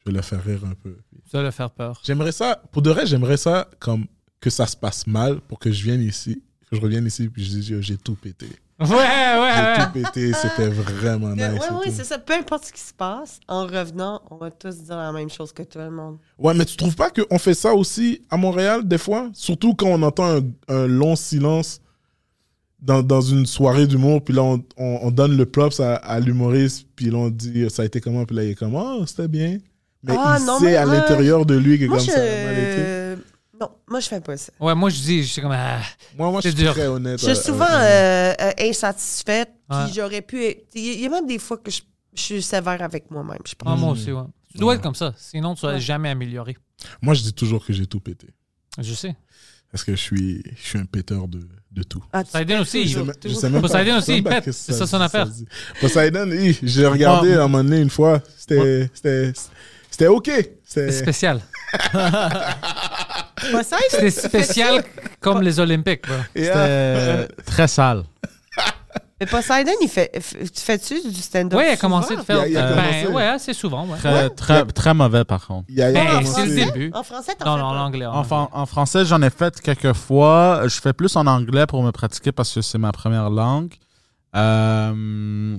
[SPEAKER 4] Je vais le faire rire un peu.
[SPEAKER 3] Tu dois le faire peur.
[SPEAKER 4] J'aimerais ça, pour de vrai, j'aimerais ça comme que ça se passe mal pour que je vienne ici, que je revienne ici puis je dise Yo, j'ai tout pété.
[SPEAKER 3] Ouais, ouais, ouais.
[SPEAKER 4] J'ai tout pété, c'était vraiment
[SPEAKER 5] Mais
[SPEAKER 4] nice.
[SPEAKER 5] Ah.
[SPEAKER 3] ben,
[SPEAKER 5] ouais,
[SPEAKER 4] et
[SPEAKER 5] ouais,
[SPEAKER 4] tout.
[SPEAKER 5] c'est ça. Peu importe ce qui se passe, en revenant, on va tous dire la même chose que tout le monde.
[SPEAKER 4] Ouais, mais tu trouves pas qu'on fait ça aussi à Montréal des fois Surtout quand on entend un, un long silence dans, dans une soirée d'humour, puis là on, on- on donne le props à, à l'humoriste, puis là on dit ça a été comment, puis là il est comme oh, c'était bien. Mais
[SPEAKER 5] Ah,
[SPEAKER 4] il
[SPEAKER 5] non,
[SPEAKER 4] sait
[SPEAKER 5] mais
[SPEAKER 4] à
[SPEAKER 5] ouais.
[SPEAKER 4] l'intérieur de lui que
[SPEAKER 5] Moi,
[SPEAKER 4] comme
[SPEAKER 5] je.
[SPEAKER 4] ça a mal été.
[SPEAKER 5] non, moi, je fais pas ça.
[SPEAKER 3] Ouais, moi, je dis, je suis comme. ah.
[SPEAKER 4] Moi, moi je
[SPEAKER 3] C'est
[SPEAKER 4] suis
[SPEAKER 3] dur.
[SPEAKER 4] très honnête.
[SPEAKER 5] Je suis
[SPEAKER 4] euh,
[SPEAKER 5] souvent
[SPEAKER 4] euh,
[SPEAKER 5] euh, euh, insatisfaite,
[SPEAKER 3] Bah, Ouais.
[SPEAKER 5] puis j'aurais pu. être- Il y a même des fois que je, je suis sévère avec moi-même, je pense.
[SPEAKER 3] Ah, moi aussi, ouais. Tu dois être comme ça, sinon tu ne seras jamais amélioré.
[SPEAKER 4] Moi, je dis toujours que j'ai tout pété.
[SPEAKER 3] Je sais.
[SPEAKER 4] Parce que je suis, je suis un péteur de, de tout.
[SPEAKER 5] Ah, tu-
[SPEAKER 3] Poseidon aussi,
[SPEAKER 4] Je sais
[SPEAKER 3] il-
[SPEAKER 4] même- je sais même
[SPEAKER 3] Poseidon
[SPEAKER 4] pas-
[SPEAKER 3] aussi,
[SPEAKER 4] je sais
[SPEAKER 3] il
[SPEAKER 4] même pas
[SPEAKER 3] pète.
[SPEAKER 4] qu'est-ce que
[SPEAKER 3] C'est ça son
[SPEAKER 4] dit,
[SPEAKER 3] affaire.
[SPEAKER 4] dit. Poseidon, hi, j'ai regardé à un moment donné une fois. C'était c'était- c'était OK.
[SPEAKER 3] c'est
[SPEAKER 4] C'était-
[SPEAKER 3] spécial.
[SPEAKER 5] pas ça, il-
[SPEAKER 3] C'est spécial comme les Olympiques. quoi.
[SPEAKER 4] ah,
[SPEAKER 6] C'était très sale.
[SPEAKER 5] Mais Poseidon, il fait. f- Fais-tu du stand-up?
[SPEAKER 3] Ouais, il a
[SPEAKER 5] souvent?
[SPEAKER 3] commencé de faire.
[SPEAKER 4] Il a- il a
[SPEAKER 3] ben,
[SPEAKER 4] commencé. Ah,
[SPEAKER 3] ouais, assez souvent. Ouais.
[SPEAKER 6] Très, très, très mauvais, par contre.
[SPEAKER 4] Il y a- il y a
[SPEAKER 3] Ben,
[SPEAKER 4] commencé-
[SPEAKER 3] c'est le
[SPEAKER 5] français?
[SPEAKER 3] début.
[SPEAKER 5] En français, t'en
[SPEAKER 3] Non,
[SPEAKER 5] fais
[SPEAKER 3] non, en
[SPEAKER 5] pas.
[SPEAKER 3] anglais. en
[SPEAKER 6] En,
[SPEAKER 3] anglais.
[SPEAKER 6] fran- en français, j'en ai fait quelques fois. Je fais plus en anglais pour me pratiquer parce que c'est ma première langue. Euh,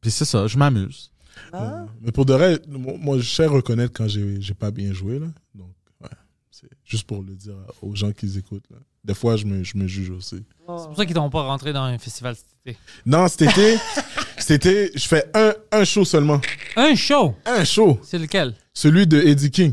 [SPEAKER 6] Puis c'est ça, je m'amuse.
[SPEAKER 5] Ah.
[SPEAKER 4] Mais pour de vrai, moi, moi, je sais reconnaître quand j'ai j'ai pas bien joué. Là. Donc, ouais, c'est juste pour le dire aux gens qui écoutent. là. Des fois, je me, je me juge aussi.
[SPEAKER 3] C'est pour ça qu'ils t'ont pas rentré dans un festival cet été.
[SPEAKER 4] Non, cet
[SPEAKER 3] *laughs*
[SPEAKER 4] été, cet été, je fais un, un show seulement.
[SPEAKER 3] Un show,
[SPEAKER 4] Un show.
[SPEAKER 3] c'est lequel
[SPEAKER 4] Celui de Eddie King.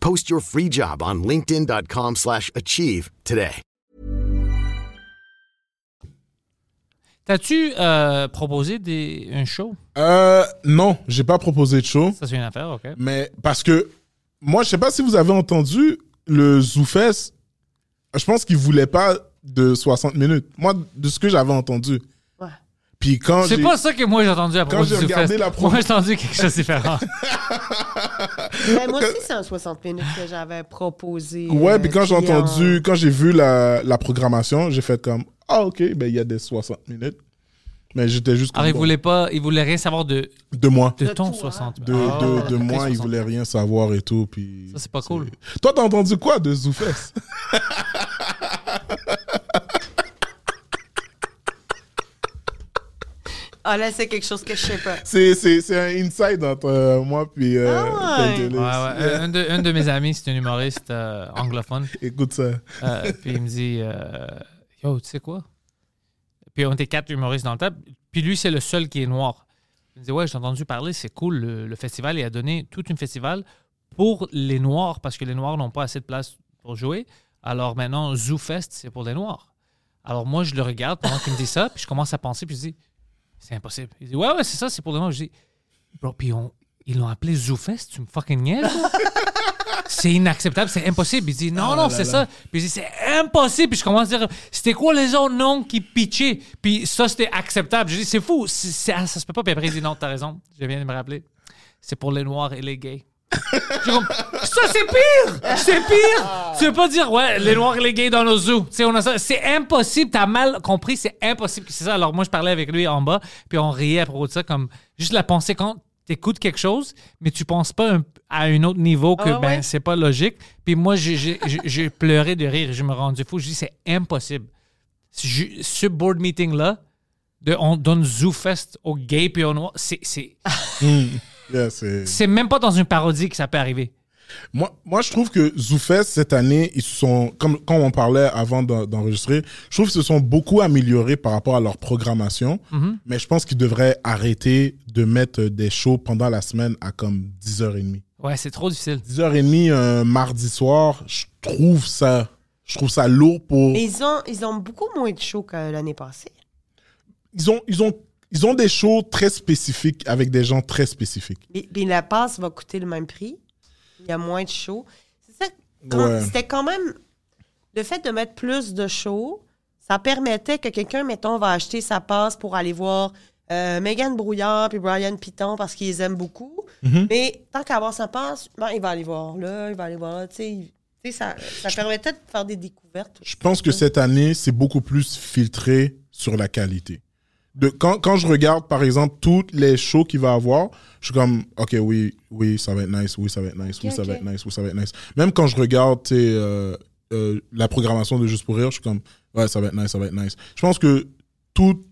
[SPEAKER 7] Post your free job on linkedin.com/achieve slash achieve today.
[SPEAKER 3] T'as-tu euh, proposé des, un show?
[SPEAKER 4] Euh, non, j'ai pas proposé de show.
[SPEAKER 3] Ça, c'est une affaire, OK.
[SPEAKER 4] Mais parce que moi, je sais pas si vous avez entendu le Zoufès. Je pense qu'il voulait pas de 60 minutes. Moi, de ce que j'avais entendu.
[SPEAKER 5] Ouais.
[SPEAKER 4] Puis quand
[SPEAKER 3] C'est
[SPEAKER 4] j'ai-
[SPEAKER 3] pas ça que moi j'ai entendu à propos
[SPEAKER 4] j'ai
[SPEAKER 3] du
[SPEAKER 4] regardé
[SPEAKER 3] Zoufest.
[SPEAKER 4] la
[SPEAKER 3] *laughs*
[SPEAKER 4] promo-
[SPEAKER 3] Moi j'ai entendu quelque chose de
[SPEAKER 4] *laughs*
[SPEAKER 3] différent.
[SPEAKER 5] Ben, moi aussi, c'est un 60 minutes que j'avais proposé.
[SPEAKER 4] Ouais,
[SPEAKER 5] euh,
[SPEAKER 4] puis quand j'ai
[SPEAKER 5] client.
[SPEAKER 4] entendu, quand j'ai vu la, la programmation, j'ai fait comme ah ok, ben il y a des 60 minutes. Mais j'étais juste comme,
[SPEAKER 3] Alors il
[SPEAKER 4] bon,
[SPEAKER 3] voulait pas, il voulait rien savoir de,
[SPEAKER 4] de moi,
[SPEAKER 3] de
[SPEAKER 5] De
[SPEAKER 3] ton
[SPEAKER 5] toi.
[SPEAKER 3] 60.
[SPEAKER 4] de,
[SPEAKER 3] Ah,
[SPEAKER 4] de, de
[SPEAKER 3] tes
[SPEAKER 4] moi,
[SPEAKER 3] 60.
[SPEAKER 4] il voulait rien savoir et tout. Puis
[SPEAKER 3] Ça c'est pas cool.
[SPEAKER 4] *laughs* toi, t'as entendu quoi de Zoufès *laughs*
[SPEAKER 5] Ah, là, c'est quelque chose que je sais pas.
[SPEAKER 4] C'est c'est c'est un inside entre euh, moi puis euh,
[SPEAKER 5] Ah ouais.
[SPEAKER 4] Pentelis.
[SPEAKER 3] Ouais, ouais. Un, un de, un de mes amis, c'est un humoriste euh, anglophone.
[SPEAKER 4] Écoute ça.
[SPEAKER 3] Euh, puis il me dit euh, Yo, tu sais quoi Puis on était quatre humoristes dans le table. Puis lui, c'est le seul qui est noir. Il me dit Ouais, j'ai entendu parler, c'est cool. Le, le festival, il a donné tout un festival pour les noirs parce que les noirs n'ont pas assez de place pour jouer. Alors maintenant, Zoo Fest, c'est pour les noirs. Alors moi, je le regarde pendant qu'il me dit ça. Puis je commence à penser. Puis je dis C'est impossible. Il dit Ouais, ouais, c'est ça, c'est pour les noirs. Je dis Bro, puis on- ils l'ont appelé Zoo Fest, tu me fucking niaises là? c'est inacceptable, c'est impossible. Il dit non, non, c'est ça. Puis il dit c'est impossible. Puis je commence à dire c'était quoi les autres noms qui pitchaient? Puis ça, c'était acceptable. Je dis c'est fou, c'est- c'est- ah, ça se peut pas. Puis après, il dit non, t'as raison, je viens de me rappeler. C'est pour les noirs et les gays. *laughs* J'ai comme, ça, c'est pire! C'est pire! Tu veux pas dire, ouais, les noirs et les gays dans nos zoos. Tu sais, on a ça. C'est impossible, t'as mal compris, c'est impossible que c'est ça. Alors, moi, je parlais avec lui en bas, puis on riait à propos de ça, comme juste la pensée quand t'écoutes quelque chose, mais tu penses pas un- à un autre niveau que,
[SPEAKER 5] Ah ouais?
[SPEAKER 3] ben, c'est pas logique. Puis moi, j'ai- j'ai j'ai- j'ai pleuré de rire, je me rendu fou, je dis, c'est impossible. Je- ce board meeting-là, de, on donne Zoo Fest aux gays puis aux noirs, c'est- c'est
[SPEAKER 4] Yeah, c'est-
[SPEAKER 3] c'est même pas dans une parodie que ça peut arriver.
[SPEAKER 4] Moi, moi, je trouve que Zoufest, cette année, ils se sont, comme quand on parlait avant d'en- d'enregistrer, je trouve qu'ils se sont beaucoup améliorés par rapport à leur programmation. Mais je pense qu'ils devraient arrêter de mettre des shows pendant la semaine à comme 10h30.
[SPEAKER 3] Ouais, c'est trop difficile.
[SPEAKER 4] 10h30 un euh, mardi soir, je trouve ça, je trouve ça lourd pour.
[SPEAKER 5] Mais ils ont, ils ont beaucoup moins de shows que l'année passée.
[SPEAKER 4] Ils ont, ils ont, ils ont des shows très spécifiques avec des gens très spécifiques.
[SPEAKER 5] Mais, mais la passe va coûter le même prix. Il y a moins de shows. C'est ça. quand-
[SPEAKER 4] Ouais.
[SPEAKER 5] C'était quand même. Le fait de mettre plus de shows, ça permettait que quelqu'un, mettons, va acheter sa passe pour aller voir euh, Megan Brouillard puis Brian Piton parce qu'ils les aiment beaucoup.
[SPEAKER 4] Mhm.
[SPEAKER 5] Mais tant qu'avoir sa passe, ben, il va aller voir là, il va aller voir là. Tu sais, il- tu sais, ça, ça permettait de faire des découvertes.
[SPEAKER 4] Je pense que cette année, c'est beaucoup plus filtré sur la qualité. De, quand, quand je regarde, par exemple, toutes les shows qu'il va avoir, je suis comme, OK, oui, oui, ça va être nice, oui, ça va être nice, oui,
[SPEAKER 5] Ok,
[SPEAKER 4] ça va
[SPEAKER 5] ok.
[SPEAKER 4] être nice, oui, ça va être nice. Même quand je regarde tu sais, euh, euh, la programmation de Juste pour Rire, je suis comme, ouais, ça va être nice, ça va être nice. Je pense que tout,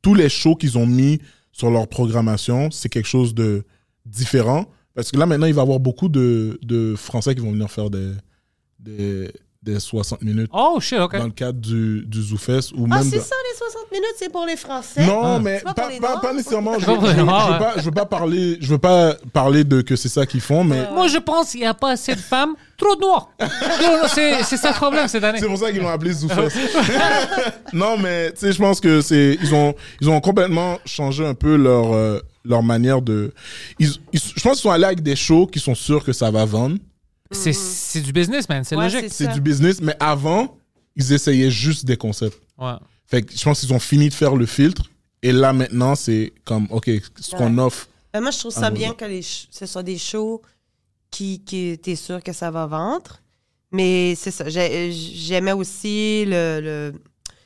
[SPEAKER 4] tous les shows qu'ils ont mis sur leur programmation, c'est quelque chose de différent. Parce que là, maintenant, il va y avoir beaucoup de, de Français qui vont venir faire des, des, des 60 minutes
[SPEAKER 3] Oh shit, ok.
[SPEAKER 4] dans le cadre du, du ZooFest ou
[SPEAKER 5] Ah,
[SPEAKER 4] même
[SPEAKER 5] c'est
[SPEAKER 4] dans-
[SPEAKER 5] ça, les 60 minutes, c'est pour les Français.
[SPEAKER 4] non mais
[SPEAKER 5] C'est pas
[SPEAKER 4] pas,
[SPEAKER 5] pour les
[SPEAKER 4] pas-
[SPEAKER 5] Noirs. hein?
[SPEAKER 4] pas nécessairement je,
[SPEAKER 3] Pas pour les
[SPEAKER 4] je- je
[SPEAKER 3] Noirs, hein?
[SPEAKER 4] veux
[SPEAKER 3] ouais.
[SPEAKER 4] pas je veux pas parler je veux pas parler de que c'est ça qu'ils font mais
[SPEAKER 3] Moi, je pense qu'il n'y a pas assez de femmes, trop de
[SPEAKER 4] *laughs*
[SPEAKER 3] noirs. Non, C'est c'est ça le problème cette année.
[SPEAKER 4] c'est pour ça qu'ils l'ont appelé ZooFest
[SPEAKER 3] Ah
[SPEAKER 4] *laughs* non mais tu sais je pense que c'est ils ont ils ont complètement changé un peu leur euh, leur manière de ils, ils- je pense qu'ils sont allés avec des shows qui sont sûrs que ça va vendre
[SPEAKER 3] C'est c'est du business, man. C'est
[SPEAKER 5] Ouais,
[SPEAKER 3] logique.
[SPEAKER 4] c'est
[SPEAKER 5] ça.
[SPEAKER 4] du business mais avant ils essayaient juste des concepts
[SPEAKER 3] Ouais.
[SPEAKER 4] fait que je pense qu'ils ont fini de faire le filtre et là maintenant c'est comme ok ce qu'on offre
[SPEAKER 5] Ben, moi, je trouve ça
[SPEAKER 4] Ah,
[SPEAKER 5] bien
[SPEAKER 4] ouais.
[SPEAKER 5] que les ch- ce soit des shows qui, qui t'es sûr que ça va vendre. Mais c'est ça. j'ai- J'aimais aussi le,
[SPEAKER 3] Le
[SPEAKER 5] le,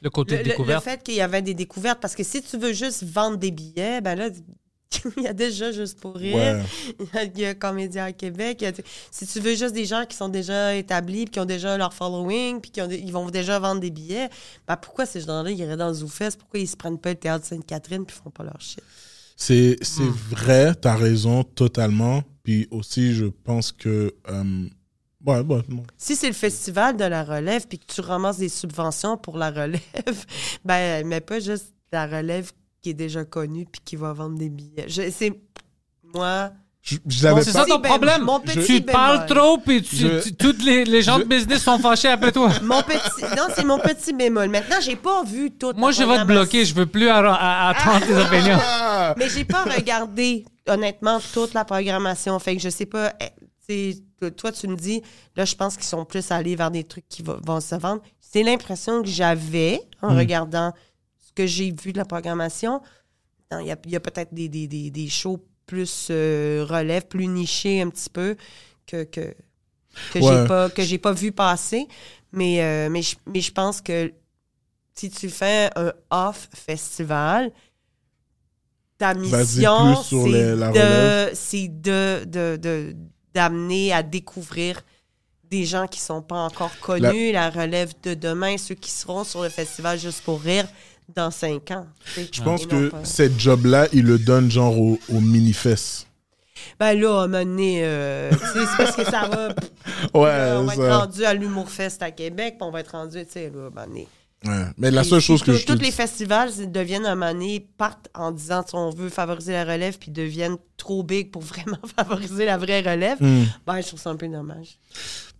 [SPEAKER 5] le,
[SPEAKER 3] côté
[SPEAKER 5] le- le
[SPEAKER 3] découverte.
[SPEAKER 5] fait qu'il y avait des découvertes. Parce que si tu veux juste vendre des billets, ben là, *laughs* il y a déjà juste pour rire.
[SPEAKER 4] Ouais.
[SPEAKER 5] Il y a- Il y a Comédien à Québec. il y a- si tu veux juste des gens qui sont déjà établis, puis qui ont déjà leur following, puis qui ont des- ils vont déjà vendre des billets, ben pourquoi ces gens-là iraient dans le ZooFest? Pourquoi ils se prennent pas le théâtre Sainte-Catherine puis font pas leur shit?
[SPEAKER 4] C'est c'est vrai, t'as raison totalement. Puis aussi, je pense que. euh, ouais, ouais, non.
[SPEAKER 5] Si c'est le festival de la relève puis que tu ramasses des subventions pour la relève, *laughs* ben mais pas juste la relève qui est déjà connue puis qui va vendre des billets. Je- C'est moi.
[SPEAKER 4] Je, je l'avais
[SPEAKER 3] C'est ça
[SPEAKER 4] pas.
[SPEAKER 3] ton
[SPEAKER 5] bé-
[SPEAKER 3] problème.
[SPEAKER 5] mon
[SPEAKER 3] Tu
[SPEAKER 5] petit
[SPEAKER 3] te parles
[SPEAKER 5] bémol.
[SPEAKER 3] trop, puis tu,
[SPEAKER 4] Je-
[SPEAKER 3] tu- toutes les, les gens de business sont fâchés après
[SPEAKER 5] *laughs*
[SPEAKER 3] toi.
[SPEAKER 5] Mon petit, non, c'est mon petit bémol. Maintenant, j'ai pas vu tout.
[SPEAKER 3] Moi, je vais te bloquer. Je veux plus à- à- à attendre tes
[SPEAKER 5] *laughs*
[SPEAKER 3] opinions.
[SPEAKER 4] Ah!
[SPEAKER 5] Mais j'ai pas regardé, honnêtement, toute la programmation. Fait que je sais pas. eh, tu sais, to- Toi, tu me dis, là, je pense qu'ils sont plus allés vers des trucs qui va- vont se vendre. C'est l'impression que j'avais en regardant ce que j'ai vu de la programmation. Non, Il y a, il y a peut-être des, des, des, des shows plus euh, relève, plus nichés un petit peu que, que, que
[SPEAKER 4] Ouais.
[SPEAKER 5] j'ai pas que j'ai pas vu passer. Mais, euh, mais, je, mais je pense que si tu fais un off festival, ta mission,
[SPEAKER 4] plus sur
[SPEAKER 5] c'est
[SPEAKER 4] les- la
[SPEAKER 5] de,
[SPEAKER 4] relève.
[SPEAKER 5] c'est de, de, de- d'amener à découvrir des gens qui sont pas encore connus, la... relève de demain, ceux qui seront sur le festival juste pour rire dans cinq ans.
[SPEAKER 4] Je pense que cette job-là, il le donne genre au, au mini-fest.
[SPEAKER 5] Ben là, à un moment donné, euh, tu sais, c'est parce que ça
[SPEAKER 4] *laughs*
[SPEAKER 5] va...
[SPEAKER 4] Ouais,
[SPEAKER 5] Là, on va être
[SPEAKER 4] ça.
[SPEAKER 5] rendu à l'Humour Fest à Québec, puis on va être rendu, tu sais, là, à un moment donné.
[SPEAKER 4] Ouais. Mais la
[SPEAKER 5] Et
[SPEAKER 4] seule
[SPEAKER 5] si
[SPEAKER 4] chose que
[SPEAKER 5] tous-
[SPEAKER 4] je te
[SPEAKER 5] Tous
[SPEAKER 4] dis-
[SPEAKER 5] les festivals ils deviennent à un moment donné, partent en disant tu sais, on veut favoriser la relève, puis deviennent trop big pour *laughs* vraiment favoriser la vraie relève. Ben, je trouve ça un peu dommage.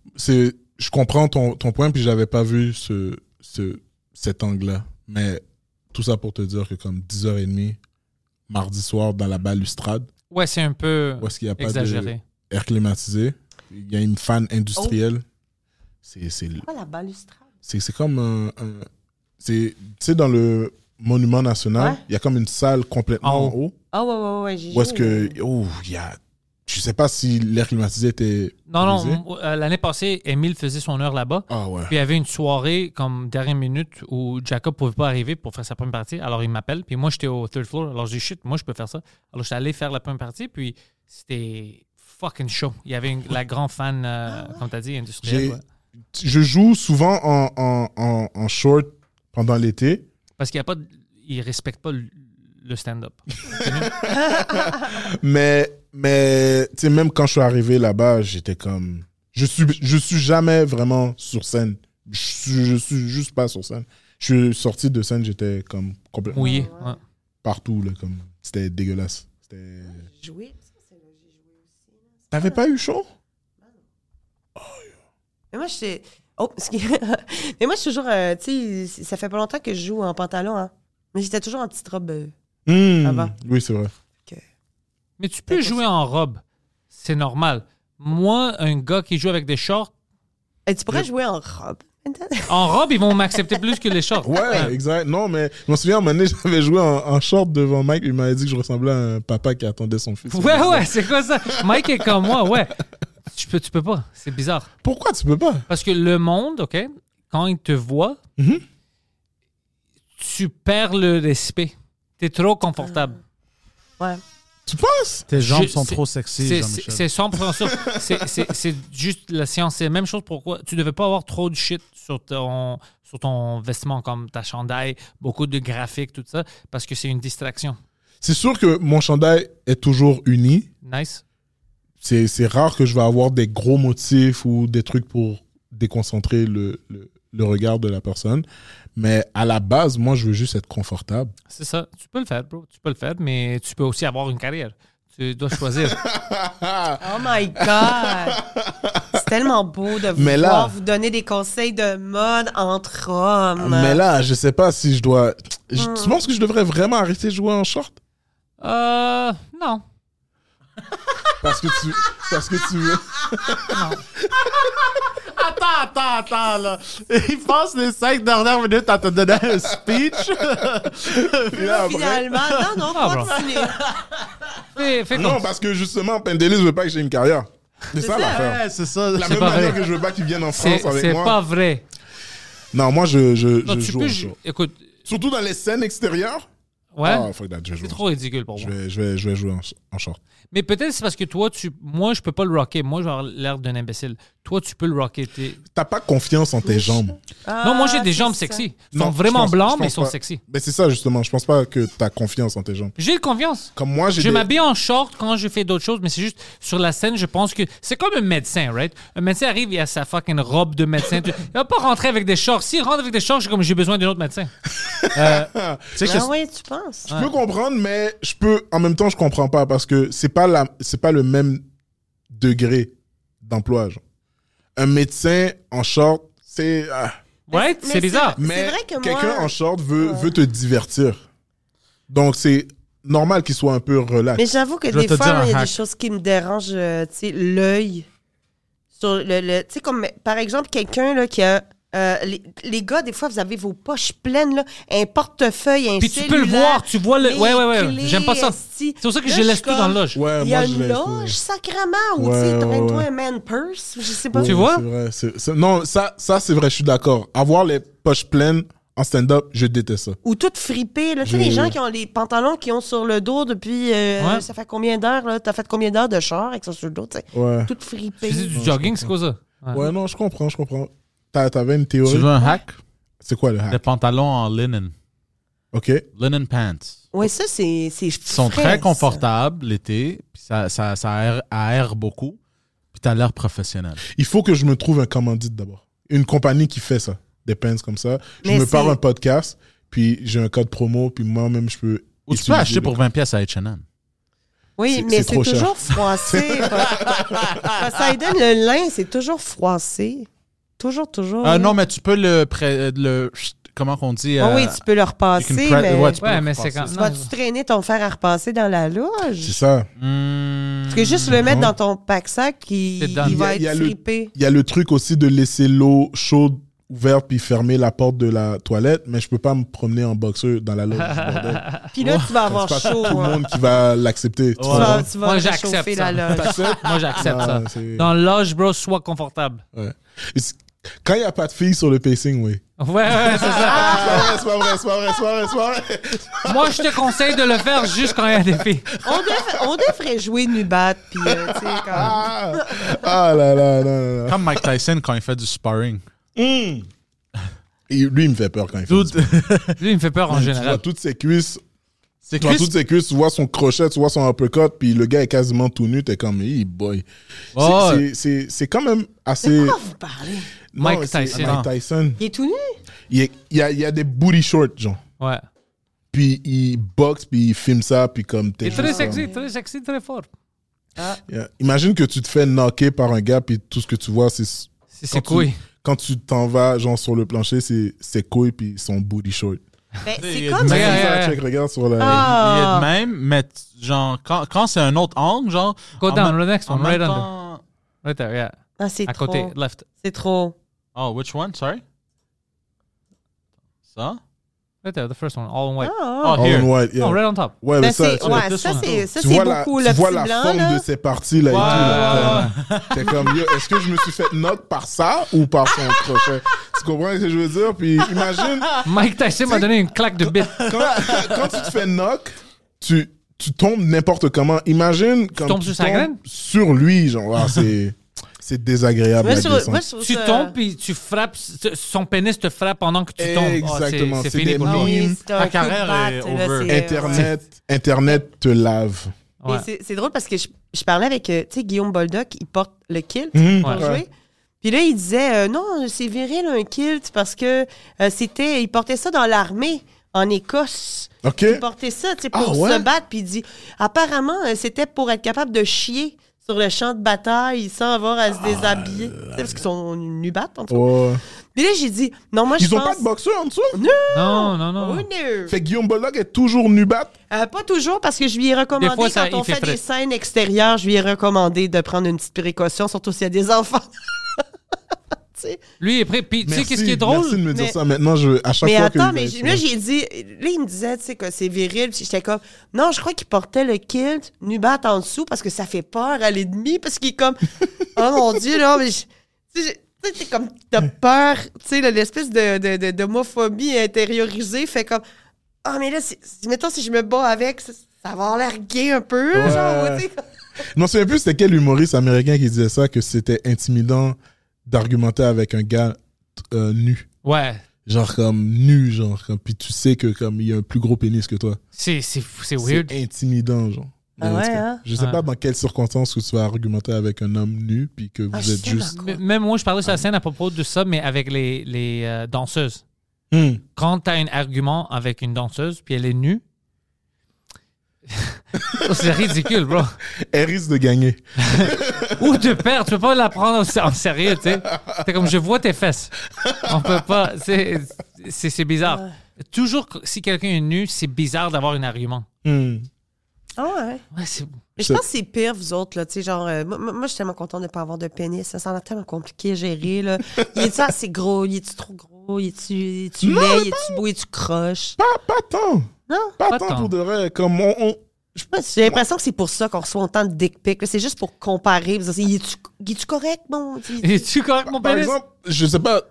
[SPEAKER 4] Hmm. c'est- je comprends ton, ton point, puis j'avais pas vu ce, ce, cet angle-là. Mais tout ça pour te dire que comme 10h30, mardi soir, dans la balustrade,
[SPEAKER 3] Ouais, c'est un peu
[SPEAKER 4] où est-ce qu'il n'y a pas
[SPEAKER 3] exagéré.
[SPEAKER 4] d'air climatisé, il y a une fan industrielle. C'est- C'est
[SPEAKER 5] Pourquoi la balustrade?
[SPEAKER 4] c'est- c'est comme un... un- c'est- tu sais, dans le monument national,
[SPEAKER 5] Ouais.
[SPEAKER 4] il y a comme une salle
[SPEAKER 3] En
[SPEAKER 4] complètement en haut.
[SPEAKER 5] Ah ouais, ouais, ouais, ouais, j'ai
[SPEAKER 4] Où est-ce
[SPEAKER 5] joué,
[SPEAKER 4] que...
[SPEAKER 5] là.
[SPEAKER 4] Oh, il y a... Je sais pas si l'air climatisé était...
[SPEAKER 3] Non, non,
[SPEAKER 4] brisé.
[SPEAKER 3] m- euh, l'année passée, Emile faisait son heure là-bas.
[SPEAKER 4] Ah ouais.
[SPEAKER 3] Puis il y avait une soirée comme dernière minute où Jacob pouvait pas arriver pour faire sa première partie. Alors il m'appelle. Puis moi j'étais au third floor. Alors j'ai dit shit, moi je peux faire ça. Alors j'étais allé faire la première partie. Puis c'était fucking chaud. Il y avait une- la grande fan, euh, comme t'as dit, industrielle.
[SPEAKER 4] J'ai-
[SPEAKER 3] ouais.
[SPEAKER 4] je joue souvent en, en, en, en short pendant l'été.
[SPEAKER 3] Parce qu'il y a pas, de- il respecte pas le, le stand-up.
[SPEAKER 4] Mais, mais tu sais, même quand je suis arrivé là-bas, j'étais comme. Je suis, je suis jamais vraiment sur scène. Je suis, je suis juste pas sur scène. Je suis sorti de scène, j'étais comme complètement
[SPEAKER 3] Mouillé. ouais.
[SPEAKER 4] partout. Là, comme, c'était dégueulasse. C'était...
[SPEAKER 5] J'ai joué, ça, c'est là, j'ai joué aussi.
[SPEAKER 4] T'avais pas eu chaud?
[SPEAKER 5] Mais moi, je sais- Oh, excuse- *laughs* Mais moi, je suis toujours. euh, tu sais, ça fait pas longtemps que je joue en pantalon, hein. Mais j'étais toujours en petite robe. euh,
[SPEAKER 4] Hmm,
[SPEAKER 5] Ça va.
[SPEAKER 4] Oui, c'est vrai.
[SPEAKER 3] Mais tu peux jouer en robe. C'est normal. Moi, un gars qui joue avec des shorts,
[SPEAKER 5] Et Euh, tu pourrais jouer en robe.
[SPEAKER 4] *laughs*
[SPEAKER 3] en robe, ils vont m'accepter plus que les shorts.
[SPEAKER 4] Ouais, exact. Non, mais je me souviens, à un moment donné, *laughs* j'avais joué en, en short devant Mike. Il m'avait dit que je ressemblais à un papa qui attendait son fils.
[SPEAKER 3] Ouais, ouais, c'est quoi ça? Mike est comme moi, ouais. Tu peux, tu peux pas. C'est bizarre.
[SPEAKER 4] Pourquoi tu peux pas?
[SPEAKER 3] Parce que le monde, OK, quand il te voit,
[SPEAKER 4] Mhm.
[SPEAKER 3] tu perds le respect. T'es trop confortable.
[SPEAKER 5] Ouais.
[SPEAKER 4] Tu penses?
[SPEAKER 6] Tes Ah. jambes
[SPEAKER 3] Je-
[SPEAKER 6] sont
[SPEAKER 3] c'est-
[SPEAKER 6] trop sexy,
[SPEAKER 3] C'est-
[SPEAKER 6] Jean-Michel.
[SPEAKER 3] C'est 100% sûr.
[SPEAKER 6] *laughs*
[SPEAKER 3] C'est- c'est- C'est juste la science. C'est la même chose pourquoi tu devais pas avoir trop de shit sur ton, sur ton vêtement, comme ta chandail, beaucoup de graphiques, tout ça, parce que c'est une distraction.
[SPEAKER 4] C'est sûr que mon chandail est toujours uni.
[SPEAKER 3] Nice.
[SPEAKER 4] C'est c'est rare que je vais avoir des gros motifs ou des trucs pour déconcentrer le, le- le regard de la personne. Mais à la base, moi, je veux juste être
[SPEAKER 6] *laughs*
[SPEAKER 4] confortable.
[SPEAKER 3] C'est ça. Tu peux le faire, bro. Tu peux le faire, mais tu peux aussi avoir une carrière. Tu dois
[SPEAKER 4] *laughs*
[SPEAKER 3] choisir.
[SPEAKER 5] Oh my God! C'est tellement beau de vous
[SPEAKER 4] Mais là-
[SPEAKER 5] voir vous donner des conseils de mode entre hommes.
[SPEAKER 4] Mais là, je sais pas si je dois... Je,
[SPEAKER 6] Hmm.
[SPEAKER 4] tu penses que je devrais vraiment arrêter de jouer en short?
[SPEAKER 3] euh, non.
[SPEAKER 4] Parce que tu... Parce que tu veux...
[SPEAKER 6] Attends, attends, attends, là. Il passe les cinq dernières minutes à te donner un
[SPEAKER 4] *laughs*
[SPEAKER 6] speech.
[SPEAKER 4] Puis là, après-
[SPEAKER 5] Finalement, non, non,
[SPEAKER 3] Ah, bon.
[SPEAKER 5] continue.
[SPEAKER 3] Fais, fais
[SPEAKER 4] *laughs* Ah Non, bah,
[SPEAKER 3] comme-
[SPEAKER 4] parce que justement, Pendelis veut pas que j'ai une carrière. C'est ça
[SPEAKER 5] ça.
[SPEAKER 4] l'affaire.
[SPEAKER 6] Ouais, c'est ça.
[SPEAKER 4] La même
[SPEAKER 3] pas
[SPEAKER 4] manière
[SPEAKER 3] vrai.
[SPEAKER 4] que je veux pas qu'il vienne en France
[SPEAKER 3] C'est
[SPEAKER 4] avec
[SPEAKER 3] c'est
[SPEAKER 4] moi.
[SPEAKER 3] pas vrai.
[SPEAKER 4] Non, moi, je, je,
[SPEAKER 3] Non,
[SPEAKER 4] je
[SPEAKER 3] tu
[SPEAKER 4] joue
[SPEAKER 3] peux
[SPEAKER 4] en
[SPEAKER 3] ju-
[SPEAKER 4] short.
[SPEAKER 3] Écoute,
[SPEAKER 4] Surtout dans les scènes extérieures.
[SPEAKER 3] Ouais.
[SPEAKER 4] Ah, fuck that, je vais jouer.
[SPEAKER 3] c'est
[SPEAKER 4] en-
[SPEAKER 3] trop ridicule pour
[SPEAKER 4] Je
[SPEAKER 3] moi.
[SPEAKER 4] vais, je vais, je vais jouer en, en short.
[SPEAKER 3] Mais peut-être c'est parce que toi, tu, moi, je peux pas le rocker. Moi, j'ai l'air d'un imbécile. Toi, tu peux le rocker. T'es-
[SPEAKER 4] T'as pas confiance en tes jambes.
[SPEAKER 3] non, moi, j'ai
[SPEAKER 5] Ah,
[SPEAKER 3] des
[SPEAKER 5] c'est
[SPEAKER 3] jambes
[SPEAKER 5] ça.
[SPEAKER 3] sexy. Ils
[SPEAKER 4] Non,
[SPEAKER 3] sont
[SPEAKER 4] je
[SPEAKER 3] vraiment
[SPEAKER 4] pense- je
[SPEAKER 3] blancs, mais ils
[SPEAKER 4] pense
[SPEAKER 3] sont
[SPEAKER 4] pas.
[SPEAKER 3] sexy.
[SPEAKER 4] Mais c'est ça, justement. Je pense pas que t'as confiance en tes jambes.
[SPEAKER 3] J'ai confiance.
[SPEAKER 4] Comme moi, j'ai
[SPEAKER 3] Je
[SPEAKER 4] des-
[SPEAKER 3] m'habille en short quand je fais d'autres choses, mais c'est juste sur la scène, je pense que c'est comme un médecin, right? Un médecin arrive, il a sa fucking robe de médecin. Tu- Il va pas rentrer avec des shorts. S'il rentre avec des shorts, j'ai comme j'ai besoin d'un autre médecin.
[SPEAKER 6] Tu sais que
[SPEAKER 5] Ah ouais, tu penses?
[SPEAKER 4] Je peux comprendre, mais je peux. En même temps, je comprends pas parce que c'est pas la, c'est pas le même degré d'emploi. genre. Un médecin en short, c'est. ah.
[SPEAKER 3] Ouais,
[SPEAKER 5] mais
[SPEAKER 3] c'est bizarre.
[SPEAKER 5] c'est-
[SPEAKER 4] Mais
[SPEAKER 5] vrai que moi-
[SPEAKER 4] quelqu'un en short veut, veut te divertir. Donc c'est normal qu'il soit un peu relax.
[SPEAKER 5] Mais j'avoue que
[SPEAKER 6] Je vais
[SPEAKER 5] des
[SPEAKER 6] te
[SPEAKER 5] fois,
[SPEAKER 6] dire
[SPEAKER 5] moi,
[SPEAKER 6] un
[SPEAKER 5] il y a
[SPEAKER 6] hack.
[SPEAKER 5] des choses qui me dérangent, euh, tu sais, l'œil. Sur le, le- tu sais, comme, par exemple, quelqu'un, là, qui a... euh, les, les gars, des fois, vous avez vos poches pleines, là, un portefeuille, un
[SPEAKER 3] Puis tu peux le
[SPEAKER 5] cellulaire,
[SPEAKER 3] voir, tu vois le-
[SPEAKER 5] les
[SPEAKER 3] ouais, ouais, ouais,
[SPEAKER 5] clés,
[SPEAKER 3] j'aime pas ça.
[SPEAKER 5] esti.
[SPEAKER 3] C'est pour ça que
[SPEAKER 5] Là,
[SPEAKER 3] je laisse
[SPEAKER 5] suis
[SPEAKER 3] tout dans
[SPEAKER 5] comme,
[SPEAKER 3] le loge.
[SPEAKER 4] Ouais,
[SPEAKER 5] Il y a
[SPEAKER 4] moi, je
[SPEAKER 5] une
[SPEAKER 4] l'ai-
[SPEAKER 5] loge, sacrement, ou
[SPEAKER 4] Ouais,
[SPEAKER 5] tu sais,
[SPEAKER 4] ouais,
[SPEAKER 5] traîne-toi
[SPEAKER 4] ouais.
[SPEAKER 5] un man purse, ou je sais pas.
[SPEAKER 4] Ouais,
[SPEAKER 3] Tu vois?
[SPEAKER 4] c'est vrai, c'est- c'est- Non, ça, ça c'est vrai, je suis d'accord. Avoir les poches pleines en stand-up, je déteste ça.
[SPEAKER 5] Ou toutes fripées, là. Tu sais,
[SPEAKER 4] Je-
[SPEAKER 5] les gens qui ont les pantalons qui ont sur le dos depuis, euh,
[SPEAKER 3] Ouais.
[SPEAKER 5] ça fait combien d'heures, là? T'as fait combien d'heures de char avec ça sur le dos, tu sais?
[SPEAKER 4] Ouais.
[SPEAKER 5] Toutes
[SPEAKER 3] Tu
[SPEAKER 5] fripées.
[SPEAKER 3] fais du jogging, c'est quoi ça? Ouais.
[SPEAKER 4] Ouais, non, je comprends, je comprends. T'as- T'avais une
[SPEAKER 6] Tu
[SPEAKER 4] théorie.
[SPEAKER 6] veux un hack?
[SPEAKER 4] C'est quoi le hack?
[SPEAKER 6] Des pantalons en linen.
[SPEAKER 4] Ok.
[SPEAKER 6] Linen pants.
[SPEAKER 5] Ouais, ça, c'est. c'est
[SPEAKER 6] Ils sont
[SPEAKER 5] frais,
[SPEAKER 6] très
[SPEAKER 5] ça.
[SPEAKER 6] confortables l'été, puis ça, ça, ça aère, aère beaucoup, puis t'as l'air professionnel.
[SPEAKER 4] Il faut que je me trouve un commandite d'abord. Une compagnie qui fait ça, des pens comme ça. Je
[SPEAKER 5] Mais
[SPEAKER 4] me
[SPEAKER 5] c'est-
[SPEAKER 4] pars un podcast, puis j'ai un code promo, puis moi-même, je peux.
[SPEAKER 6] Ou tu peux
[SPEAKER 4] utiliser
[SPEAKER 6] acheter
[SPEAKER 4] le
[SPEAKER 6] pour
[SPEAKER 4] code.
[SPEAKER 6] 20 pièces à H&M.
[SPEAKER 4] C'est-
[SPEAKER 5] Oui,
[SPEAKER 4] c'est
[SPEAKER 5] mais c'est
[SPEAKER 4] trop cher.
[SPEAKER 5] toujours
[SPEAKER 6] *laughs*
[SPEAKER 5] froissé. Quand ça lui donne le lin, c'est toujours froissé. Toujours,
[SPEAKER 3] Oh.
[SPEAKER 5] toujours.
[SPEAKER 6] Euh, non, mais tu peux le... pré- le comment qu'on dit?
[SPEAKER 3] Oh
[SPEAKER 5] Ah oui,
[SPEAKER 6] euh,
[SPEAKER 5] tu peux le
[SPEAKER 6] you can
[SPEAKER 5] repasser,
[SPEAKER 6] pre-
[SPEAKER 5] mais.
[SPEAKER 6] ouais, tu peux
[SPEAKER 3] Ouais,
[SPEAKER 6] le
[SPEAKER 3] mais c'est
[SPEAKER 6] repasser.
[SPEAKER 3] quand-
[SPEAKER 5] tu
[SPEAKER 3] non,
[SPEAKER 5] vas-tu traîner ton fer à repasser dans la
[SPEAKER 4] C'est
[SPEAKER 5] loge?
[SPEAKER 4] ça.
[SPEAKER 6] Hmm.
[SPEAKER 5] Parce que juste le mettre dans ton pack-sac, il,
[SPEAKER 3] C'est dedans.
[SPEAKER 5] il
[SPEAKER 4] Il y a-
[SPEAKER 5] va
[SPEAKER 4] il y a
[SPEAKER 5] être
[SPEAKER 4] le-
[SPEAKER 5] fripé.
[SPEAKER 4] Il y a le truc aussi de laisser l'eau chaude ouverte puis fermer la porte de la toilette, mais je peux pas me promener en boxeur dans la loge. bordel.
[SPEAKER 5] Puis là, tu vas
[SPEAKER 4] C'est pas
[SPEAKER 5] avoir chaud.
[SPEAKER 4] tout le
[SPEAKER 5] hein.
[SPEAKER 4] monde qui va l'accepter. tu
[SPEAKER 5] Tu
[SPEAKER 4] vois.
[SPEAKER 5] vas, tu vas
[SPEAKER 3] Moi,
[SPEAKER 5] réchauffer
[SPEAKER 3] j'accepte ça.
[SPEAKER 5] la loge.
[SPEAKER 3] Moi, j'accepte
[SPEAKER 4] Non,
[SPEAKER 3] ça.
[SPEAKER 4] c'est-
[SPEAKER 3] Dans le loge, bro, sois confortable.
[SPEAKER 4] Ouais. Et c'est- Quand il n'y a pas de filles sur le pacing, oui.
[SPEAKER 3] Ouais, ouais, *laughs* c'est ça.
[SPEAKER 4] c'est pas vrai, c'est pas vrai, c'est pas vrai, c'est pas vrai, c'est pas vrai.
[SPEAKER 3] Moi, je te conseille de le faire juste quand il y a des filles.
[SPEAKER 5] On, devrait- on devrait jouer Nubat, puis euh, tu sais, comme...
[SPEAKER 4] Ah, ah là là, non, non, non.
[SPEAKER 6] Comme Mike Tyson quand il fait du sparring.
[SPEAKER 4] Et lui, il me fait peur quand il fait du
[SPEAKER 6] Dude,
[SPEAKER 4] sport.
[SPEAKER 3] Lui, il me fait peur en
[SPEAKER 4] Tu vois
[SPEAKER 3] général.
[SPEAKER 4] toutes ses cuisses,
[SPEAKER 6] c'est
[SPEAKER 4] tu vois
[SPEAKER 6] Chris-
[SPEAKER 4] toutes ses cuisses, tu vois son crochet, tu vois son uppercut, puis le gars est quasiment tout nu, t'es comme, hey boy. C'est-
[SPEAKER 6] Oh,
[SPEAKER 4] c'est- C'est c'est quand même assez.
[SPEAKER 5] Vous parlez.
[SPEAKER 4] Non,
[SPEAKER 3] Mike
[SPEAKER 4] c'est
[SPEAKER 3] Tyson.
[SPEAKER 4] Mike Tyson.
[SPEAKER 5] Il est tout nu?
[SPEAKER 4] Il, est- il y a, il y a des booty shorts, genre.
[SPEAKER 3] Ouais.
[SPEAKER 4] Puis il boxe, puis il filme ça, puis comme t'es.
[SPEAKER 3] Il est très
[SPEAKER 4] juste
[SPEAKER 3] sexy, très sexy, très fort.
[SPEAKER 4] comme- Yeah. Imagine que tu te fais knocker par un gars, puis tout ce que tu vois, c'est.
[SPEAKER 3] C'est ses
[SPEAKER 4] quand tu-
[SPEAKER 3] couilles.
[SPEAKER 4] Quand tu t'en vas, genre, sur le plancher, c'est ses couilles, puis son booty short.
[SPEAKER 5] Ben,
[SPEAKER 6] Il y
[SPEAKER 5] c'est
[SPEAKER 6] a
[SPEAKER 5] comme...
[SPEAKER 6] du-
[SPEAKER 4] Comme
[SPEAKER 3] ouais,
[SPEAKER 4] ça,
[SPEAKER 3] ouais.
[SPEAKER 4] check, regarde sur la.
[SPEAKER 6] Il est
[SPEAKER 5] Ah!
[SPEAKER 6] de même, mais t- genre, quand, quand c'est un autre angle, genre.
[SPEAKER 3] Go
[SPEAKER 6] en
[SPEAKER 3] down,
[SPEAKER 6] même-
[SPEAKER 3] the next
[SPEAKER 6] en
[SPEAKER 3] one, right
[SPEAKER 6] même
[SPEAKER 3] under.
[SPEAKER 6] temps-
[SPEAKER 3] Right there, yeah.
[SPEAKER 5] Ah, c'est
[SPEAKER 3] À
[SPEAKER 5] trop.
[SPEAKER 3] côté, left.
[SPEAKER 5] C'est trop.
[SPEAKER 6] Oh, which one, sorry?
[SPEAKER 3] Ah.
[SPEAKER 6] Ça?
[SPEAKER 3] Right there, the first one, all in white.
[SPEAKER 5] Ah,
[SPEAKER 6] Oh,
[SPEAKER 4] All
[SPEAKER 6] here.
[SPEAKER 4] in white, yeah.
[SPEAKER 3] Non, right on top.
[SPEAKER 4] Ouais, mais
[SPEAKER 5] Ben,
[SPEAKER 4] ça,
[SPEAKER 5] c'est...
[SPEAKER 4] tu-
[SPEAKER 5] Ouais,
[SPEAKER 6] this
[SPEAKER 5] ça,
[SPEAKER 6] one.
[SPEAKER 5] c'est... Ça,
[SPEAKER 4] tu
[SPEAKER 5] c'est
[SPEAKER 4] vois la,
[SPEAKER 5] beaucoup,
[SPEAKER 4] tu
[SPEAKER 5] le
[SPEAKER 4] vois
[SPEAKER 5] petit
[SPEAKER 4] la
[SPEAKER 5] blanc,
[SPEAKER 4] forme
[SPEAKER 5] là.
[SPEAKER 4] de ses parties là et tout. là. T'es comme, yo, est-ce que je me suis fait knock par ça ou par son crochet? Tu comprends ce que je veux dire? Puis imagine,
[SPEAKER 3] Mike Tyson m'a donné une
[SPEAKER 5] *laughs*
[SPEAKER 3] claque de bite.
[SPEAKER 4] quand, quand tu te fais knock, tu, tu tombes n'importe comment. Imagine quand
[SPEAKER 3] tombes sur sa graine?
[SPEAKER 4] sur lui, genre, ah, c'est, c'est désagréable.
[SPEAKER 5] Moi,
[SPEAKER 4] la
[SPEAKER 5] je trouve-
[SPEAKER 4] descente.
[SPEAKER 5] moi, je trouve
[SPEAKER 3] Tu
[SPEAKER 5] ça-
[SPEAKER 3] tombes puis tu frappes, ce- son pénis te frappe pendant que tu tombes. Ah, c'est-
[SPEAKER 4] Exactement,
[SPEAKER 3] c'est
[SPEAKER 4] c'est
[SPEAKER 3] fini
[SPEAKER 4] des
[SPEAKER 3] pour
[SPEAKER 5] Ah
[SPEAKER 3] lui.
[SPEAKER 4] mimes.
[SPEAKER 5] oui, c'est un
[SPEAKER 6] Ta
[SPEAKER 5] coup de
[SPEAKER 6] carrière
[SPEAKER 5] batte,
[SPEAKER 6] est
[SPEAKER 5] là,
[SPEAKER 6] over.
[SPEAKER 5] c'est-
[SPEAKER 4] Internet, Internet te lave.
[SPEAKER 5] Mais
[SPEAKER 3] Ouais.
[SPEAKER 5] c'est- c'est drôle parce que je, je parlais avec, euh, tu sais, Guillaume Boldoc, il porte le kilt
[SPEAKER 4] Mhm.
[SPEAKER 5] pour
[SPEAKER 3] Ouais.
[SPEAKER 5] jouer. Puis là, il disait, euh, non, c'est viril un kilt parce que euh, c'était, il portait ça dans l'armée en Écosse.
[SPEAKER 4] OK?
[SPEAKER 5] Il portait ça, tu sais,
[SPEAKER 4] Ah
[SPEAKER 5] pour
[SPEAKER 4] ouais?
[SPEAKER 5] se battre. Puis il dit, apparemment, euh, c'était pour être capable de chier sur le champ de bataille sans avoir à se déshabiller. Tu sais, parce qu'ils sont nubates, en tout cas.
[SPEAKER 4] Ah, Ouais.
[SPEAKER 5] Puis là, j'ai dit, non, moi, je
[SPEAKER 4] Ils ont
[SPEAKER 5] pense...
[SPEAKER 4] pas de boxeur en dessous?
[SPEAKER 3] Non, non, non.
[SPEAKER 5] Oh, no.
[SPEAKER 4] Fait que Guillaume Bollock est toujours nubat.
[SPEAKER 5] Euh, pas toujours, parce que je lui ai recommandé,
[SPEAKER 3] Des fois, ça-
[SPEAKER 5] quand
[SPEAKER 3] il
[SPEAKER 5] on
[SPEAKER 3] fait
[SPEAKER 5] fait,
[SPEAKER 3] frais.
[SPEAKER 5] des scènes extérieures, je lui ai recommandé de prendre une petite précaution, surtout s'il y a des *laughs* enfants. Tu sais.
[SPEAKER 3] Lui il est prêt. Puis tu sais
[SPEAKER 4] Merci,
[SPEAKER 3] qu'est-ce qui est drôle?
[SPEAKER 4] Merci de me dire
[SPEAKER 5] Mais-
[SPEAKER 4] ça. Maintenant, je, à chaque
[SPEAKER 5] mais
[SPEAKER 4] fois
[SPEAKER 5] attends,
[SPEAKER 4] que
[SPEAKER 5] mais
[SPEAKER 4] je
[SPEAKER 5] j'ai- là, j'ai dit, là, il me disait, tu sais, que c'est viril, puis j'étais comme, non, je crois qu'il portait le kilt nubat en dessous parce que ça fait peur à l'ennemi, parce qu'il est *laughs* comme, oh mon Dieu, là, mais je- tu sais, j'ai- tu sais, t'es comme, t'as peur, tu sais, là, l'espèce de, de, de- d'homophobie intériorisée fait comme, Ah, mais là, si- si- mettons, si je me bats avec, ça, ça va avoir l'air gay un peu,
[SPEAKER 4] Ouais.
[SPEAKER 5] genre, tu sais.
[SPEAKER 4] Je m'en souviens plus c'était quel humoriste américain qui disait ça, que c'était intimidant d'argumenter avec un gars euh, nu.
[SPEAKER 3] Ouais,
[SPEAKER 4] Genre comme nu, genre comme. Puis tu sais que comme il y a un plus gros pénis que toi.
[SPEAKER 3] c'est c'est fou, c'est weird. Ah.
[SPEAKER 4] C'est intimidant, genre.
[SPEAKER 5] Ah
[SPEAKER 4] Mais en
[SPEAKER 5] ouais,
[SPEAKER 4] tout cas,
[SPEAKER 5] hein?
[SPEAKER 4] Je sais
[SPEAKER 3] Ouais.
[SPEAKER 4] pas dans quelles circonstances où tu vas argumenter avec un homme nu puis que vous
[SPEAKER 5] Ah, je
[SPEAKER 4] êtes
[SPEAKER 5] sais,
[SPEAKER 4] juste.
[SPEAKER 3] M- Même moi, je parlais sur la scène à propos de ça, mais avec les, les euh, danseuses.
[SPEAKER 4] Hmm.
[SPEAKER 3] Quand t'as un argument avec une danseuse, puis elle est nue, *laughs* c'est ridicule, bro.
[SPEAKER 4] Elle risque de gagner.
[SPEAKER 3] Ou de perdre, tu peux pas la prendre au- en sérieux, tu sais. C'est comme je vois tes fesses. On peut pas, c'est c'est- c'est bizarre. Toujours que- si quelqu'un est nu, c'est bizarre d'avoir un argument.
[SPEAKER 4] Hmm.
[SPEAKER 5] Ah ouais.
[SPEAKER 3] Ouais, c'est
[SPEAKER 5] Mais je pense que c'est pire, vous autres, là, tu sais, genre, euh, moi, moi, moi, je suis tellement contente de ne pas avoir de pénis, ça s'en a tellement compliqué à
[SPEAKER 3] *laughs*
[SPEAKER 5] gérer, là. Il est-tu assez gros, il est-tu trop gros, il est-tu il est-tu laid, il est-tu beau, il est-tu croche.
[SPEAKER 4] Pas, pas tant.
[SPEAKER 5] Non?
[SPEAKER 4] Pas,
[SPEAKER 3] Pas
[SPEAKER 4] tant,
[SPEAKER 3] tant.
[SPEAKER 4] pour de vrai. Comme on. on-
[SPEAKER 5] Ouais, J'ai l'impression que c'est pour ça qu'on reçoit autant de dick pics, là. c'est juste pour comparer, parce que, il est-tu il est-tu correct, bon? il-
[SPEAKER 3] Es-tu correct, mon
[SPEAKER 4] Par
[SPEAKER 3] pénis?
[SPEAKER 4] exemple, je sais pas.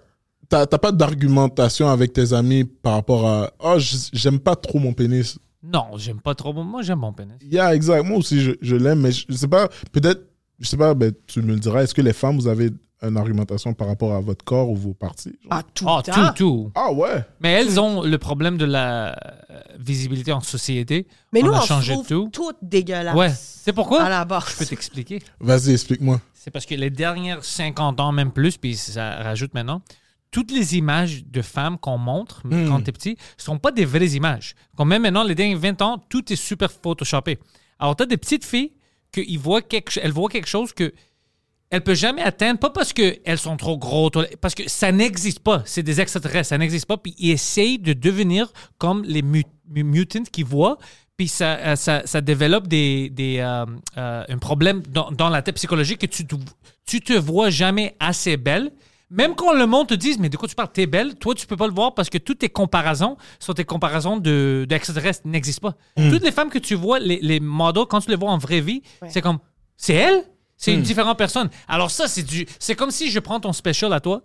[SPEAKER 4] T'as t'as pas d'argumentation avec tes amis par rapport à. Oh, j- j'aime pas trop mon pénis.
[SPEAKER 3] Non, j'aime pas trop. Moi, j'aime mon pénis.
[SPEAKER 4] Yeah, exact. Moi aussi, je, je l'aime, mais je, je sais pas, peut-être, je sais pas, ben, tu me le diras, est-ce que les femmes, vous avez une argumentation par rapport à votre corps ou vos parties? genre?
[SPEAKER 5] Ah, tout
[SPEAKER 3] Ah, tout,
[SPEAKER 5] le temps.
[SPEAKER 3] tout.
[SPEAKER 4] Ah ouais?
[SPEAKER 3] Mais elles ont le problème de la euh, visibilité en société.
[SPEAKER 5] Mais nous,
[SPEAKER 3] on a
[SPEAKER 5] on,
[SPEAKER 3] changé
[SPEAKER 5] se
[SPEAKER 3] tout.
[SPEAKER 5] trouve tout dégueulasse.
[SPEAKER 3] Ouais. C'est pourquoi?
[SPEAKER 5] À la base.
[SPEAKER 3] Je peux t'expliquer.
[SPEAKER 4] Vas-y, explique-moi.
[SPEAKER 3] C'est parce que les dernières 50 ans, même plus, puis ça rajoute maintenant, toutes les images de femmes qu'on montre quand t'es petit sont pas des vraies images. Comme même maintenant, les dernières 20 ans, tout est super photoshopé. Alors, t'as des petites filles qu'elles voient quelque, elles voient quelque chose que elles peuvent jamais atteindre, pas parce qu'elles sont trop grosses, toi, parce que ça n'existe pas. C'est des extraterrestres, ça n'existe pas. Puis ils essayent de devenir comme les mu- mu- mutants qu'ils voient, puis ça, euh, ça, ça développe des, des, euh, euh, un problème dans, dans la tête psychologique que tu te, tu te vois jamais assez belle. Même quand le monde te dit, mais de quoi tu parles, t'es belle, toi tu peux pas le voir parce que toutes tes comparaisons sont tes comparaisons de- d'extraterrestres, de, n'existent pas. Toutes les femmes que tu vois, les, les models, quand tu les vois en vraie vie, c'est comme, c'est elle? C'est
[SPEAKER 4] Hmm.
[SPEAKER 3] une différente personne. Alors ça, c'est du, c'est comme si je prends ton special à toi,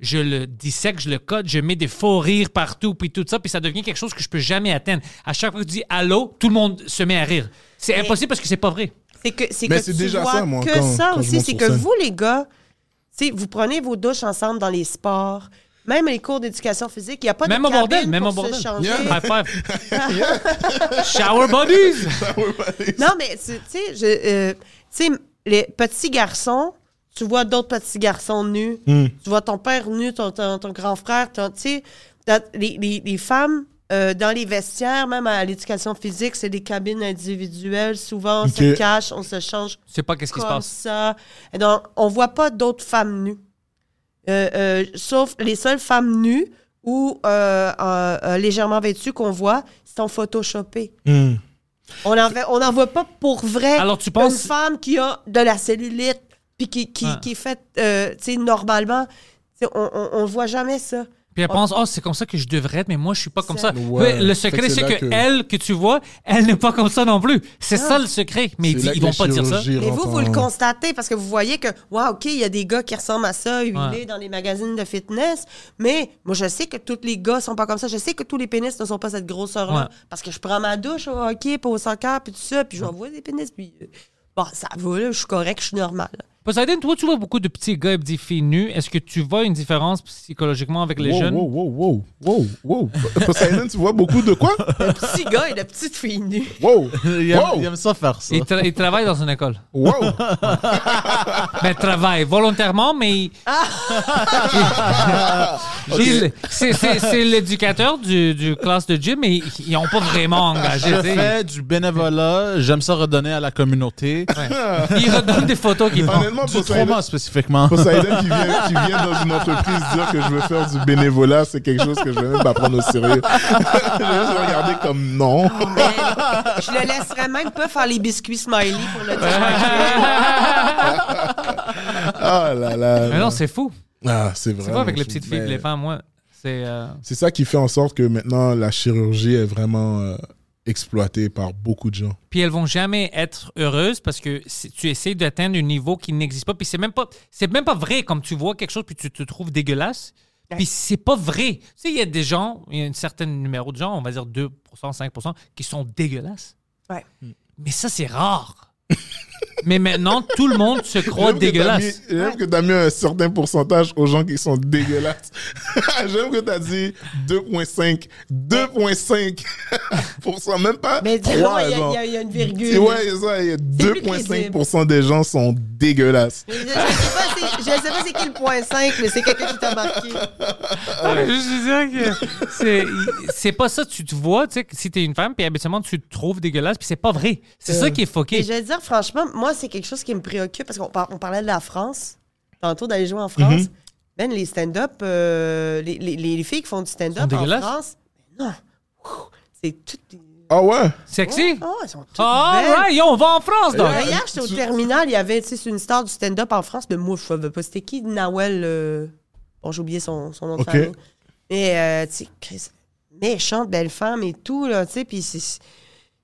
[SPEAKER 3] je le dissèque, je le code, je mets des faux rires partout, puis tout ça, puis ça devient quelque chose que je peux jamais atteindre. À chaque fois que tu dis allô, tout le monde se met à rire. C'est impossible parce que c'est pas vrai.
[SPEAKER 5] C'est que, c'est
[SPEAKER 4] Mais
[SPEAKER 5] que
[SPEAKER 4] c'est
[SPEAKER 5] tu
[SPEAKER 4] déjà
[SPEAKER 5] vois
[SPEAKER 4] ça, moi,
[SPEAKER 5] que
[SPEAKER 4] quand-
[SPEAKER 5] ça
[SPEAKER 4] quand je
[SPEAKER 5] aussi.
[SPEAKER 4] monte
[SPEAKER 5] C'est
[SPEAKER 4] sur
[SPEAKER 5] que
[SPEAKER 4] scène.
[SPEAKER 5] vous, les gars, tu sais, vous prenez vos douches ensemble dans les sports, même les cours d'éducation physique, il n'y a pas
[SPEAKER 3] Même
[SPEAKER 5] de
[SPEAKER 3] au bordel,
[SPEAKER 5] cabine
[SPEAKER 3] même au
[SPEAKER 5] pour se
[SPEAKER 3] bordel. Ah,
[SPEAKER 5] changer.
[SPEAKER 4] *laughs*
[SPEAKER 3] High five.
[SPEAKER 5] *laughs*
[SPEAKER 3] Shower buddies.
[SPEAKER 5] Non, mais c'est- tu sais, je, euh, tu sais, les petits garçons, tu vois d'autres petits garçons nus,
[SPEAKER 4] Hmm.
[SPEAKER 5] tu vois ton père nu, ton, ton- ton grand frère, ton- tu sais, t'as- les, les- les femmes. euh, dans les vestiaires, même à l'éducation physique, c'est des cabines individuelles. Souvent, on
[SPEAKER 4] Ok.
[SPEAKER 5] se cache, on se change
[SPEAKER 3] Je sais pas qu'est-ce qui se
[SPEAKER 5] comme
[SPEAKER 3] passe.
[SPEAKER 5] ça. Et donc, on voit pas d'autres femmes nues. Euh, euh, sauf les seules femmes nues ou euh, euh, euh, légèrement vêtues qu'on voit sont photoshopées.
[SPEAKER 4] Hmm.
[SPEAKER 5] On n'en on en voit pas pour vrai
[SPEAKER 3] Alors, tu penses- Ah.
[SPEAKER 5] une femme qui a de la cellulite puis qui, qui,
[SPEAKER 3] Ouais.
[SPEAKER 5] qui est faite euh, tu sais, normalement. Tu sais, on, on, on voit jamais ça.
[SPEAKER 3] Puis elle pense, oh, c'est comme ça que je devrais être, mais moi, je suis pas comme ça.
[SPEAKER 4] Ouais.
[SPEAKER 3] Mais le
[SPEAKER 4] Fait que
[SPEAKER 3] secret,
[SPEAKER 4] c'est
[SPEAKER 3] c'est
[SPEAKER 4] là
[SPEAKER 3] que,
[SPEAKER 4] que-
[SPEAKER 3] elle que tu vois, elle n'est pas comme ça non plus. C'est
[SPEAKER 5] Ah.
[SPEAKER 3] ça le secret. Mais ils,
[SPEAKER 4] C'est là
[SPEAKER 3] ils
[SPEAKER 4] que
[SPEAKER 3] vont
[SPEAKER 4] la
[SPEAKER 3] pas dire ça.
[SPEAKER 4] chirurgie
[SPEAKER 5] Mais vous,
[SPEAKER 4] rentre
[SPEAKER 5] vous le
[SPEAKER 4] en-
[SPEAKER 5] constatez parce que vous voyez que, wow, OK, il y a des gars qui ressemblent à ça, huilés
[SPEAKER 3] Ouais.
[SPEAKER 5] dans les magazines de fitness. Mais moi, je sais que tous les gars sont pas comme ça. Je sais que tous les pénis ne sont pas cette grosseur-là.
[SPEAKER 3] Ouais.
[SPEAKER 5] Parce que je prends ma douche au hockey, puis au soccer, puis tout ça, puis j'en vois des pénis. Puis, euh, bon, ça va, là, je suis correct, je suis normal.
[SPEAKER 3] Poseidon, toi, tu vois beaucoup de petits gars et petites filles nues. Est-ce que tu vois une différence psychologiquement avec les
[SPEAKER 4] Wow,
[SPEAKER 3] jeunes?
[SPEAKER 4] wow, wow, wow, wow, wow. Poseidon, tu vois beaucoup de quoi?
[SPEAKER 5] Le petit gars et la petite fille
[SPEAKER 3] *laughs*
[SPEAKER 5] nue.
[SPEAKER 4] *laughs* Wow,
[SPEAKER 6] Il aime,
[SPEAKER 4] wow,
[SPEAKER 6] il aime ça faire ça.
[SPEAKER 3] Ils tra- ils travaillent dans une école. *laughs*
[SPEAKER 4] wow.
[SPEAKER 3] Ben, travaille volontairement, mais. *laughs* Il- c'est- C'est c'est l'éducateur du, du classe de gym, mais ils n'ont pas vraiment engagé.
[SPEAKER 6] Je
[SPEAKER 3] tu sais.
[SPEAKER 6] fais du bénévolat, j'aime ça redonner à la communauté.
[SPEAKER 3] Ils redonnent des photos qu'ils font.
[SPEAKER 4] Honnêtement,
[SPEAKER 6] Du
[SPEAKER 4] Poseidon,
[SPEAKER 6] trauma spécifiquement.
[SPEAKER 4] Poseidon qui, vient, qui vient dans une entreprise dire que je veux faire du bénévolat, c'est quelque chose que je vais même pas prendre au sérieux. *laughs* je vais juste regarder comme non.
[SPEAKER 5] Mais je le laisserais même pas faire les biscuits smiley pour le dire.
[SPEAKER 4] Ah là là.
[SPEAKER 3] *laughs* Mais non, c'est fou.
[SPEAKER 4] Ah, c'est
[SPEAKER 3] C'est
[SPEAKER 4] vrai.
[SPEAKER 3] pas avec les petites filles et les femmes, moi. C'est. euh,
[SPEAKER 4] C'est ça qui fait en sorte que maintenant la chirurgie est vraiment euh, exploitée par beaucoup de gens.
[SPEAKER 3] Puis elles vont jamais être heureuses parce que si tu essaies d'atteindre un niveau qui n'existe pas. Puis c'est même pas, c'est même pas vrai comme tu vois quelque chose puis tu te trouves dégueulasse.
[SPEAKER 5] Ben.
[SPEAKER 3] Puis c'est pas vrai. Tu sais, il y a des gens, il y a un certain numéro de gens, on va dire 2%, 5%, qui sont dégueulasses.
[SPEAKER 5] Ouais.
[SPEAKER 4] Hmm.
[SPEAKER 3] Mais ça, c'est rare. *laughs* Mais maintenant, tout le monde se croit
[SPEAKER 4] J'aime que t'as
[SPEAKER 3] dégueulasse.
[SPEAKER 4] mis- J'aime que t'as mis un certain pourcentage aux gens qui sont
[SPEAKER 3] *laughs*
[SPEAKER 4] dégueulasses. J'aime que t'as dit 2,5. 2,5 pour cent, même pas
[SPEAKER 5] Mais dis-le,
[SPEAKER 4] 3,
[SPEAKER 5] il y a-
[SPEAKER 4] genre.
[SPEAKER 5] il y a- il y a une virgule.
[SPEAKER 4] C'est- Ouais, c'est ça, il y a
[SPEAKER 5] plus
[SPEAKER 4] 2,5% des gens sont dégueulasses.
[SPEAKER 5] Je, je sais pas c'est- je sais pas c'est qui le point 5, mais c'est quelqu'un qui t'a marqué.
[SPEAKER 4] Ah
[SPEAKER 3] Ah, Je veux dire que c'est- c'est pas ça. Tu te vois, tu sais, que si t'es une femme, puis habituellement, tu te trouves dégueulasse, puis c'est pas vrai. C'est ça qui est
[SPEAKER 5] Euh. Et
[SPEAKER 3] fucké.
[SPEAKER 5] je vais te dire, franchement, moi, c'est quelque chose qui me préoccupe parce qu'on par- on parlait de la France, tantôt d'aller
[SPEAKER 3] Mhm.
[SPEAKER 5] jouer en France. Ben, les stand-up, euh, les, les- les filles qui font du stand-up
[SPEAKER 3] Sont
[SPEAKER 5] en
[SPEAKER 3] dégueulasses?
[SPEAKER 5] France, ben non, Ouh, c'est toutes. des-
[SPEAKER 4] Ah ouais?
[SPEAKER 3] Sexy?
[SPEAKER 5] Oh, elles sont toutes.
[SPEAKER 3] Ah,
[SPEAKER 5] belles.
[SPEAKER 3] ouais, yo, on va en France, donc.
[SPEAKER 5] Euh, Hier, j'étais au terminal, il y avait, tu sais, c'est une star du stand-up en France, mais moi, je savais pas c'était qui, Nawel. euh, Bon, j'ai oublié son, son nom
[SPEAKER 4] Ok.
[SPEAKER 5] de famille. Mais, euh, tu sais, Chris, méchante, belle femme et tout, là, tu sais, puis c'est-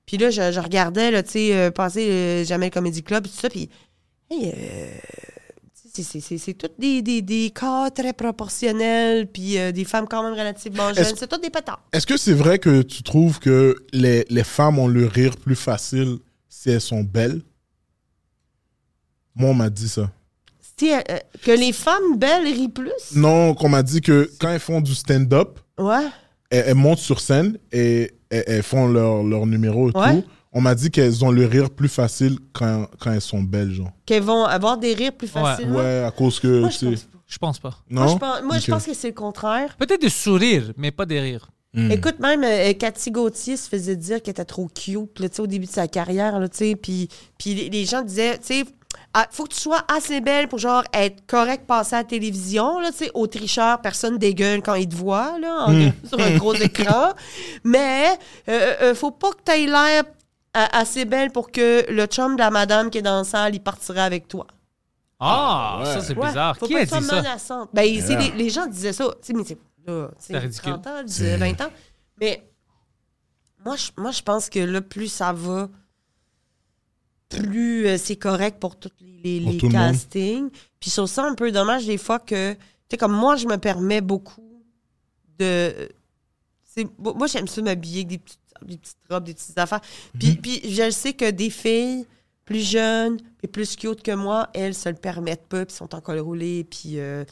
[SPEAKER 5] Puis là, je, je regardais, là, tu sais, euh, passer euh, Jamel Comedy Club, tout ça, puis... hey, euh, tu sais, c'est- c'est c'est toutes des, des, des cas très proportionnels, puis euh, des femmes quand même relativement jeunes.
[SPEAKER 4] Est-ce-
[SPEAKER 5] C'est toutes des pétards.
[SPEAKER 4] Est-ce que c'est vrai que tu trouves que les, les femmes ont le rire plus facile si elles sont belles? Moi, on m'a dit ça.
[SPEAKER 5] Tu sais, euh, que les femmes belles rient plus.
[SPEAKER 4] Non, qu'on m'a dit que quand elles font du stand-up,
[SPEAKER 5] Ouais.
[SPEAKER 4] elles, elles montent sur scène et elles, elles font leur, leur numéro et
[SPEAKER 5] Ouais.
[SPEAKER 4] tout. On m'a dit qu'elles ont le rire plus facile quand, quand elles sont belles, genre.
[SPEAKER 5] Qu'elles vont avoir des rires plus
[SPEAKER 3] Ouais.
[SPEAKER 5] facilement.
[SPEAKER 4] Ouais, à cause que.
[SPEAKER 5] Moi,
[SPEAKER 4] tu
[SPEAKER 5] je
[SPEAKER 4] sais-
[SPEAKER 5] pense pas.
[SPEAKER 3] Je pense pas.
[SPEAKER 4] Non?
[SPEAKER 5] Moi, je pense, moi, je
[SPEAKER 4] Ok.
[SPEAKER 5] pense que c'est le contraire.
[SPEAKER 3] Peut-être des sourires, mais pas des rires.
[SPEAKER 4] Hmm.
[SPEAKER 5] Écoute, même euh, Cathy Gauthier se faisait dire qu'elle était trop cute là, tu sais, au début de sa carrière. Là, tu sais, puis puis les, les gens disaient, tu sais, ah, faut que tu sois assez belle pour genre être correct, passer à la télévision. Là, tu sais, aux tricheurs, personne dégueule quand il te voit là, en-
[SPEAKER 4] Hmm.
[SPEAKER 5] *laughs* sur un
[SPEAKER 4] *laughs*
[SPEAKER 5] gros écran. Mais euh, euh, faut pas que tu aies l'air euh, assez belle pour que le chum de la madame qui est dans la salle, il partira avec toi.
[SPEAKER 3] Ah, ça, c'est
[SPEAKER 5] Ouais,
[SPEAKER 3] bizarre.
[SPEAKER 5] Faut
[SPEAKER 3] Qui
[SPEAKER 5] pas
[SPEAKER 3] a
[SPEAKER 5] que tu sois
[SPEAKER 3] dit ça?
[SPEAKER 5] menaçante. Ben, c'est les, les gens disaient ça. Tu sais, mais c'est là, tu sais,
[SPEAKER 3] C'est ridicule.
[SPEAKER 5] 30 ans, 10, 20 ans. Mais moi, je, moi, je pense que là, plus ça va, plus euh, c'est correct pour tous les, les,
[SPEAKER 4] Pour
[SPEAKER 5] les
[SPEAKER 4] tout le monde.
[SPEAKER 5] castings. Puis je trouve ça un peu dommage des fois que, tu sais, comme moi, je me permets beaucoup de. c'est- mo- Moi, j'aime ça m'habiller avec des petites, des petites robes, des petites affaires.
[SPEAKER 4] Mhm.
[SPEAKER 5] Puis, puis je le sais que des filles plus jeunes et plus cute que moi, elles se le permettent pas, puis sont en col roulé, puis euh,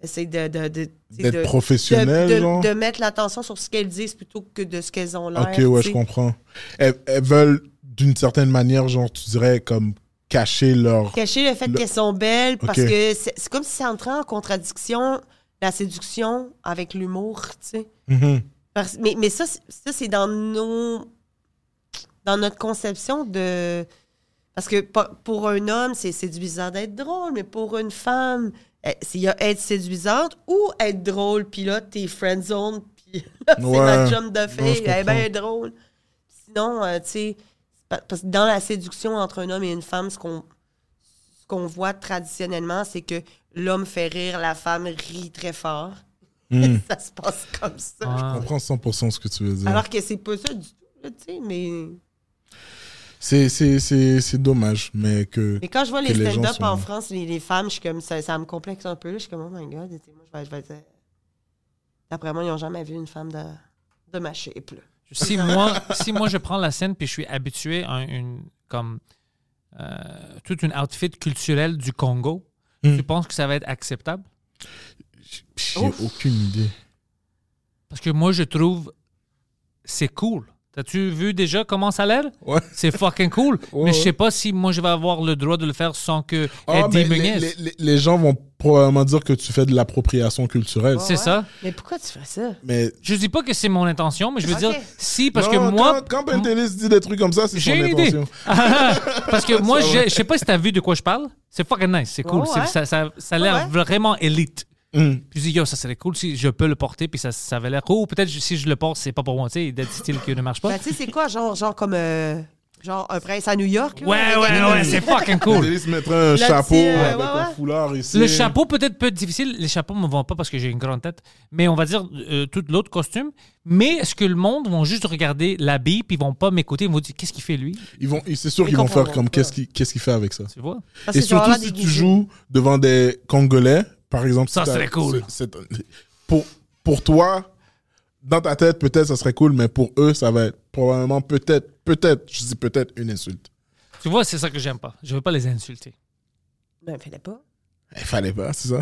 [SPEAKER 5] essayent de, de, de, tu sais,
[SPEAKER 4] D'être
[SPEAKER 5] de-
[SPEAKER 4] professionnel,
[SPEAKER 5] de- de-
[SPEAKER 4] genre.
[SPEAKER 5] de mettre l'attention sur ce qu'elles disent plutôt que de ce qu'elles ont l'air.
[SPEAKER 4] Ok, ouais,
[SPEAKER 5] tu
[SPEAKER 4] je
[SPEAKER 5] sais.
[SPEAKER 4] comprends. Elles, elles veulent, d'une certaine manière, genre, tu dirais, comme cacher leur.
[SPEAKER 5] Cacher le fait
[SPEAKER 4] Le-
[SPEAKER 5] qu'elles sont belles, parce
[SPEAKER 4] Ok.
[SPEAKER 5] que c'est c'est comme si ça entrait en contradiction la séduction avec l'humour, tu sais.
[SPEAKER 4] Mhm.
[SPEAKER 5] Parce- mais, mais ça, c'est- ça c'est dans nos. dans notre conception de. Parce que pa- pour un homme, c'est séduisant d'être drôle, mais pour une femme, eh, s'il y a être séduisante ou être drôle, puis là, t'es friend zone, *laughs* puis là, c'est
[SPEAKER 4] Ouais.
[SPEAKER 5] ma chum de
[SPEAKER 4] Non,
[SPEAKER 5] fille,
[SPEAKER 4] je
[SPEAKER 5] elle est bien
[SPEAKER 4] comprends.
[SPEAKER 5] drôle. Sinon, euh, tu sais, c'est pa- parce que dans la séduction entre un homme et une femme, ce qu'on ce qu'on voit traditionnellement, c'est que l'homme fait rire, la femme rit très fort.
[SPEAKER 4] Hmm.
[SPEAKER 5] *laughs* ça se passe comme ça.
[SPEAKER 3] Ah.
[SPEAKER 4] Je comprends 100% ce que tu veux dire.
[SPEAKER 5] Alors que c'est pas ça du tout, là, tu sais, mais...
[SPEAKER 4] C'est- C'est c'est- c'est dommage, mais que.
[SPEAKER 5] mais quand je vois
[SPEAKER 4] Que
[SPEAKER 5] les
[SPEAKER 4] les gens
[SPEAKER 5] stand-up
[SPEAKER 4] sont-
[SPEAKER 5] en France, les, les femmes, je suis comme, ça, ça me complexe un peu, là, je suis comme, oh my God, tu sais, moi, je vais, je vais dire... D'après moi, ils n'ont jamais vu une femme de, de ma shape, là.
[SPEAKER 3] Si moi, si moi, je prends la scène puis je suis habitué à une, comme, euh, toute une outfit culturelle du Congo,
[SPEAKER 4] Mm.
[SPEAKER 3] tu penses que ça va être acceptable?
[SPEAKER 4] J'ai aucune idée.
[SPEAKER 3] Parce que moi, je trouve c'est cool. T'as-tu vu déjà comment ça a l'air?
[SPEAKER 4] Ouais.
[SPEAKER 3] C'est fucking cool.
[SPEAKER 4] Ouais,
[SPEAKER 3] mais je
[SPEAKER 4] ouais.
[SPEAKER 3] sais pas si moi, je vais avoir le droit de le faire sans que
[SPEAKER 4] *laughs* Ah,
[SPEAKER 3] elle
[SPEAKER 4] mais les,
[SPEAKER 3] démunisse.
[SPEAKER 4] les- les- les gens vont probablement dire que tu fais de l'appropriation culturelle.
[SPEAKER 3] C'est ça.
[SPEAKER 5] Mais pourquoi tu fais ça?
[SPEAKER 4] Mais
[SPEAKER 3] Je dis pas que c'est mon intention, mais je veux
[SPEAKER 5] Ok.
[SPEAKER 3] dire, si, parce
[SPEAKER 4] Non,
[SPEAKER 3] que moi... hmm.
[SPEAKER 4] quand, quand Ben Tellis dit des trucs comme ça, c'est son
[SPEAKER 3] J'ai une idée.
[SPEAKER 4] intention.
[SPEAKER 3] *laughs* Parce que moi, je je sais pas si t'as vu de quoi je parle. C'est fucking nice, c'est cool.
[SPEAKER 5] Ouais,
[SPEAKER 3] C'est-
[SPEAKER 5] ouais.
[SPEAKER 3] Ça, ça- ça a l'air
[SPEAKER 5] Ouais,
[SPEAKER 3] vraiment élite.
[SPEAKER 4] Mm.
[SPEAKER 3] Puis je dis, yo, ça serait cool si je peux le porter, puis ça, ça avait l'air cool. Ou Peut-être si je le porte, c'est pas pour moi, tu sais, il y a des styles qui ne marchent pas.
[SPEAKER 5] Ben, tu sais, c'est quoi, genre, genre comme... euh, genre un prince à New York, là,
[SPEAKER 3] Ouais,
[SPEAKER 5] avec-
[SPEAKER 3] ouais, ouais, c'est fucking
[SPEAKER 4] *laughs* Ben
[SPEAKER 3] cool.
[SPEAKER 4] Tellis mettrait un
[SPEAKER 5] Là,
[SPEAKER 4] chapeau
[SPEAKER 5] c'est, euh,
[SPEAKER 4] avec
[SPEAKER 5] ouais,
[SPEAKER 4] un
[SPEAKER 5] ouais.
[SPEAKER 4] foulard ici.
[SPEAKER 3] Le chapeau peut-être peut être difficile. Les chapeaux me vont pas parce que j'ai une grande tête. Mais on va dire euh, tout l'autre costume. Mais est-ce que le monde vont juste regarder l'habit puis ils vont pas m'écouter, ils vont dire qu'est-ce qu'il fait lui,
[SPEAKER 4] Ils vont, c'est sûr
[SPEAKER 5] Ils
[SPEAKER 4] qu'ils vont faire
[SPEAKER 5] comprendront
[SPEAKER 4] comme
[SPEAKER 5] pas.
[SPEAKER 4] qu'est-ce qu'il qu'est-ce qu'il fait avec ça.
[SPEAKER 3] tu vois
[SPEAKER 5] Parce
[SPEAKER 4] Et
[SPEAKER 5] que tu vas
[SPEAKER 4] surtout
[SPEAKER 5] avoir
[SPEAKER 4] si
[SPEAKER 5] des
[SPEAKER 4] tu
[SPEAKER 5] guigous.
[SPEAKER 4] joues devant des Congolais, par exemple.
[SPEAKER 3] Ça
[SPEAKER 4] si t'as-
[SPEAKER 3] serait cool.
[SPEAKER 4] c'est- c'est- pour, pour toi, dans ta tête, peut-être ça serait cool, mais pour eux, ça va être probablement peut-être, peut-être, je dis peut-être une insulte.
[SPEAKER 3] Tu vois, c'est ça que j'aime pas. Je veux pas les insulter.
[SPEAKER 5] Ben, fais-le pas.
[SPEAKER 4] Il fallait pas, c'est ça?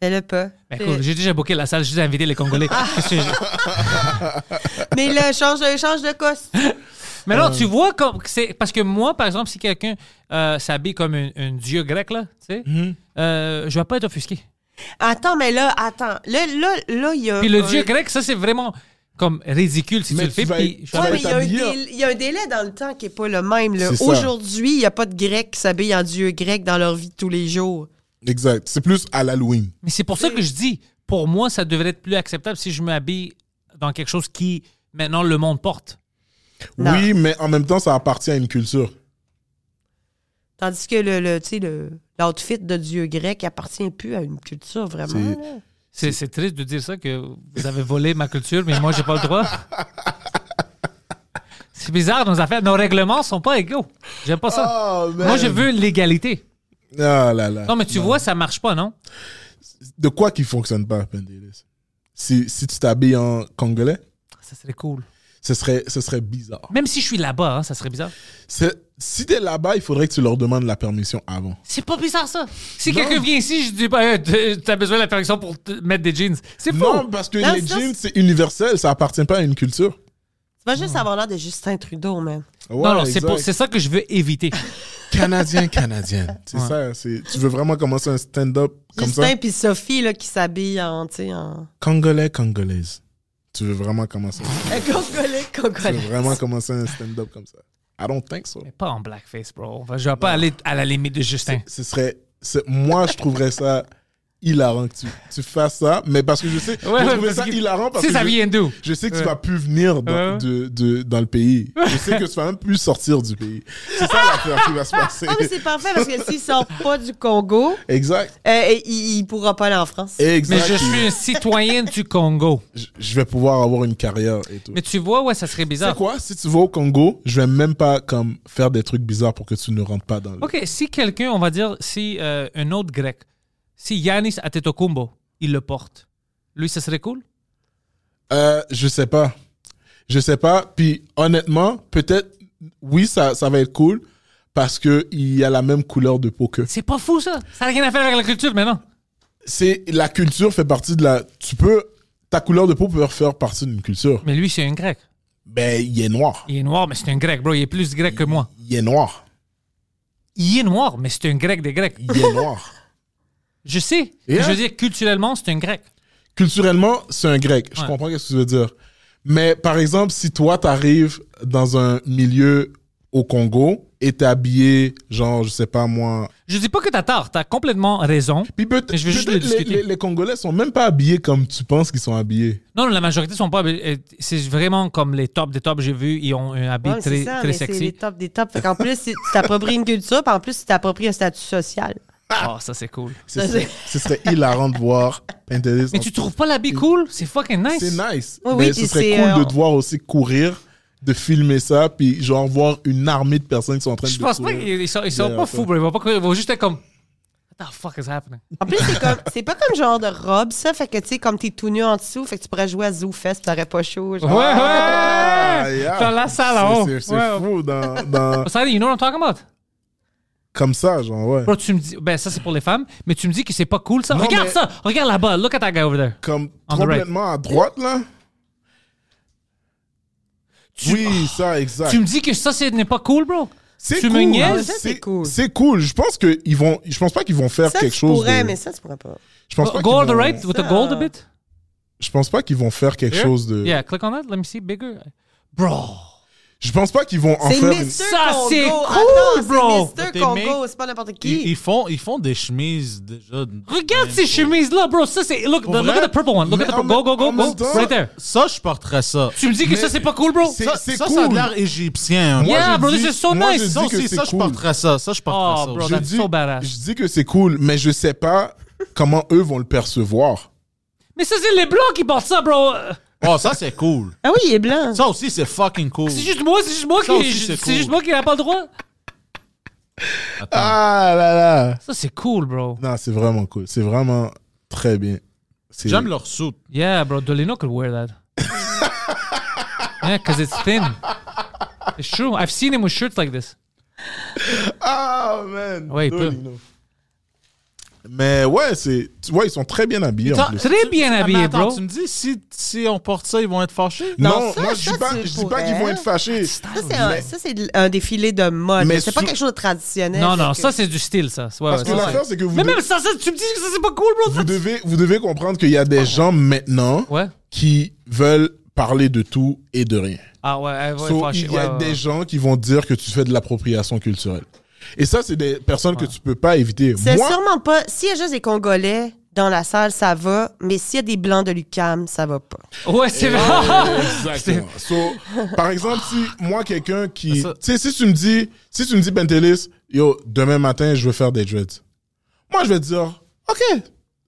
[SPEAKER 5] Fais-le pas.
[SPEAKER 3] Ben,
[SPEAKER 5] Fais-
[SPEAKER 3] cool, j'ai déjà booké la salle, j'ai juste invité les Congolais. Qu'est-ce que je-
[SPEAKER 5] Mais là, change, change de costume.
[SPEAKER 3] Mais
[SPEAKER 4] Euh.
[SPEAKER 3] non, tu vois, comme c'est parce que moi, par exemple, si quelqu'un euh, s'habille comme un, un dieu grec, là, tu sais,
[SPEAKER 4] Mhm.
[SPEAKER 3] euh, je vais pas être offusqué.
[SPEAKER 5] Attends, mais là, attends. Là, là, là, il y a.
[SPEAKER 3] Puis le
[SPEAKER 5] un-
[SPEAKER 3] dieu grec, ça, c'est vraiment comme ridicule si
[SPEAKER 4] Mais
[SPEAKER 3] tu le
[SPEAKER 4] tu
[SPEAKER 3] fais.
[SPEAKER 4] vas
[SPEAKER 3] puis
[SPEAKER 4] être-
[SPEAKER 3] je
[SPEAKER 4] Ouais,
[SPEAKER 5] Ouais, mais
[SPEAKER 3] vais-
[SPEAKER 5] il y, a un
[SPEAKER 4] Tabia.
[SPEAKER 5] délai- il y a un délai dans le temps qui n'est pas le même. là.
[SPEAKER 4] C'est ça.
[SPEAKER 5] Aujourd'hui, il n'y a pas de Grecs qui s'habillent en dieu grec dans leur vie de tous les jours.
[SPEAKER 4] Exact. C'est plus à l'Halloween.
[SPEAKER 3] Mais c'est pour ça que je dis, pour moi, ça devrait être plus acceptable si je m'habille dans quelque chose qui, maintenant, le monde porte.
[SPEAKER 5] Non.
[SPEAKER 4] Oui, mais en même temps, ça appartient à une culture.
[SPEAKER 5] Tandis que le, le, tu sais, le- l'outfit de dieu grec appartient plus à une culture, vraiment.
[SPEAKER 4] C'est-
[SPEAKER 5] là.
[SPEAKER 3] C'est c'est triste de dire ça, que vous avez volé ma culture, mais moi, j'ai pas le *laughs* droit. C'est bizarre, nos affaires, nos règlements sont pas égaux. J'aime pas ça.
[SPEAKER 4] Oh, man.
[SPEAKER 3] moi, je veux l'égalité.
[SPEAKER 4] Ah là là.
[SPEAKER 3] Non, mais tu vois, ça marche pas, non?
[SPEAKER 4] De quoi qui fonctionne pas, Pendelis? Si, si tu t'habilles en congolais,
[SPEAKER 3] Ça serait cool.
[SPEAKER 4] ce serait, ce serait bizarre.
[SPEAKER 3] Même si je suis là-bas, hein, ça serait bizarre.
[SPEAKER 4] C'est- Si t'es là-bas, il faudrait que tu leur demandes la permission avant.
[SPEAKER 3] C'est pas bizarre, ça. Si quelqu'un vient ici, je dis pas, Hey, t- t'as besoin de la permission pour te mettre des jeans. C'est faux.
[SPEAKER 4] Non, ben parce que
[SPEAKER 5] Non,
[SPEAKER 4] les
[SPEAKER 5] ça,
[SPEAKER 4] jeans, c'est universel, ça appartient pas à une culture.
[SPEAKER 5] Tu vas
[SPEAKER 4] Hmm.
[SPEAKER 5] juste avoir l'air de Justin Trudeau, man.
[SPEAKER 4] Ouais,
[SPEAKER 3] non, non, c'est
[SPEAKER 4] exact.
[SPEAKER 3] pour- c'est ça que je veux éviter.
[SPEAKER 4] *laughs* Canadien, canadienne. C'est ça. c'est- Tu veux vraiment commencer un stand-up comme ça?
[SPEAKER 5] Justin puis Sophie là, qui s'habillent en, tu sais, en...
[SPEAKER 4] Congolais, congolaise. Tu veux vraiment commencer?
[SPEAKER 5] Un Congolais,
[SPEAKER 4] Tu *laughs*
[SPEAKER 5] Congolais.
[SPEAKER 4] veux vraiment commencer un stand-up comme ça? I don't think so.
[SPEAKER 3] *laughs* Mais pas en blackface, bro. Enfin, je vais pas aller à la limite de Justin.
[SPEAKER 4] Ce serait. c'est- Moi, je trouverais ça hilarant que tu, tu fasses ça, mais parce que je sais.
[SPEAKER 3] Ouais,
[SPEAKER 4] je
[SPEAKER 3] ouais,
[SPEAKER 4] trouvais
[SPEAKER 3] parce
[SPEAKER 4] ça
[SPEAKER 3] que-
[SPEAKER 4] hilarant parce
[SPEAKER 3] Si
[SPEAKER 4] que.
[SPEAKER 3] ça
[SPEAKER 4] je-
[SPEAKER 3] vient d'où?
[SPEAKER 4] Je sais que tu
[SPEAKER 3] Ouais.
[SPEAKER 4] vas plus venir dans,
[SPEAKER 3] Ouais.
[SPEAKER 4] de- de- dans le pays. Je sais que tu vas même plus sortir du pays. C'est ça l'affaire qui va
[SPEAKER 3] *laughs*
[SPEAKER 4] se passer.
[SPEAKER 5] Ah, mais c'est parfait parce que s'il sort pas du Congo,
[SPEAKER 4] Exact.
[SPEAKER 5] euh, il, il pourra pas aller en France.
[SPEAKER 3] Mais
[SPEAKER 4] Exact.
[SPEAKER 3] je suis un citoyen du Congo.
[SPEAKER 4] Je- je vais pouvoir avoir une carrière et tout.
[SPEAKER 3] Mais tu vois, ouais, ça serait
[SPEAKER 4] Tu sais
[SPEAKER 3] bizarre.
[SPEAKER 4] quoi? Si tu vas au Congo, je vais même pas comme faire des trucs bizarres pour que tu ne rentres pas dans le.
[SPEAKER 3] OK, si quelqu'un, on va dire, si euh, un autre grec, si Yanis Atetokounmpo, il le porte, lui, ça serait cool?
[SPEAKER 4] Euh, je sais pas. Je sais pas. Puis honnêtement, peut-être, oui, ça, ça va être cool parce que il a la même couleur de peau que.
[SPEAKER 3] C'est pas fou, ça. Ça n'a rien à faire avec la culture, maintenant.
[SPEAKER 4] C'est la culture fait partie de la. Tu peux. Ta couleur de peau peut faire partie d'une culture.
[SPEAKER 3] Mais lui, c'est un grec.
[SPEAKER 4] Ben, il est noir.
[SPEAKER 3] Il est noir, mais c'est un grec, bro. Il est plus grec que moi.
[SPEAKER 4] Il est noir.
[SPEAKER 3] Il est noir, mais c'est un grec des grecs.
[SPEAKER 4] Il est noir.
[SPEAKER 3] Je sais.
[SPEAKER 4] Yeah.
[SPEAKER 3] Je veux dire, culturellement, c'est un grec.
[SPEAKER 4] Culturellement, c'est un grec. Je
[SPEAKER 3] Ouais.
[SPEAKER 4] comprends ce que tu veux dire. Mais par exemple, si toi, t'arrives dans un milieu au Congo et t'es habillé, genre, je sais pas moi.
[SPEAKER 3] Je dis pas que t'as tort. T'as complètement raison.
[SPEAKER 4] Puis peut-
[SPEAKER 3] Mais je vais juste
[SPEAKER 4] peut-être
[SPEAKER 3] le
[SPEAKER 4] les,
[SPEAKER 3] discuter.
[SPEAKER 4] les- les Congolais sont même pas habillés comme tu penses qu'ils sont habillés.
[SPEAKER 3] Non, non, la majorité sont pas. euh, C'est vraiment comme les tops des tops j'ai vu. Ils ont un habit
[SPEAKER 5] Ouais, mais
[SPEAKER 3] très,
[SPEAKER 5] c'est ça,
[SPEAKER 3] très
[SPEAKER 5] mais C'est les
[SPEAKER 3] sexy.
[SPEAKER 5] tops des tops. Fait qu'en plus, c'est- tu t'appropries une culture, puis en plus, tu t'appropries un statut social.
[SPEAKER 3] Ah, ça c'est cool.
[SPEAKER 4] Ce
[SPEAKER 5] Ça,
[SPEAKER 4] serait, ce serait hilarant de voir Pinterest.
[SPEAKER 3] Mais tu trouves pas l'habit cool C'est fucking nice.
[SPEAKER 4] C'est nice.
[SPEAKER 5] Oui, oui,
[SPEAKER 4] mais
[SPEAKER 5] puis
[SPEAKER 4] ce serait
[SPEAKER 5] c'est,
[SPEAKER 4] cool
[SPEAKER 5] euh,
[SPEAKER 4] de te voir aussi courir, de filmer ça, puis genre voir une armée de personnes qui sont en train
[SPEAKER 3] Je
[SPEAKER 4] de
[SPEAKER 3] pense pas
[SPEAKER 4] courir.
[SPEAKER 3] qu'ils sont, ils sont
[SPEAKER 4] derrière
[SPEAKER 3] pas
[SPEAKER 4] ça.
[SPEAKER 3] fous, bro. Ils vont, pas, courir, ils vont juste être comme. What the fuck is happening
[SPEAKER 5] En plus, c'est comme, c'est pas comme genre de robe, ça. Fait que, tu sais, comme t'es tout nu en dessous, fait que tu pourrais jouer à Zoo Fest, t'aurais pas chaud.
[SPEAKER 3] Ouais,
[SPEAKER 5] genre.
[SPEAKER 3] ouais!
[SPEAKER 4] Ah, yeah.
[SPEAKER 3] Dans la salle
[SPEAKER 4] C'est-
[SPEAKER 3] en haut.
[SPEAKER 4] C'est c'est
[SPEAKER 3] Ouais.
[SPEAKER 4] fou dans, dans-
[SPEAKER 3] Sorry, you know what I'm talking about?
[SPEAKER 4] comme ça, genre, ouais.
[SPEAKER 3] Bro, tu me dis. Ben, ça, c'est pour les femmes, mais tu me dis que c'est pas cool, ça.
[SPEAKER 4] Non,
[SPEAKER 3] regarde
[SPEAKER 4] mais-
[SPEAKER 3] ça! Regarde là-bas. Look at that guy over there.
[SPEAKER 4] Comme
[SPEAKER 3] On the right.
[SPEAKER 4] complètement à droite, là.
[SPEAKER 3] Tu-
[SPEAKER 4] oui, Ah, ça, exact.
[SPEAKER 3] Tu me dis que ça, ce n'est pas cool, bro?
[SPEAKER 4] C'est
[SPEAKER 3] tu
[SPEAKER 4] cool. hein.
[SPEAKER 3] me niaises?
[SPEAKER 5] Ça, c'est cool.
[SPEAKER 4] C'est cool. Je pense que ils vont. Je pense pas qu'ils vont faire
[SPEAKER 5] Ça,
[SPEAKER 4] quelque
[SPEAKER 5] tu
[SPEAKER 4] chose.
[SPEAKER 5] pourrais,
[SPEAKER 4] de-
[SPEAKER 5] mais ça, tu pourrais pas.
[SPEAKER 4] Je pense pas
[SPEAKER 3] Go on
[SPEAKER 4] qu'ils
[SPEAKER 3] the
[SPEAKER 4] vont-
[SPEAKER 3] right with the gold a bit?
[SPEAKER 4] Je pense pas qu'ils vont faire quelque
[SPEAKER 3] Here?
[SPEAKER 4] chose de.
[SPEAKER 3] Yeah, click on that. Let me see bigger. Bro!
[SPEAKER 4] Je pense pas qu'ils vont en
[SPEAKER 5] C'est
[SPEAKER 4] faire. une-
[SPEAKER 5] Mister
[SPEAKER 3] Ça,
[SPEAKER 5] Congo.
[SPEAKER 3] c'est cool,
[SPEAKER 5] Attends,
[SPEAKER 3] bro.
[SPEAKER 5] c'est Mister
[SPEAKER 6] T'es
[SPEAKER 5] Congo,
[SPEAKER 6] mec.
[SPEAKER 5] c'est pas n'importe
[SPEAKER 6] *laughs* Ils, ils
[SPEAKER 5] qui.
[SPEAKER 6] font, ils font des chemises déjà.
[SPEAKER 3] Regarde ces chemises-là, bro. Ça, c'est. Look, the-
[SPEAKER 6] Pour
[SPEAKER 3] look
[SPEAKER 6] vrai?
[SPEAKER 3] at the purple one. Look
[SPEAKER 4] Mais
[SPEAKER 3] at the
[SPEAKER 4] en
[SPEAKER 3] purple. Go, go,
[SPEAKER 4] même- en
[SPEAKER 3] go,
[SPEAKER 4] même
[SPEAKER 3] go.
[SPEAKER 4] temps-
[SPEAKER 3] Right there.
[SPEAKER 6] Ça, je porterais ça.
[SPEAKER 3] Tu me dis que ça, c'est pas cool, bro?
[SPEAKER 4] C'est-
[SPEAKER 6] Ça,
[SPEAKER 4] c'est
[SPEAKER 6] ça, ça a
[SPEAKER 4] cool.
[SPEAKER 6] l'air égyptien.
[SPEAKER 4] Moi,
[SPEAKER 3] Yeah,
[SPEAKER 4] je
[SPEAKER 3] bro,
[SPEAKER 4] dis-
[SPEAKER 3] this is so
[SPEAKER 4] moi, je
[SPEAKER 3] nice.
[SPEAKER 4] dis
[SPEAKER 6] Ça
[SPEAKER 4] que
[SPEAKER 6] aussi,
[SPEAKER 4] c'est
[SPEAKER 6] ça, je
[SPEAKER 4] cool.
[SPEAKER 6] porterais ça. Ça, je porterais
[SPEAKER 3] Oh,
[SPEAKER 6] ça.
[SPEAKER 3] bro,
[SPEAKER 6] aussi.
[SPEAKER 4] Je
[SPEAKER 3] That's
[SPEAKER 4] dis,
[SPEAKER 3] so badass.
[SPEAKER 4] je dis que c'est cool, mais je sais pas comment eux vont le percevoir.
[SPEAKER 3] Mais ça, c'est les blancs qui portent ça, bro. Euh,
[SPEAKER 6] Oh, ça, c'est cool.
[SPEAKER 5] Ah oui, il est blanc.
[SPEAKER 6] Ça aussi, c'est fucking cool.
[SPEAKER 3] C'est juste moi, c'est juste moi
[SPEAKER 6] Ça
[SPEAKER 3] qui.
[SPEAKER 6] aussi,
[SPEAKER 3] je-
[SPEAKER 6] c'est
[SPEAKER 3] C'est
[SPEAKER 6] cool.
[SPEAKER 3] juste moi qui n'a pas le droit.
[SPEAKER 6] Attends.
[SPEAKER 4] Ah là là. Ah
[SPEAKER 3] Ça, c'est cool, bro.
[SPEAKER 4] Non, c'est vraiment cool. C'est vraiment très bien. c'est-
[SPEAKER 6] J'aime leur suit.
[SPEAKER 3] Yeah, bro, Dolino could wear that. yeah, because it's thin. It's true. I've seen him with shirts like this.
[SPEAKER 4] Ah, man!
[SPEAKER 3] Ouais, il peut.
[SPEAKER 4] Dolino. Mais ouais, c'est. tu vois, ils sont très bien habillés en plus.
[SPEAKER 3] Très bien
[SPEAKER 6] Ah, mais
[SPEAKER 3] habillé,
[SPEAKER 6] attends,
[SPEAKER 3] bro.
[SPEAKER 6] Tu me dis, si, si on porte ça, ils vont être fâchés?
[SPEAKER 4] Non,
[SPEAKER 5] ça,
[SPEAKER 4] moi, je
[SPEAKER 5] ça,
[SPEAKER 4] dis pas,
[SPEAKER 5] c'est
[SPEAKER 4] je dis
[SPEAKER 5] pour
[SPEAKER 4] pas qu'ils vont
[SPEAKER 5] elle.
[SPEAKER 4] être fâchés.
[SPEAKER 5] Ça, c'est un, ça, c'est de- un défilé de mode.
[SPEAKER 4] Mais
[SPEAKER 5] C'est pas
[SPEAKER 4] sou-
[SPEAKER 5] quelque chose de traditionnel.
[SPEAKER 3] Non, non,
[SPEAKER 5] que-
[SPEAKER 3] ça, c'est du style, ça. Ouais,
[SPEAKER 4] Parce
[SPEAKER 3] ouais, ça,
[SPEAKER 4] que l'affaire,
[SPEAKER 3] c'est-
[SPEAKER 4] c'est que vous,
[SPEAKER 3] Mais
[SPEAKER 4] de-
[SPEAKER 3] même ça, ça, tu me dis que ça, c'est pas cool, bro.
[SPEAKER 4] vous, devez, vous devez comprendre qu'il y a des gens maintenant
[SPEAKER 3] Ouais.
[SPEAKER 4] qui veulent parler de tout et de rien.
[SPEAKER 3] Ah, ouais, ouais, ouais,
[SPEAKER 4] So,
[SPEAKER 3] fâché,
[SPEAKER 4] il y a
[SPEAKER 3] ouais, ouais,
[SPEAKER 4] des
[SPEAKER 3] ouais.
[SPEAKER 4] gens qui vont dire que tu fais de l'appropriation culturelle. Et ça, c'est des personnes que tu peux pas éviter.
[SPEAKER 5] C'est
[SPEAKER 4] Moi,
[SPEAKER 5] sûrement pas. S'il y a juste des Congolais dans la salle, ça va. Mais s'il y a des Blancs de l'UCAM, ça va pas.
[SPEAKER 3] Ouais, c'est
[SPEAKER 4] Oh. *laughs*
[SPEAKER 3] vrai.
[SPEAKER 4] Exactement. So, par exemple, si moi, quelqu'un qui. Tu
[SPEAKER 6] Ça-
[SPEAKER 4] sais, si tu me dis, si tu me dis, Bentelis, yo, demain matin, je veux faire des dreads. Moi, je vais te dire, OK,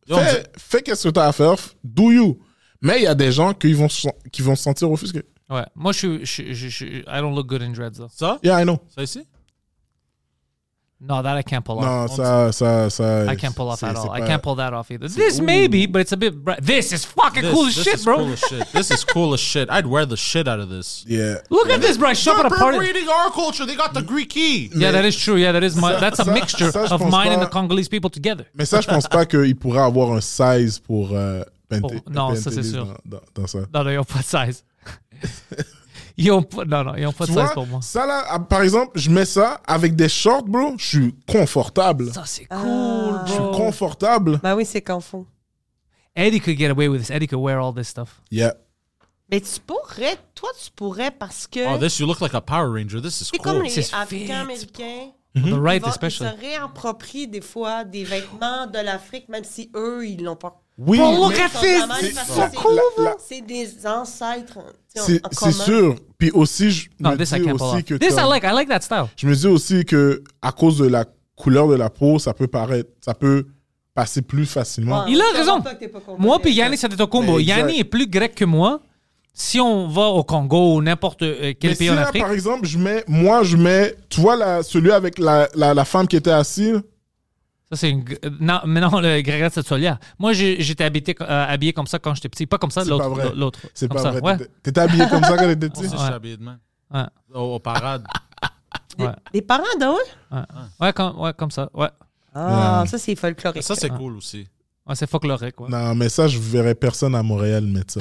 [SPEAKER 6] Yo, on
[SPEAKER 4] fais, fais qu'est-ce que tu as à faire, f- do you. Mais il y a des gens qui vont, se- qui vont se sentir offusqués.
[SPEAKER 3] Ouais, moi, je suis. je- je- je- I don't look good in dreads, though.
[SPEAKER 6] Ça?
[SPEAKER 4] Yeah, I know.
[SPEAKER 6] Ça ici?
[SPEAKER 3] No, that I can't pull off.
[SPEAKER 4] Non, ça, ça, ça.
[SPEAKER 3] I can't pull off
[SPEAKER 4] c'est-
[SPEAKER 3] at
[SPEAKER 4] c'est
[SPEAKER 3] all. I
[SPEAKER 4] pas-
[SPEAKER 3] can't pull that off either. This maybe, but it's a bit. bra- This is fucking cool as
[SPEAKER 6] this
[SPEAKER 3] shit,
[SPEAKER 6] is
[SPEAKER 3] bro.
[SPEAKER 6] Cool as shit. This is cool as shit. I'd wear the shit out of this.
[SPEAKER 4] Yeah.
[SPEAKER 3] Look at this, bro. I shop at a party.
[SPEAKER 6] our culture. They got the Greek key.
[SPEAKER 3] Yeah, that is true. Yeah, that is my.
[SPEAKER 4] Ça-
[SPEAKER 3] that's a
[SPEAKER 4] ça-
[SPEAKER 3] mixture
[SPEAKER 4] ça, je
[SPEAKER 3] of
[SPEAKER 4] pense
[SPEAKER 3] mine and
[SPEAKER 4] pas.
[SPEAKER 3] the Congolese people together.
[SPEAKER 4] Mais ça, je pense pas qu'il pourrait avoir un size pour euh, Pente-
[SPEAKER 3] Pour- non, ça, c'est
[SPEAKER 4] Pentelis
[SPEAKER 3] sûr.
[SPEAKER 4] Dans, dans- dans ça.
[SPEAKER 3] Non, non, ils ont pas de size. *laughs* ils ont pas, non, non, ils ont pas de
[SPEAKER 4] Tu
[SPEAKER 3] size
[SPEAKER 4] vois,
[SPEAKER 3] pour moi.
[SPEAKER 4] ça là, ah, par exemple, je mets ça avec des shorts, bro. Je suis confortable.
[SPEAKER 3] Ça, c'est cool,
[SPEAKER 4] Je suis
[SPEAKER 3] bro.
[SPEAKER 4] confortable.
[SPEAKER 5] Ben oui, c'est confond.
[SPEAKER 3] Eddie could get away with this. Eddie could wear all this stuff.
[SPEAKER 4] Yeah.
[SPEAKER 5] Mais tu pourrais, toi, tu pourrais parce que
[SPEAKER 6] Oh, this you look like a Power Ranger. This is
[SPEAKER 5] c'est
[SPEAKER 6] cool.
[SPEAKER 5] comme les
[SPEAKER 3] Ah, C'est
[SPEAKER 5] Africains-Américains.
[SPEAKER 3] For
[SPEAKER 4] Mm-hmm.
[SPEAKER 3] the right,
[SPEAKER 5] Ils vont-
[SPEAKER 3] especially.
[SPEAKER 5] Ils se réapproprient des fois des vêtements de l'Afrique, même si eux, ils l'ont pas.
[SPEAKER 4] Oui,
[SPEAKER 3] Bro, look
[SPEAKER 4] mais
[SPEAKER 3] at this.
[SPEAKER 5] Contrairement,
[SPEAKER 4] C'est-
[SPEAKER 5] parce que
[SPEAKER 4] c'est- la- la-
[SPEAKER 5] C'est des ancêtres. tu sais,
[SPEAKER 4] c'est
[SPEAKER 5] en
[SPEAKER 4] c'est
[SPEAKER 5] commun.
[SPEAKER 4] sûr. Puis aussi, je
[SPEAKER 3] No,
[SPEAKER 4] me
[SPEAKER 3] Ah, this I
[SPEAKER 4] dis
[SPEAKER 3] can't pull
[SPEAKER 4] aussi
[SPEAKER 3] off.
[SPEAKER 4] que
[SPEAKER 3] This I
[SPEAKER 4] comme-
[SPEAKER 3] like. I like that style.
[SPEAKER 4] je me dis aussi que à cause de la couleur de la peau, ça peut paraître, ça peut passer plus facilement.
[SPEAKER 5] Ouais.
[SPEAKER 3] Il a
[SPEAKER 5] Je
[SPEAKER 3] raison.
[SPEAKER 5] comprends pas que Ah, t'es pas convaincu.
[SPEAKER 3] Moi puis Yanni Sadetokumbo.
[SPEAKER 4] Mais exact.
[SPEAKER 3] Yanni est plus grec que moi. Si on va au Congo ou n'importe euh, quel
[SPEAKER 4] Mais
[SPEAKER 3] pays
[SPEAKER 4] si
[SPEAKER 3] en
[SPEAKER 4] là,
[SPEAKER 3] Afrique,
[SPEAKER 4] par exemple, je mets, moi, je mets, tu vois la, celui avec la, la, la femme qui était assise.
[SPEAKER 3] ça c'est une... g- euh, Non, mais non, le Grégoire Satsolia. Moi, j'ai- j'étais habité, euh, habillé comme ça quand j'étais petit. Pas comme ça,
[SPEAKER 4] C'est pas
[SPEAKER 3] l'autre.
[SPEAKER 4] vrai.
[SPEAKER 3] l'autre.
[SPEAKER 4] C'est
[SPEAKER 3] Comme
[SPEAKER 4] pas
[SPEAKER 3] ça.
[SPEAKER 4] vrai.
[SPEAKER 3] Ouais.
[SPEAKER 4] T'étais- T'étais habillé comme ça quand t'étais petit.
[SPEAKER 6] Moi aussi,
[SPEAKER 3] *laughs*
[SPEAKER 6] je
[SPEAKER 3] Ouais.
[SPEAKER 6] suis habillé de même.
[SPEAKER 3] Ouais.
[SPEAKER 6] Au, au Oh, parade.
[SPEAKER 5] Des parents d'eux?
[SPEAKER 3] Ouais. Ouais, comme, ouais, comme ça. Ouais.
[SPEAKER 5] Ah,
[SPEAKER 4] Yeah.
[SPEAKER 5] ça, c'est folklorique.
[SPEAKER 6] ça, c'est cool aussi.
[SPEAKER 3] Ouais, c'est folklorique. Ouais.
[SPEAKER 4] Non, mais ça, je verrais personne à Montréal mettre
[SPEAKER 3] *laughs*
[SPEAKER 4] ça.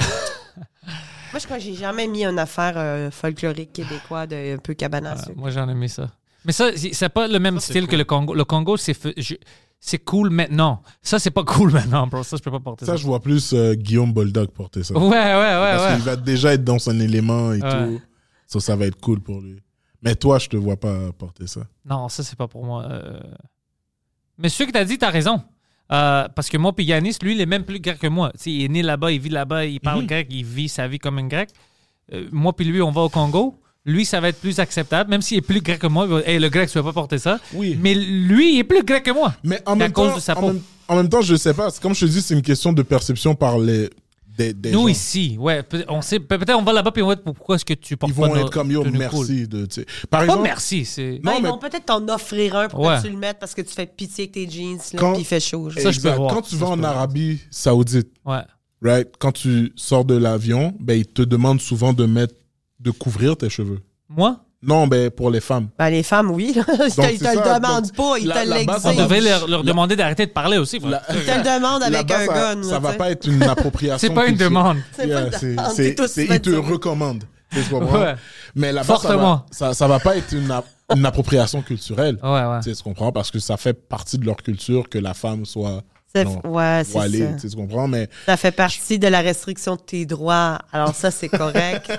[SPEAKER 5] Moi, je crois que j'ai jamais mis une affaire euh, folklorique québécois de un peu cabane à sucre.
[SPEAKER 3] Moi, j'en ai mis ça. Mais ça, c'est c'est pas le même
[SPEAKER 6] c'est
[SPEAKER 3] style que
[SPEAKER 6] cool.
[SPEAKER 3] le Congo. Le Congo, c'est fe- je- c'est cool maintenant. Ça, c'est pas *laughs* cool maintenant, bro. Ça, je peux pas porter ça.
[SPEAKER 4] ça, je vois plus euh, Guillaume Boldock porter ça.
[SPEAKER 3] Ouais, ouais, ouais,
[SPEAKER 4] Parce
[SPEAKER 3] ouais.
[SPEAKER 4] qu'il va déjà être dans son élément et
[SPEAKER 3] Ouais.
[SPEAKER 4] tout. Ça, ça va être cool pour lui. Mais toi, je te vois pas porter ça.
[SPEAKER 3] Non, ça, c'est pas pour moi. euh. Mais ce que t'as dit, t'as raison. Euh, parce que moi, puis Yanis, lui, il est même plus grec que moi. Tu sais, il est né là-bas, il vit là-bas, il parle
[SPEAKER 4] Mhm.
[SPEAKER 3] grec, il vit sa vie comme un grec. Euh, moi, puis lui, on va au Congo. Lui, ça va être plus acceptable, même s'il est plus grec que moi. il va- Hey, le grec, tu vas pas porter ça.
[SPEAKER 4] Oui.
[SPEAKER 3] Mais lui, il est plus grec que moi.
[SPEAKER 4] Mais en
[SPEAKER 3] C'est à
[SPEAKER 4] même
[SPEAKER 3] cause
[SPEAKER 4] temps,
[SPEAKER 3] de sa peau.
[SPEAKER 4] en même, en même temps, je sais pas. C'est Comme je te dis, c'est une question de perception par les des, des
[SPEAKER 3] Nous
[SPEAKER 4] gens.
[SPEAKER 3] ici, ouais, peut- on sait, peut- peut-être on va là-bas puis on va être pourquoi est-ce que tu portes
[SPEAKER 4] Ils vont
[SPEAKER 3] pas
[SPEAKER 4] être comme yo, merci de. tu sais. Par
[SPEAKER 3] Pas
[SPEAKER 4] exemple,
[SPEAKER 3] Oh, merci, c'est
[SPEAKER 4] Non,
[SPEAKER 5] Ben, ils
[SPEAKER 4] mais-
[SPEAKER 5] vont peut-être t'en offrir un pour
[SPEAKER 3] Ouais.
[SPEAKER 5] que tu le mettes parce que tu fais pitié avec tes jeans, là,
[SPEAKER 4] Quand-
[SPEAKER 5] puis il fait chaud. genre.
[SPEAKER 3] Ça, je peux
[SPEAKER 4] exact.
[SPEAKER 3] voir.
[SPEAKER 4] Quand tu
[SPEAKER 3] Ça,
[SPEAKER 4] vas
[SPEAKER 3] je
[SPEAKER 4] en
[SPEAKER 3] peux voir.
[SPEAKER 4] Arabie Saoudite,
[SPEAKER 3] ouais,
[SPEAKER 4] right, quand tu sors de l'avion, ben ils te demandent souvent de mettre, de couvrir tes cheveux.
[SPEAKER 3] moi.
[SPEAKER 4] Non, ben pour les femmes.
[SPEAKER 5] Ben, les femmes, oui. *laughs* là. ils te,
[SPEAKER 4] c'est
[SPEAKER 5] ils te
[SPEAKER 4] ça,
[SPEAKER 5] le
[SPEAKER 4] donc,
[SPEAKER 5] demandent pas, ils
[SPEAKER 4] la-
[SPEAKER 5] te
[SPEAKER 4] la base, on
[SPEAKER 3] On
[SPEAKER 4] Ouais.
[SPEAKER 5] l'exigent.
[SPEAKER 3] devait leur, leur
[SPEAKER 4] La-
[SPEAKER 3] demander d'arrêter de parler aussi. faut-
[SPEAKER 4] La-
[SPEAKER 5] Ils te le demandent avec
[SPEAKER 4] Là-bas,
[SPEAKER 5] un
[SPEAKER 4] ça,
[SPEAKER 5] gun.
[SPEAKER 4] ça
[SPEAKER 5] là,
[SPEAKER 4] va
[SPEAKER 5] tu
[SPEAKER 4] pas
[SPEAKER 5] sais.
[SPEAKER 4] être
[SPEAKER 5] *laughs*
[SPEAKER 4] une appropriation.
[SPEAKER 3] C'est pas une
[SPEAKER 4] culturelle.
[SPEAKER 3] demande.
[SPEAKER 5] C'est pas
[SPEAKER 4] Yeah,
[SPEAKER 5] une
[SPEAKER 4] c'est-
[SPEAKER 5] demande,
[SPEAKER 4] c'est-
[SPEAKER 5] t'es tous
[SPEAKER 4] c'est- Ils te
[SPEAKER 5] vêtements.
[SPEAKER 4] recommandent. Tu comprends?
[SPEAKER 3] Ouais.
[SPEAKER 4] Mais là-bas, ça
[SPEAKER 3] Fortement.
[SPEAKER 4] va, ça, ça va pas être une, ap- une appropriation culturelle.
[SPEAKER 3] Ouais, ouais.
[SPEAKER 4] Tu sais, tu comprends? Parce que ça fait partie de leur culture que la femme soit
[SPEAKER 5] Ça-
[SPEAKER 4] non,
[SPEAKER 5] ouais, c'est
[SPEAKER 4] voilée.
[SPEAKER 5] ça.
[SPEAKER 4] Tu sais, tu comprends? Mais
[SPEAKER 5] Ça fait partie de la restriction de tes droits. Alors ça, c'est
[SPEAKER 4] *laughs*
[SPEAKER 5] correct.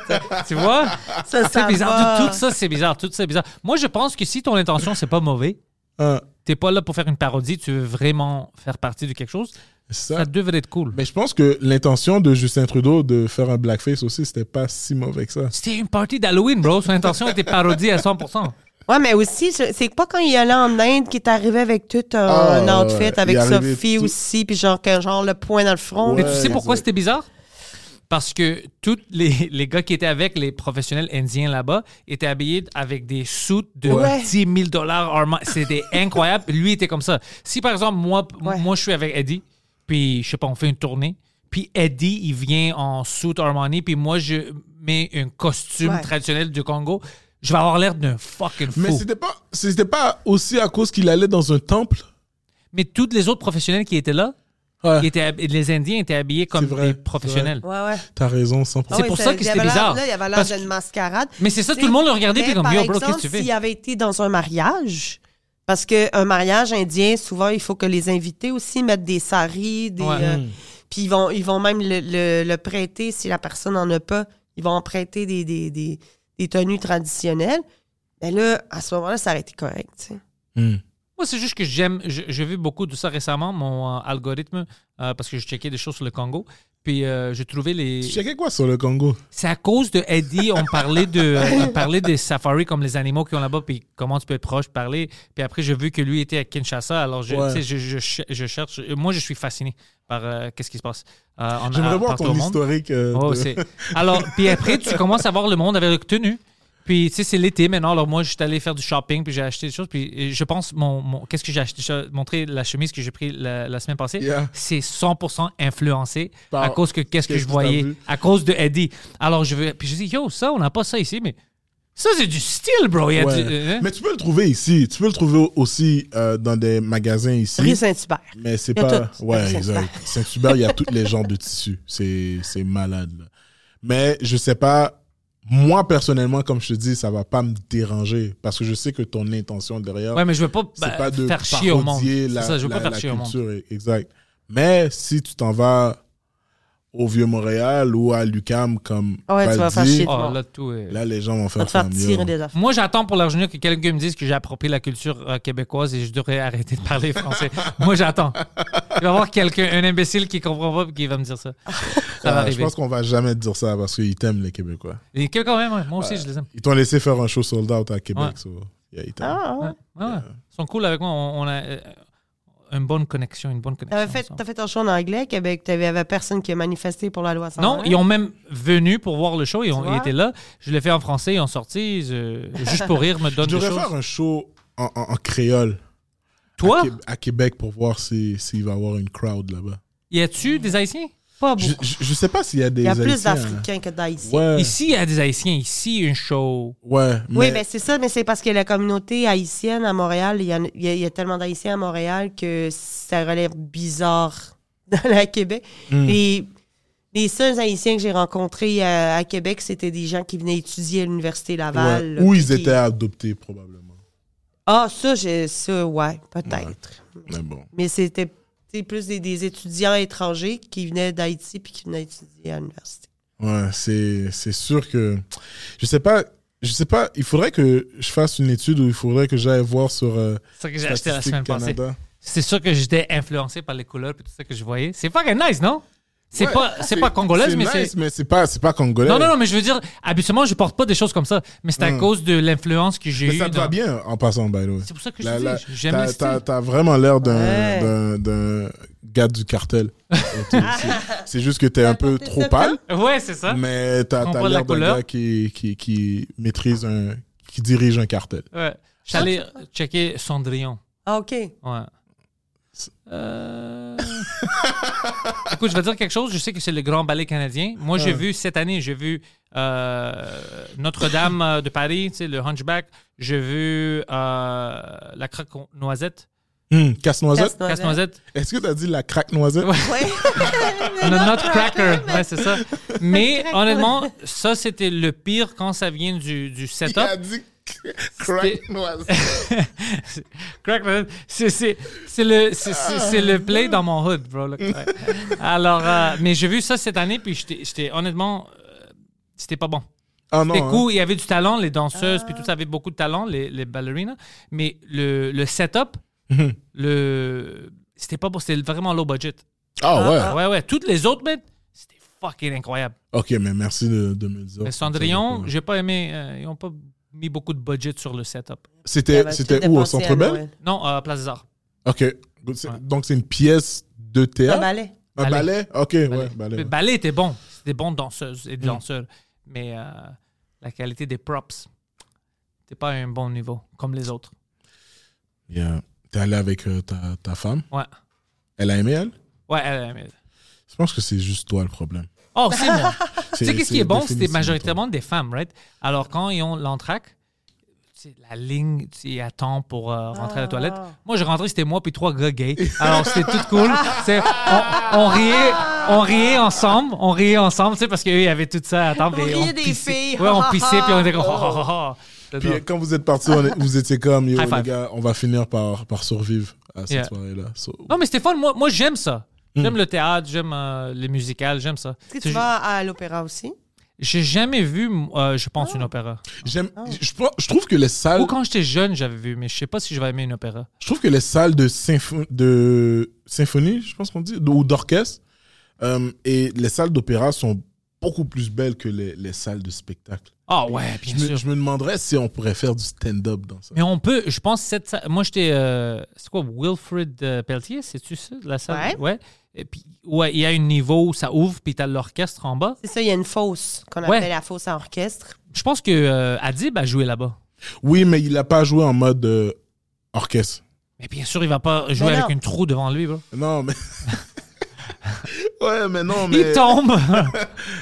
[SPEAKER 3] Tu vois,
[SPEAKER 5] ça,
[SPEAKER 3] c'est
[SPEAKER 5] ça
[SPEAKER 3] bizarre.
[SPEAKER 5] va.
[SPEAKER 3] Tout, tout ça, c'est bizarre. Tout ça, c'est bizarre. Moi, je pense que si ton intention c'est pas mauvais,
[SPEAKER 4] hein,
[SPEAKER 3] t'es pas là pour faire une parodie. Tu veux vraiment faire partie de quelque chose.
[SPEAKER 4] ça,
[SPEAKER 3] Ça devrait être cool.
[SPEAKER 4] Mais je pense que l'intention de Justin Trudeau de faire un blackface aussi, c'était pas si mauvais que ça.
[SPEAKER 3] C'était une partie d'Halloween, bro. Son intention était parodie à 100%.
[SPEAKER 5] Ouais, mais aussi, je- c'est pas quand il est allé en Inde qu'il est arrivé avec tout un,
[SPEAKER 4] Ah,
[SPEAKER 5] un outfit,
[SPEAKER 4] ouais,
[SPEAKER 5] avec
[SPEAKER 4] il est arrivé
[SPEAKER 5] Sophie
[SPEAKER 4] tout-
[SPEAKER 5] aussi, puis genre, que- genre le poing dans le front.
[SPEAKER 3] Mais
[SPEAKER 4] Ouais,
[SPEAKER 3] tu sais pourquoi
[SPEAKER 4] exact.
[SPEAKER 3] c'était bizarre? Parce que tous les, *laughs* les gars qui étaient avec, les professionnels indiens là-bas, étaient habillés avec des soutes de
[SPEAKER 5] Ouais.
[SPEAKER 3] 10 000 dollars.
[SPEAKER 5] *laughs*
[SPEAKER 3] C'était incroyable. Lui était comme ça. Si, par exemple, moi, p-
[SPEAKER 5] Ouais.
[SPEAKER 3] moi je suis avec Eddie, puis, je sais pas, on fait une tournée, Puis Eddie, il vient en suit Armani, puis moi, je mets un costume
[SPEAKER 5] Ouais.
[SPEAKER 3] traditionnel du Congo. Je vais avoir l'air d'un fucking fou.
[SPEAKER 4] Mais c'était pas, c'était pas aussi à cause qu'il allait dans un temple.
[SPEAKER 3] Mais tous les autres professionnels qui étaient là,
[SPEAKER 4] Ouais.
[SPEAKER 5] Ah.
[SPEAKER 3] ils étaient hab- les Indiens étaient habillés comme
[SPEAKER 4] C'est vrai,
[SPEAKER 3] des professionnels.
[SPEAKER 5] Ouais, ouais.
[SPEAKER 4] T'as raison, 100%.
[SPEAKER 3] C'est pour ça que c'était bizarre.
[SPEAKER 5] Là, il y avait l'air
[SPEAKER 3] Parce que-
[SPEAKER 5] d'une mascarade.
[SPEAKER 3] Mais c'est ça, tout le monde le regardait, puis
[SPEAKER 5] mais
[SPEAKER 3] comme,
[SPEAKER 5] par
[SPEAKER 3] yo, bro,
[SPEAKER 5] exemple,
[SPEAKER 3] qu'est-ce que tu fais?
[SPEAKER 5] S'il avait été dans un mariage, parce qu'un mariage indien, souvent, il faut que les invités aussi mettent des saris, des.
[SPEAKER 3] Ouais. Mm.
[SPEAKER 5] euh, Puis ils vont, ils vont même le, le- le prêter si la personne n'en a pas. Ils vont en prêter des, des, des, des tenues traditionnelles. Mais là, à ce moment-là, ça aurait été correct. tu sais.
[SPEAKER 4] Hmm.
[SPEAKER 3] Moi, c'est juste que j'aime. Je, je vis beaucoup de ça récemment, mon euh, algorithme, euh, parce que je checkais des choses sur le Congo. Puis euh, j'ai trouvé les.
[SPEAKER 4] Tu checkais quoi sur le Congo
[SPEAKER 3] C'est à cause de Eddie, on parlait
[SPEAKER 4] *laughs*
[SPEAKER 3] de on parlait des safaris comme les animaux qui ont là-bas, puis comment tu peux être proche, parler. Puis après, j'ai vu que lui était à Kinshasa, alors je,
[SPEAKER 4] Ouais.
[SPEAKER 3] tu sais, je, je ch- je cherche. Moi, je suis fasciné par euh, qu'est-ce qui se passe. euh, en-
[SPEAKER 4] J'aimerais
[SPEAKER 3] à-
[SPEAKER 4] voir
[SPEAKER 3] partout
[SPEAKER 4] ton
[SPEAKER 3] au monde.
[SPEAKER 4] historique. euh,
[SPEAKER 3] Oh,
[SPEAKER 4] de-
[SPEAKER 3] c'est- Alors, puis après, tu commences à voir le monde avec le tenue. Puis, tu sais, c'est l'été maintenant. Alors, moi, je suis allé faire du shopping, puis j'ai acheté des choses. Puis, euh, je pense, mon, mon- qu'est-ce que j'ai acheté? Je vais te montrer la chemise que j'ai prise la, la semaine passée.
[SPEAKER 4] Yeah.
[SPEAKER 3] C'est 100% influencé
[SPEAKER 4] Par-
[SPEAKER 3] à cause que qu'est-ce que
[SPEAKER 4] qu'est-ce
[SPEAKER 3] je
[SPEAKER 4] que t'as
[SPEAKER 3] voyais,
[SPEAKER 4] vu?
[SPEAKER 3] à cause de Eddie. Alors, je veux. Puis, je dis, yo, ça, on n'a pas ça ici, mais ça, c'est du style, bro. Il y a
[SPEAKER 4] Ouais.
[SPEAKER 3] du- euh, hein?
[SPEAKER 4] Mais tu peux le trouver ici. Tu peux le trouver aussi euh, dans des magasins ici.
[SPEAKER 5] Rue Saint-Hubert.
[SPEAKER 4] Mais c'est
[SPEAKER 5] Il y a
[SPEAKER 4] pas.
[SPEAKER 5] tout. *laughs*
[SPEAKER 4] Ouais,
[SPEAKER 5] Saint-Hubert.
[SPEAKER 4] exact. Saint-Hubert, il y a tous les genres de tissus. C'est c'est malade. là. Mais je sais pas. Moi, personnellement, comme je te dis, ça va pas me déranger. Parce que je sais que ton intention derrière,
[SPEAKER 3] Ouais, mais je veux pas,
[SPEAKER 4] c'est
[SPEAKER 3] bah,
[SPEAKER 4] pas de
[SPEAKER 3] faire chier au monde.
[SPEAKER 4] parodier
[SPEAKER 3] C'est
[SPEAKER 4] la,
[SPEAKER 3] ça, je veux
[SPEAKER 4] la-
[SPEAKER 3] pas faire
[SPEAKER 4] la
[SPEAKER 3] chier au monde.
[SPEAKER 4] culture. Exact. Mais si tu t'en vas au Vieux-Montréal ou à l'UCAM, comme.
[SPEAKER 5] Ouais, tu
[SPEAKER 4] Baldi,
[SPEAKER 5] vas faire chier.
[SPEAKER 3] Oh, là, tout est-
[SPEAKER 4] Là, les gens vont
[SPEAKER 5] On va
[SPEAKER 4] faire
[SPEAKER 5] te faire
[SPEAKER 4] comme,
[SPEAKER 5] tirer
[SPEAKER 4] yo.
[SPEAKER 5] des affaires.
[SPEAKER 3] Moi, j'attends pour la journée que quelqu'un me dise que j'ai approprié la culture euh, québécoise et je devrais *laughs* arrêter de parler français. Moi, j'attends. Il va y avoir quelqu'un, un imbécile qui comprend pas et qui va me dire ça. Ça va
[SPEAKER 4] Ah, Je
[SPEAKER 3] arriver.
[SPEAKER 4] pense qu'on va jamais te dire ça parce qu'ils t'aiment, les Québécois.
[SPEAKER 3] Et quelqu'un, ouais, ouais, moi aussi, je les aime.
[SPEAKER 4] Ils t'ont laissé faire un show sold out à Québec.
[SPEAKER 3] Ouais.
[SPEAKER 4] so, yeah, ils t'aiment.
[SPEAKER 5] Ah,
[SPEAKER 3] Ouais,
[SPEAKER 5] ouais.
[SPEAKER 3] ouais, ouais.
[SPEAKER 4] Euh.
[SPEAKER 3] Ils sont cool avec moi. On, on a euh, une bonne connexion, une bonne
[SPEAKER 5] T'avais
[SPEAKER 3] connexion.
[SPEAKER 5] fait,
[SPEAKER 3] ensemble.
[SPEAKER 5] t'as fait ton show en anglais, Québec. T'avais personne qui a manifesté pour la loi 101.
[SPEAKER 3] Non, ils ont même venu pour voir le show. Ils, ont,
[SPEAKER 5] Tu
[SPEAKER 3] ils
[SPEAKER 5] vois?
[SPEAKER 3] étaient là. Je l'ai fait en français. Ils ont sorti. je- juste pour rire, me donne
[SPEAKER 4] Je
[SPEAKER 3] des
[SPEAKER 4] devrais
[SPEAKER 3] choses.
[SPEAKER 4] faire un show en, en- en créole
[SPEAKER 3] Toi,
[SPEAKER 5] Oh.
[SPEAKER 4] à, Qué- à Québec pour voir s'il si, s'il va y avoir une crowd là-bas.
[SPEAKER 3] y a-tu des Haïtiens?
[SPEAKER 5] Pas beaucoup.
[SPEAKER 4] Je, je, je sais pas s'il y a des.
[SPEAKER 5] Oh. Il y a plus
[SPEAKER 4] Haïtiens, hein.
[SPEAKER 5] d'Africains que d'Haïtiens.
[SPEAKER 4] Ouais.
[SPEAKER 3] Ici, il y a des Haïtiens. Ici, une show.
[SPEAKER 4] Ouais. Mais,
[SPEAKER 5] Oui, ben c'est ça, mais c'est parce que la communauté haïtienne à Montréal, il y, en a- il y a- il y a tellement d'Haïtiens à Montréal que ça relève bizarre *laughs* dans la Québec.
[SPEAKER 4] Hmm.
[SPEAKER 5] Les, les seuls Haïtiens que j'ai rencontrés à, à Québec, c'était des gens qui venaient étudier à l'Université Laval.
[SPEAKER 4] ouais.
[SPEAKER 5] là,
[SPEAKER 4] Ou
[SPEAKER 5] puis
[SPEAKER 4] ils
[SPEAKER 5] qui-
[SPEAKER 4] étaient adoptés probablement.
[SPEAKER 5] Ah, ça, j'ai- ça, ouais, peut-être.
[SPEAKER 4] Mais bon.
[SPEAKER 5] Mais c'était tu sais, plus des, des étudiants étrangers qui venaient d'Haïti puis qui venaient étudier à l'université.
[SPEAKER 4] Ouais, c'est c'est sûr que je sais pas. Je sais pas, il faudrait que je fasse une étude ou il faudrait que j'aille voir sur euh,
[SPEAKER 3] C'est ça que j'ai acheté la
[SPEAKER 4] Statistique
[SPEAKER 3] semaine passée.
[SPEAKER 4] Canada.
[SPEAKER 3] c'est sûr que j'étais influencé par les couleurs et tout ça que je voyais. C'est fucking nice, non? C'est
[SPEAKER 4] Ouais,
[SPEAKER 3] pas, c'est pas congolaise, mais
[SPEAKER 4] nice,
[SPEAKER 3] c'est.
[SPEAKER 4] mais c'est pas c'est pas congolais.
[SPEAKER 3] Non, non, non, mais je veux dire, habituellement, je porte pas des choses comme ça, mais c'est à cause de l'influence que j'ai
[SPEAKER 4] Mais
[SPEAKER 3] eue.
[SPEAKER 4] ça te va
[SPEAKER 3] dans-
[SPEAKER 4] bien en passant, by the way.
[SPEAKER 3] C'est pour ça que je
[SPEAKER 4] La-
[SPEAKER 3] te dis,
[SPEAKER 4] la-
[SPEAKER 3] j'aime
[SPEAKER 4] t'as-
[SPEAKER 3] le style.
[SPEAKER 4] t'as- T'as vraiment l'air d'un
[SPEAKER 5] Ouais.
[SPEAKER 4] d'un- d'un gars
[SPEAKER 3] *laughs*
[SPEAKER 4] du cartel. C'est- C'est juste que t'es un peu trop pâle,
[SPEAKER 3] Ouais, c'est ça.
[SPEAKER 4] mais t'as
[SPEAKER 3] Comprends
[SPEAKER 4] t'as
[SPEAKER 3] la
[SPEAKER 4] l'air d'un
[SPEAKER 3] couleur.
[SPEAKER 4] gars qui, qui, qui maîtrise un. qui dirige un cartel.
[SPEAKER 3] Ouais. Je suis allé checker Cendrillon.
[SPEAKER 5] Ah, OK.
[SPEAKER 3] Ouais.
[SPEAKER 4] *laughs*
[SPEAKER 3] Euh... Écoute, je vais dire quelque chose. Je sais que c'est le grand ballet canadien. Moi,
[SPEAKER 4] Hmm.
[SPEAKER 3] j'ai vu cette année, j'ai vu euh, Notre-Dame euh, de Paris, tu sais, le Hunchback. J'ai vu euh, la craque noisette.
[SPEAKER 4] Hum,
[SPEAKER 5] Casse-noisette.
[SPEAKER 4] Casse-noisette
[SPEAKER 3] Casse-noisette.
[SPEAKER 4] Est-ce que t'as dit la craque noisette
[SPEAKER 3] Ouais.
[SPEAKER 5] Ouais.
[SPEAKER 3] Le
[SPEAKER 5] *laughs*
[SPEAKER 3] Nutcracker, ouais, c'est ça. Mais honnêtement, ça, c'était le pire quand ça vient du, du
[SPEAKER 4] Il a
[SPEAKER 3] setup.
[SPEAKER 4] dit craque noisette.
[SPEAKER 3] Crack, man. c'est c'est- c'est le, c'est- c'est- c'est le play dans mon hood, bro. le crack. Alors, euh, mais j'ai vu ça cette année, puis j'étais- j'étais honnêtement, euh, c'était pas bon.
[SPEAKER 4] Ah non.
[SPEAKER 3] C'était
[SPEAKER 4] hein.
[SPEAKER 3] cool, il y avait du talent, les danseuses, puis tout ça avait beaucoup de talent, les, les ballerinas. Mais le, le setup,
[SPEAKER 4] Hum,
[SPEAKER 3] le c'était pas bon, c'était vraiment low budget.
[SPEAKER 4] Ah ouais.
[SPEAKER 3] Ouais, ouais, toutes les autres, mais c'était fucking incroyable.
[SPEAKER 4] Ok, mais merci de, de me le dire.
[SPEAKER 3] Le Euh, Cendrillon, j'ai pas aimé. euh, ils ont pas mis beaucoup de budget sur le setup.
[SPEAKER 4] C'était c'était où au Centre Bell
[SPEAKER 3] Non, euh, Place des Arts.
[SPEAKER 4] Ok. Donc, c'est- Donc c'est une pièce de
[SPEAKER 5] Un
[SPEAKER 4] théâtre.
[SPEAKER 5] ballet.
[SPEAKER 4] Un
[SPEAKER 3] Ballet.
[SPEAKER 4] ballet Ok, ouais, ballet.
[SPEAKER 3] Le
[SPEAKER 4] ouais.
[SPEAKER 3] ballet était bon. C'était des bons danseuses et danseurs. Mais euh, la qualité des props, c'était pas à un bon niveau, comme les autres.
[SPEAKER 4] Yeah. T'es allé avec euh, ta, ta femme
[SPEAKER 3] Ouais.
[SPEAKER 4] Elle a aimé, elle
[SPEAKER 3] Ouais, elle a aimé.
[SPEAKER 4] Je pense que c'est juste toi le problème.
[SPEAKER 3] Oh, c'est moi. tu sais, qu'est-ce qui est bon? C'était
[SPEAKER 4] définitivement
[SPEAKER 3] majoritairement des femmes, right? Alors, quand ils ont l'entraque, tu sais, la ligne, tu sais, attend pour euh, rentrer à
[SPEAKER 5] Ah.
[SPEAKER 3] la toilette. Moi, je rentrais, c'était moi puis trois gars gays. Alors, c'était tout cool. C'est- on, on riait. On riait ensemble, on riait ensemble, tu sais, parce qu'eux, ils avaient tout ça à attendre.
[SPEAKER 5] On
[SPEAKER 3] et
[SPEAKER 5] riait des
[SPEAKER 3] pissait.
[SPEAKER 5] filles.
[SPEAKER 3] Ouais, on pissait, puis on était comme... Oh, oh, oh, oh.
[SPEAKER 4] Puis euh, quand vous êtes partis, on est- vous étiez comme, yo,
[SPEAKER 3] High
[SPEAKER 4] les
[SPEAKER 3] five.
[SPEAKER 4] gars, on va finir par, par survivre à cette
[SPEAKER 3] Yeah.
[SPEAKER 4] soirée-là. So-
[SPEAKER 3] Non, mais Stéphane, moi, moi j'aime ça. J'aime le théâtre, j'aime euh, les musicales, j'aime ça.
[SPEAKER 5] Est-ce que
[SPEAKER 3] C'est
[SPEAKER 5] tu
[SPEAKER 3] ju-
[SPEAKER 5] vas à l'opéra aussi?
[SPEAKER 3] J'ai jamais vu, euh, je
[SPEAKER 5] Ah.
[SPEAKER 3] pense, une opéra.
[SPEAKER 4] J'aime,
[SPEAKER 3] Ah.
[SPEAKER 4] je, pense- je trouve que les salles,
[SPEAKER 3] Ou quand j'étais jeune, j'avais vu, mais je sais pas si je vais aimer une opéra.
[SPEAKER 4] je trouve que les salles de, sympho- de symphonie, je pense qu'on dit, ou d'orchestre, euh, et les salles d'opéra sont beaucoup plus belles que les, les salles de spectacle.
[SPEAKER 3] Ah ouais,
[SPEAKER 4] Je
[SPEAKER 3] bien
[SPEAKER 4] me,
[SPEAKER 3] sûr.
[SPEAKER 4] je me demanderais si on pourrait faire du stand-up dans ça.
[SPEAKER 3] Mais on peut, je pense, cette salle- moi j'étais, euh, c'est quoi, Wilfrid euh, Pelletier, c'est-tu ça, la salle?
[SPEAKER 5] Ouais.
[SPEAKER 3] Et puis, ouais, il y a un niveau où ça ouvre, puis t'as l'orchestre en bas.
[SPEAKER 5] C'est ça, il y a une fosse qu'on
[SPEAKER 3] Ouais.
[SPEAKER 5] appelle la fosse à orchestre.
[SPEAKER 3] Je pense que euh, Adib a joué là-bas.
[SPEAKER 4] Oui, mais il n'a pas joué en mode euh, orchestre.
[SPEAKER 3] Mais bien sûr, il va pas jouer
[SPEAKER 5] non.
[SPEAKER 3] avec une trou devant lui, bro.
[SPEAKER 4] Non, mais. *laughs* ouais, mais non, mais.
[SPEAKER 3] Il
[SPEAKER 5] *laughs*
[SPEAKER 3] tombe!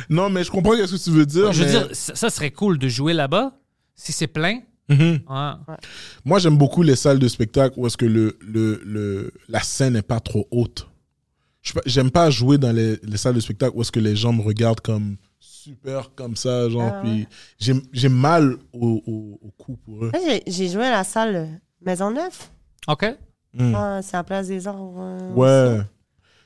[SPEAKER 4] Non, mais je comprends ce que tu veux dire.
[SPEAKER 3] je veux
[SPEAKER 4] mais-
[SPEAKER 3] dire, ça, ça serait cool de jouer là-bas, si c'est plein.
[SPEAKER 4] Mhm.
[SPEAKER 3] Ouais.
[SPEAKER 4] Moi, j'aime beaucoup les salles de spectacle où est-ce que le, le, le- la scène n'est pas trop haute. Je suis pas- J'aime pas jouer dans les, les salles de spectacle où est-ce que les gens me regardent comme super comme ça, genre,
[SPEAKER 3] Ah
[SPEAKER 4] puis j'ai- j'ai mal au, au, au cou pour eux.
[SPEAKER 5] Là, j'ai- j'ai joué à la salle Maisonneuve.
[SPEAKER 3] OK?
[SPEAKER 4] Mm.
[SPEAKER 5] Ah, c'est en place des arts.
[SPEAKER 3] Ah
[SPEAKER 5] euh,
[SPEAKER 4] Ouais.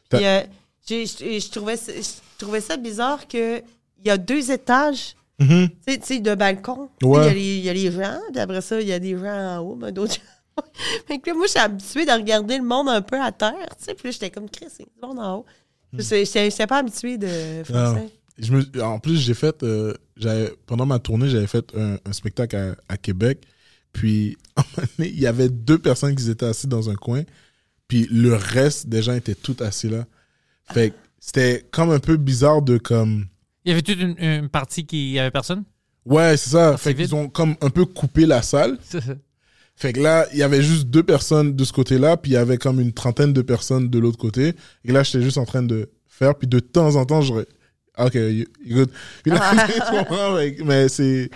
[SPEAKER 5] Puis, euh, j'ai- je, je trouvais, ça- je trouvais ça bizarre qu'il y a deux étages
[SPEAKER 4] Mhm.
[SPEAKER 5] tu sais- tu sais, de balcon. Tu sais,
[SPEAKER 4] Ouais.
[SPEAKER 5] Il y a les- il y, a les gens, puis après ça, il y a des gens en haut, mais d'autres gens. *laughs* Fait que là, moi, je suis habituée de regarder le monde un peu à terre. tu sais, Puis là, j'étais comme Chris, c'est du monde en haut. Je n'étais pas habituée de faire
[SPEAKER 4] Ah.
[SPEAKER 5] ça.
[SPEAKER 4] Je me- en plus, j'ai fait, euh, j'avais- pendant ma tournée, j'avais fait un, un spectacle à, à Québec. Puis, *laughs* à un moment donné, il y avait deux personnes qui étaient assises dans un coin. Puis, le reste des gens étaient tous assis là. Fait que c'était comme un peu bizarre de comme.
[SPEAKER 3] Il y avait toute une, une partie qui il y avait personne?
[SPEAKER 4] Ouais, c'est ça.
[SPEAKER 3] Ah, c'est
[SPEAKER 4] Fait qu'ils
[SPEAKER 3] vide.
[SPEAKER 4] ont comme un peu coupé la salle. Fait que là, il y avait juste deux personnes de ce côté-là, puis il y avait comme une trentaine de personnes de l'autre côté. Et là, j'étais juste en train de faire, puis de temps en temps, j'aurais... Ah, Ok, you, you good. Puis là, *laughs* tu comprends, mais, mais c'est...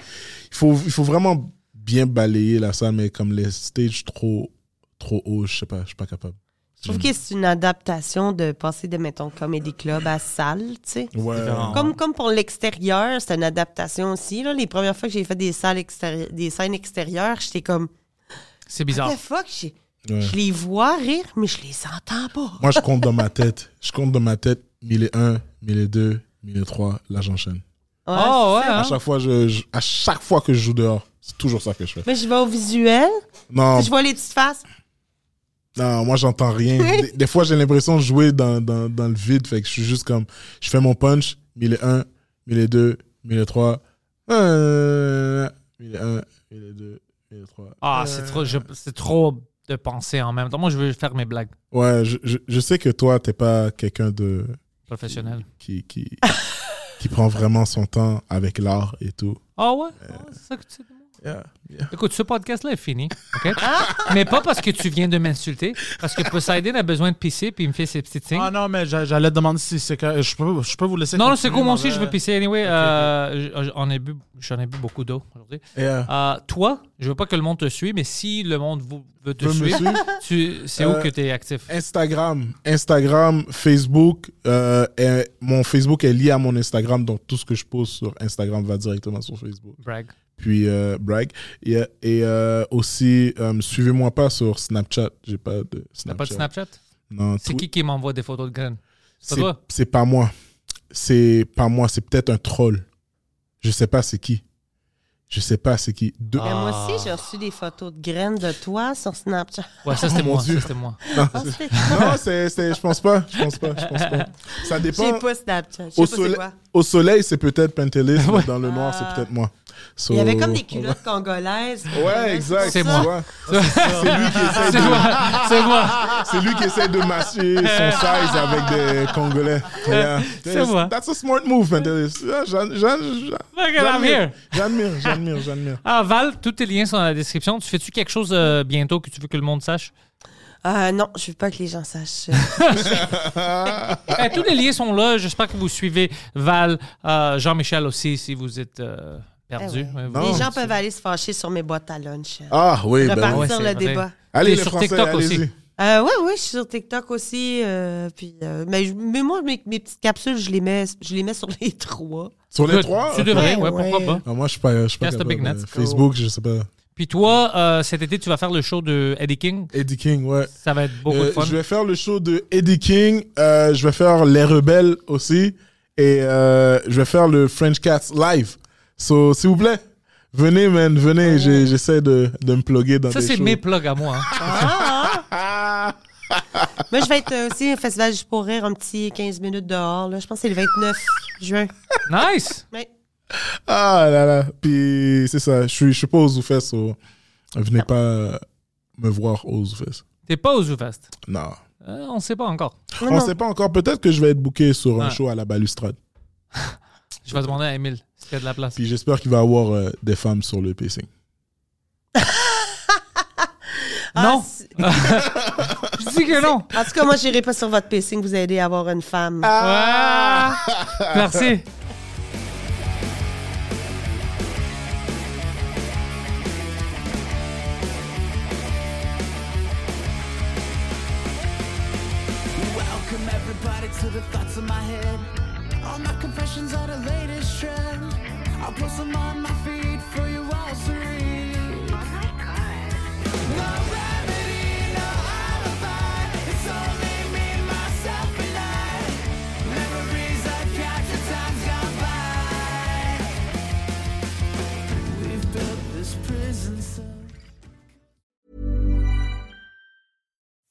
[SPEAKER 4] Il faut, il faut vraiment bien balayer la salle, mais comme les stages trop, trop hauts, je sais pas, je suis pas capable.
[SPEAKER 5] Je trouve que c'est une adaptation de passer de, mettons, comédie club à salle, tu sais.
[SPEAKER 4] Ouais.
[SPEAKER 5] Comme, comme pour l'extérieur, c'est une adaptation aussi. Là. Les premières fois que j'ai fait des salles extérieures, des scènes extérieures, j'étais comme
[SPEAKER 3] C'est bizarre.
[SPEAKER 5] What the fuck? J'ai-
[SPEAKER 4] Ah. Ouais.
[SPEAKER 5] Je les vois rire, mais je les entends pas.
[SPEAKER 4] Moi, je compte dans ma tête. Je compte dans ma tête 1001, 1002, 1003, là, j'enchaîne.
[SPEAKER 3] oh, ouais,
[SPEAKER 5] c'est ça.
[SPEAKER 3] hein?
[SPEAKER 4] À chaque fois, je, je- à chaque fois que je joue dehors, c'est toujours ça que je fais.
[SPEAKER 5] Mais je vais au visuel,
[SPEAKER 4] Non,
[SPEAKER 5] je vois les petites faces.
[SPEAKER 4] Non, moi, j'entends rien. Des, des fois, j'ai l'impression de jouer dans, dans, dans le vide. Fait que je suis juste comme, je fais mon punch, 1001, 1002, 1003, euh, 1001, 1002, 1003.
[SPEAKER 3] Ah, c'est trop, je- c'est trop de penser en même temps. Moi, je veux faire mes blagues
[SPEAKER 4] Ouais, je, je, je sais que toi, t'es pas quelqu'un de
[SPEAKER 3] professionnelles.
[SPEAKER 4] qui, qui,
[SPEAKER 3] *laughs*
[SPEAKER 4] qui prend vraiment son temps avec l'art et tout.
[SPEAKER 3] Ah ouais?
[SPEAKER 4] Euh.
[SPEAKER 3] Ah, c'est ça que tu Écoute, ce podcast-là est fini, OK?
[SPEAKER 4] Ah!
[SPEAKER 3] mais pas parce que tu viens de m'insulter, parce que Poseidon a besoin de pisser, puis il me fait ses petits signes.
[SPEAKER 6] Ah non, mais j'a- j'allais te demander si c'est que. Je peux, je peux vous laisser.
[SPEAKER 3] non, non, c'est
[SPEAKER 6] continuer,
[SPEAKER 3] cool, moi
[SPEAKER 6] mais-
[SPEAKER 3] aussi, je veux pisser anyway. Euh, j- j'en ai bu, j'en ai bu beaucoup d'eau aujourd'hui.
[SPEAKER 4] Yeah.
[SPEAKER 3] Euh, toi, je veux pas que le monde te suive, mais si le monde vou- veut te
[SPEAKER 4] Veux me
[SPEAKER 3] suivre,
[SPEAKER 4] suivre?
[SPEAKER 3] tu- c'est
[SPEAKER 4] Euh,
[SPEAKER 3] où que tu es actif?
[SPEAKER 4] Instagram, Instagram, Facebook. euh, et mon Facebook est lié à mon Instagram, donc tout ce que je pose sur Instagram va directement sur Facebook.
[SPEAKER 3] Brag.
[SPEAKER 4] puis euh, brag. Et, et, euh, aussi, euh, suivez-moi pas sur Snapchat. J'ai pas de
[SPEAKER 3] T'as
[SPEAKER 4] Snapchat.
[SPEAKER 3] pas de Snapchat?
[SPEAKER 4] Non,
[SPEAKER 3] C'est
[SPEAKER 4] Twi-
[SPEAKER 3] qui qui m'envoie des photos de graines? C'est
[SPEAKER 4] c'est-
[SPEAKER 3] toi?
[SPEAKER 4] C'est pas moi. C'est pas moi. C'est peut-être un troll. Je sais pas c'est qui. Je sais pas c'est qui. De-
[SPEAKER 5] Mais
[SPEAKER 3] Ah.
[SPEAKER 5] moi
[SPEAKER 4] Ah.
[SPEAKER 5] aussi, j'ai reçu des photos de graines de toi sur Snapchat.
[SPEAKER 3] Ouais, ça, c'était
[SPEAKER 4] mon
[SPEAKER 3] moi. ça,
[SPEAKER 4] Dieu.
[SPEAKER 3] c'était moi. *laughs*
[SPEAKER 5] *laughs* Ah, c'est-
[SPEAKER 4] *laughs* Non, c'est, c'est- je pense pas. Je pense pas. Je
[SPEAKER 3] *laughs*
[SPEAKER 4] pense pas. Ça
[SPEAKER 5] J'ai
[SPEAKER 4] dépend.
[SPEAKER 5] pas Snapchat. Je sais
[SPEAKER 4] Au,
[SPEAKER 5] pas
[SPEAKER 4] sole-
[SPEAKER 5] c'est quoi.
[SPEAKER 4] au soleil, c'est peut-être Pentelis, mais dans le noir, c'est peut-être moi. So-
[SPEAKER 5] Il y avait comme des culottes congolaises.
[SPEAKER 4] Ouais, exact.
[SPEAKER 3] C'est
[SPEAKER 4] tu
[SPEAKER 3] moi.
[SPEAKER 4] vois. C'est lui qui
[SPEAKER 3] C'est
[SPEAKER 4] essaie de-
[SPEAKER 3] moi. C'est moi.
[SPEAKER 4] C'est lui qui essaie de matcher son size avec des Congolais. Yeah.
[SPEAKER 3] C'est moi.
[SPEAKER 4] That's a smart move, Pentelis. Yeah, j'ad- j'ad- j'ad-
[SPEAKER 3] Look at I'm
[SPEAKER 4] J'admire,
[SPEAKER 3] here.
[SPEAKER 4] j'admire, j'admire, j'admire.
[SPEAKER 3] Ah, Val, tous tes liens sont dans la description. Tu fais-tu quelque chose euh, bientôt que tu veux que le monde sache?
[SPEAKER 5] Euh, non, je veux pas que les gens sachent.
[SPEAKER 4] Ah.
[SPEAKER 3] Eh, tous les liens sont là. J'espère que vous suivez Val, euh, Jean-Michel aussi, si vous êtes euh, perdu.
[SPEAKER 5] Eh
[SPEAKER 3] Ouais, vous-
[SPEAKER 5] les
[SPEAKER 4] Non,
[SPEAKER 5] gens peuvent aller se fâcher sur mes boîtes à lunch.
[SPEAKER 4] Ah oui, ben
[SPEAKER 5] Repartir
[SPEAKER 4] oui.
[SPEAKER 3] ouais, c'est
[SPEAKER 5] le
[SPEAKER 3] vrai.
[SPEAKER 5] débat.
[SPEAKER 4] Allez,
[SPEAKER 3] T'es
[SPEAKER 4] les
[SPEAKER 3] sur
[SPEAKER 4] Français,
[SPEAKER 3] TikTok
[SPEAKER 4] allez-y.
[SPEAKER 3] aussi.
[SPEAKER 5] Euh, ouais, ouais, je suis sur TikTok aussi. euh, puis, euh, mais, je- mais moi, mes, mes petites capsules, je les mets, je les mets sur les *laughs* trois.
[SPEAKER 4] Sur les
[SPEAKER 3] Good.
[SPEAKER 4] trois?
[SPEAKER 3] Tu devrais, ouais,
[SPEAKER 5] Ouais, Ben ouais.
[SPEAKER 3] pourquoi pas.
[SPEAKER 4] Ah, moi, je suis pas, je suis pas
[SPEAKER 3] That's the big
[SPEAKER 4] capable. euh,
[SPEAKER 3] nuts.
[SPEAKER 4] Facebook, je sais pas.
[SPEAKER 3] Puis toi, euh, cet été, tu vas faire le show de Eddie King.
[SPEAKER 4] Eddie King, ouais.
[SPEAKER 3] Ça va être beaucoup
[SPEAKER 4] Euh,
[SPEAKER 3] de fun.
[SPEAKER 4] je vais faire le show de Eddie King. euh, je vais faire Les Rebelles aussi. Et euh, je vais faire le French Cats live. So, s'il vous plaît, venez, man, venez. J'ai- J'essaie de, de me plugger dans
[SPEAKER 3] Ça,
[SPEAKER 4] des
[SPEAKER 3] c'est
[SPEAKER 4] shows.
[SPEAKER 3] mes plugs à moi.
[SPEAKER 4] *laughs*
[SPEAKER 3] hein.
[SPEAKER 5] Moi, je vais être euh, aussi au Festival Juste pour rire, un petit 15 minutes dehors. Là. Je pense que c'est le 29 juin.
[SPEAKER 3] Nice!
[SPEAKER 5] Ouais.
[SPEAKER 4] Ah là là. Puis, c'est ça. Je suis, je suis pas aux Zoufest. So, venez
[SPEAKER 3] Ah.
[SPEAKER 4] pas me voir aux Zoufest.
[SPEAKER 3] T'es pas au ZooFest.
[SPEAKER 4] Non.
[SPEAKER 3] Euh, on sait pas encore.
[SPEAKER 5] Non,
[SPEAKER 4] On
[SPEAKER 5] non.
[SPEAKER 4] sait pas encore. Peut-être que je vais être booké sur un
[SPEAKER 3] Ouais.
[SPEAKER 4] show à la balustrade.
[SPEAKER 3] Je vais demander à Emile s'il y a de la place.
[SPEAKER 4] Puis j'espère qu'il va avoir euh, des femmes sur le piercing.
[SPEAKER 5] Ah,
[SPEAKER 3] non!
[SPEAKER 5] c'est-
[SPEAKER 3] Je dis que
[SPEAKER 4] *laughs*
[SPEAKER 3] non!
[SPEAKER 5] En tout cas, moi, j'irai pas sur votre pacing vous aider à avoir une femme.
[SPEAKER 3] Ouais. Merci.
[SPEAKER 2] Welcome everybody to the thoughts in my head. All my confessions are the latest trend. I'll post them on my feed for you all to read. Oh my god. No remedy, no alibi. It's only me, myself, and I. Memories I catch as time's gone by. We've built this prison cell.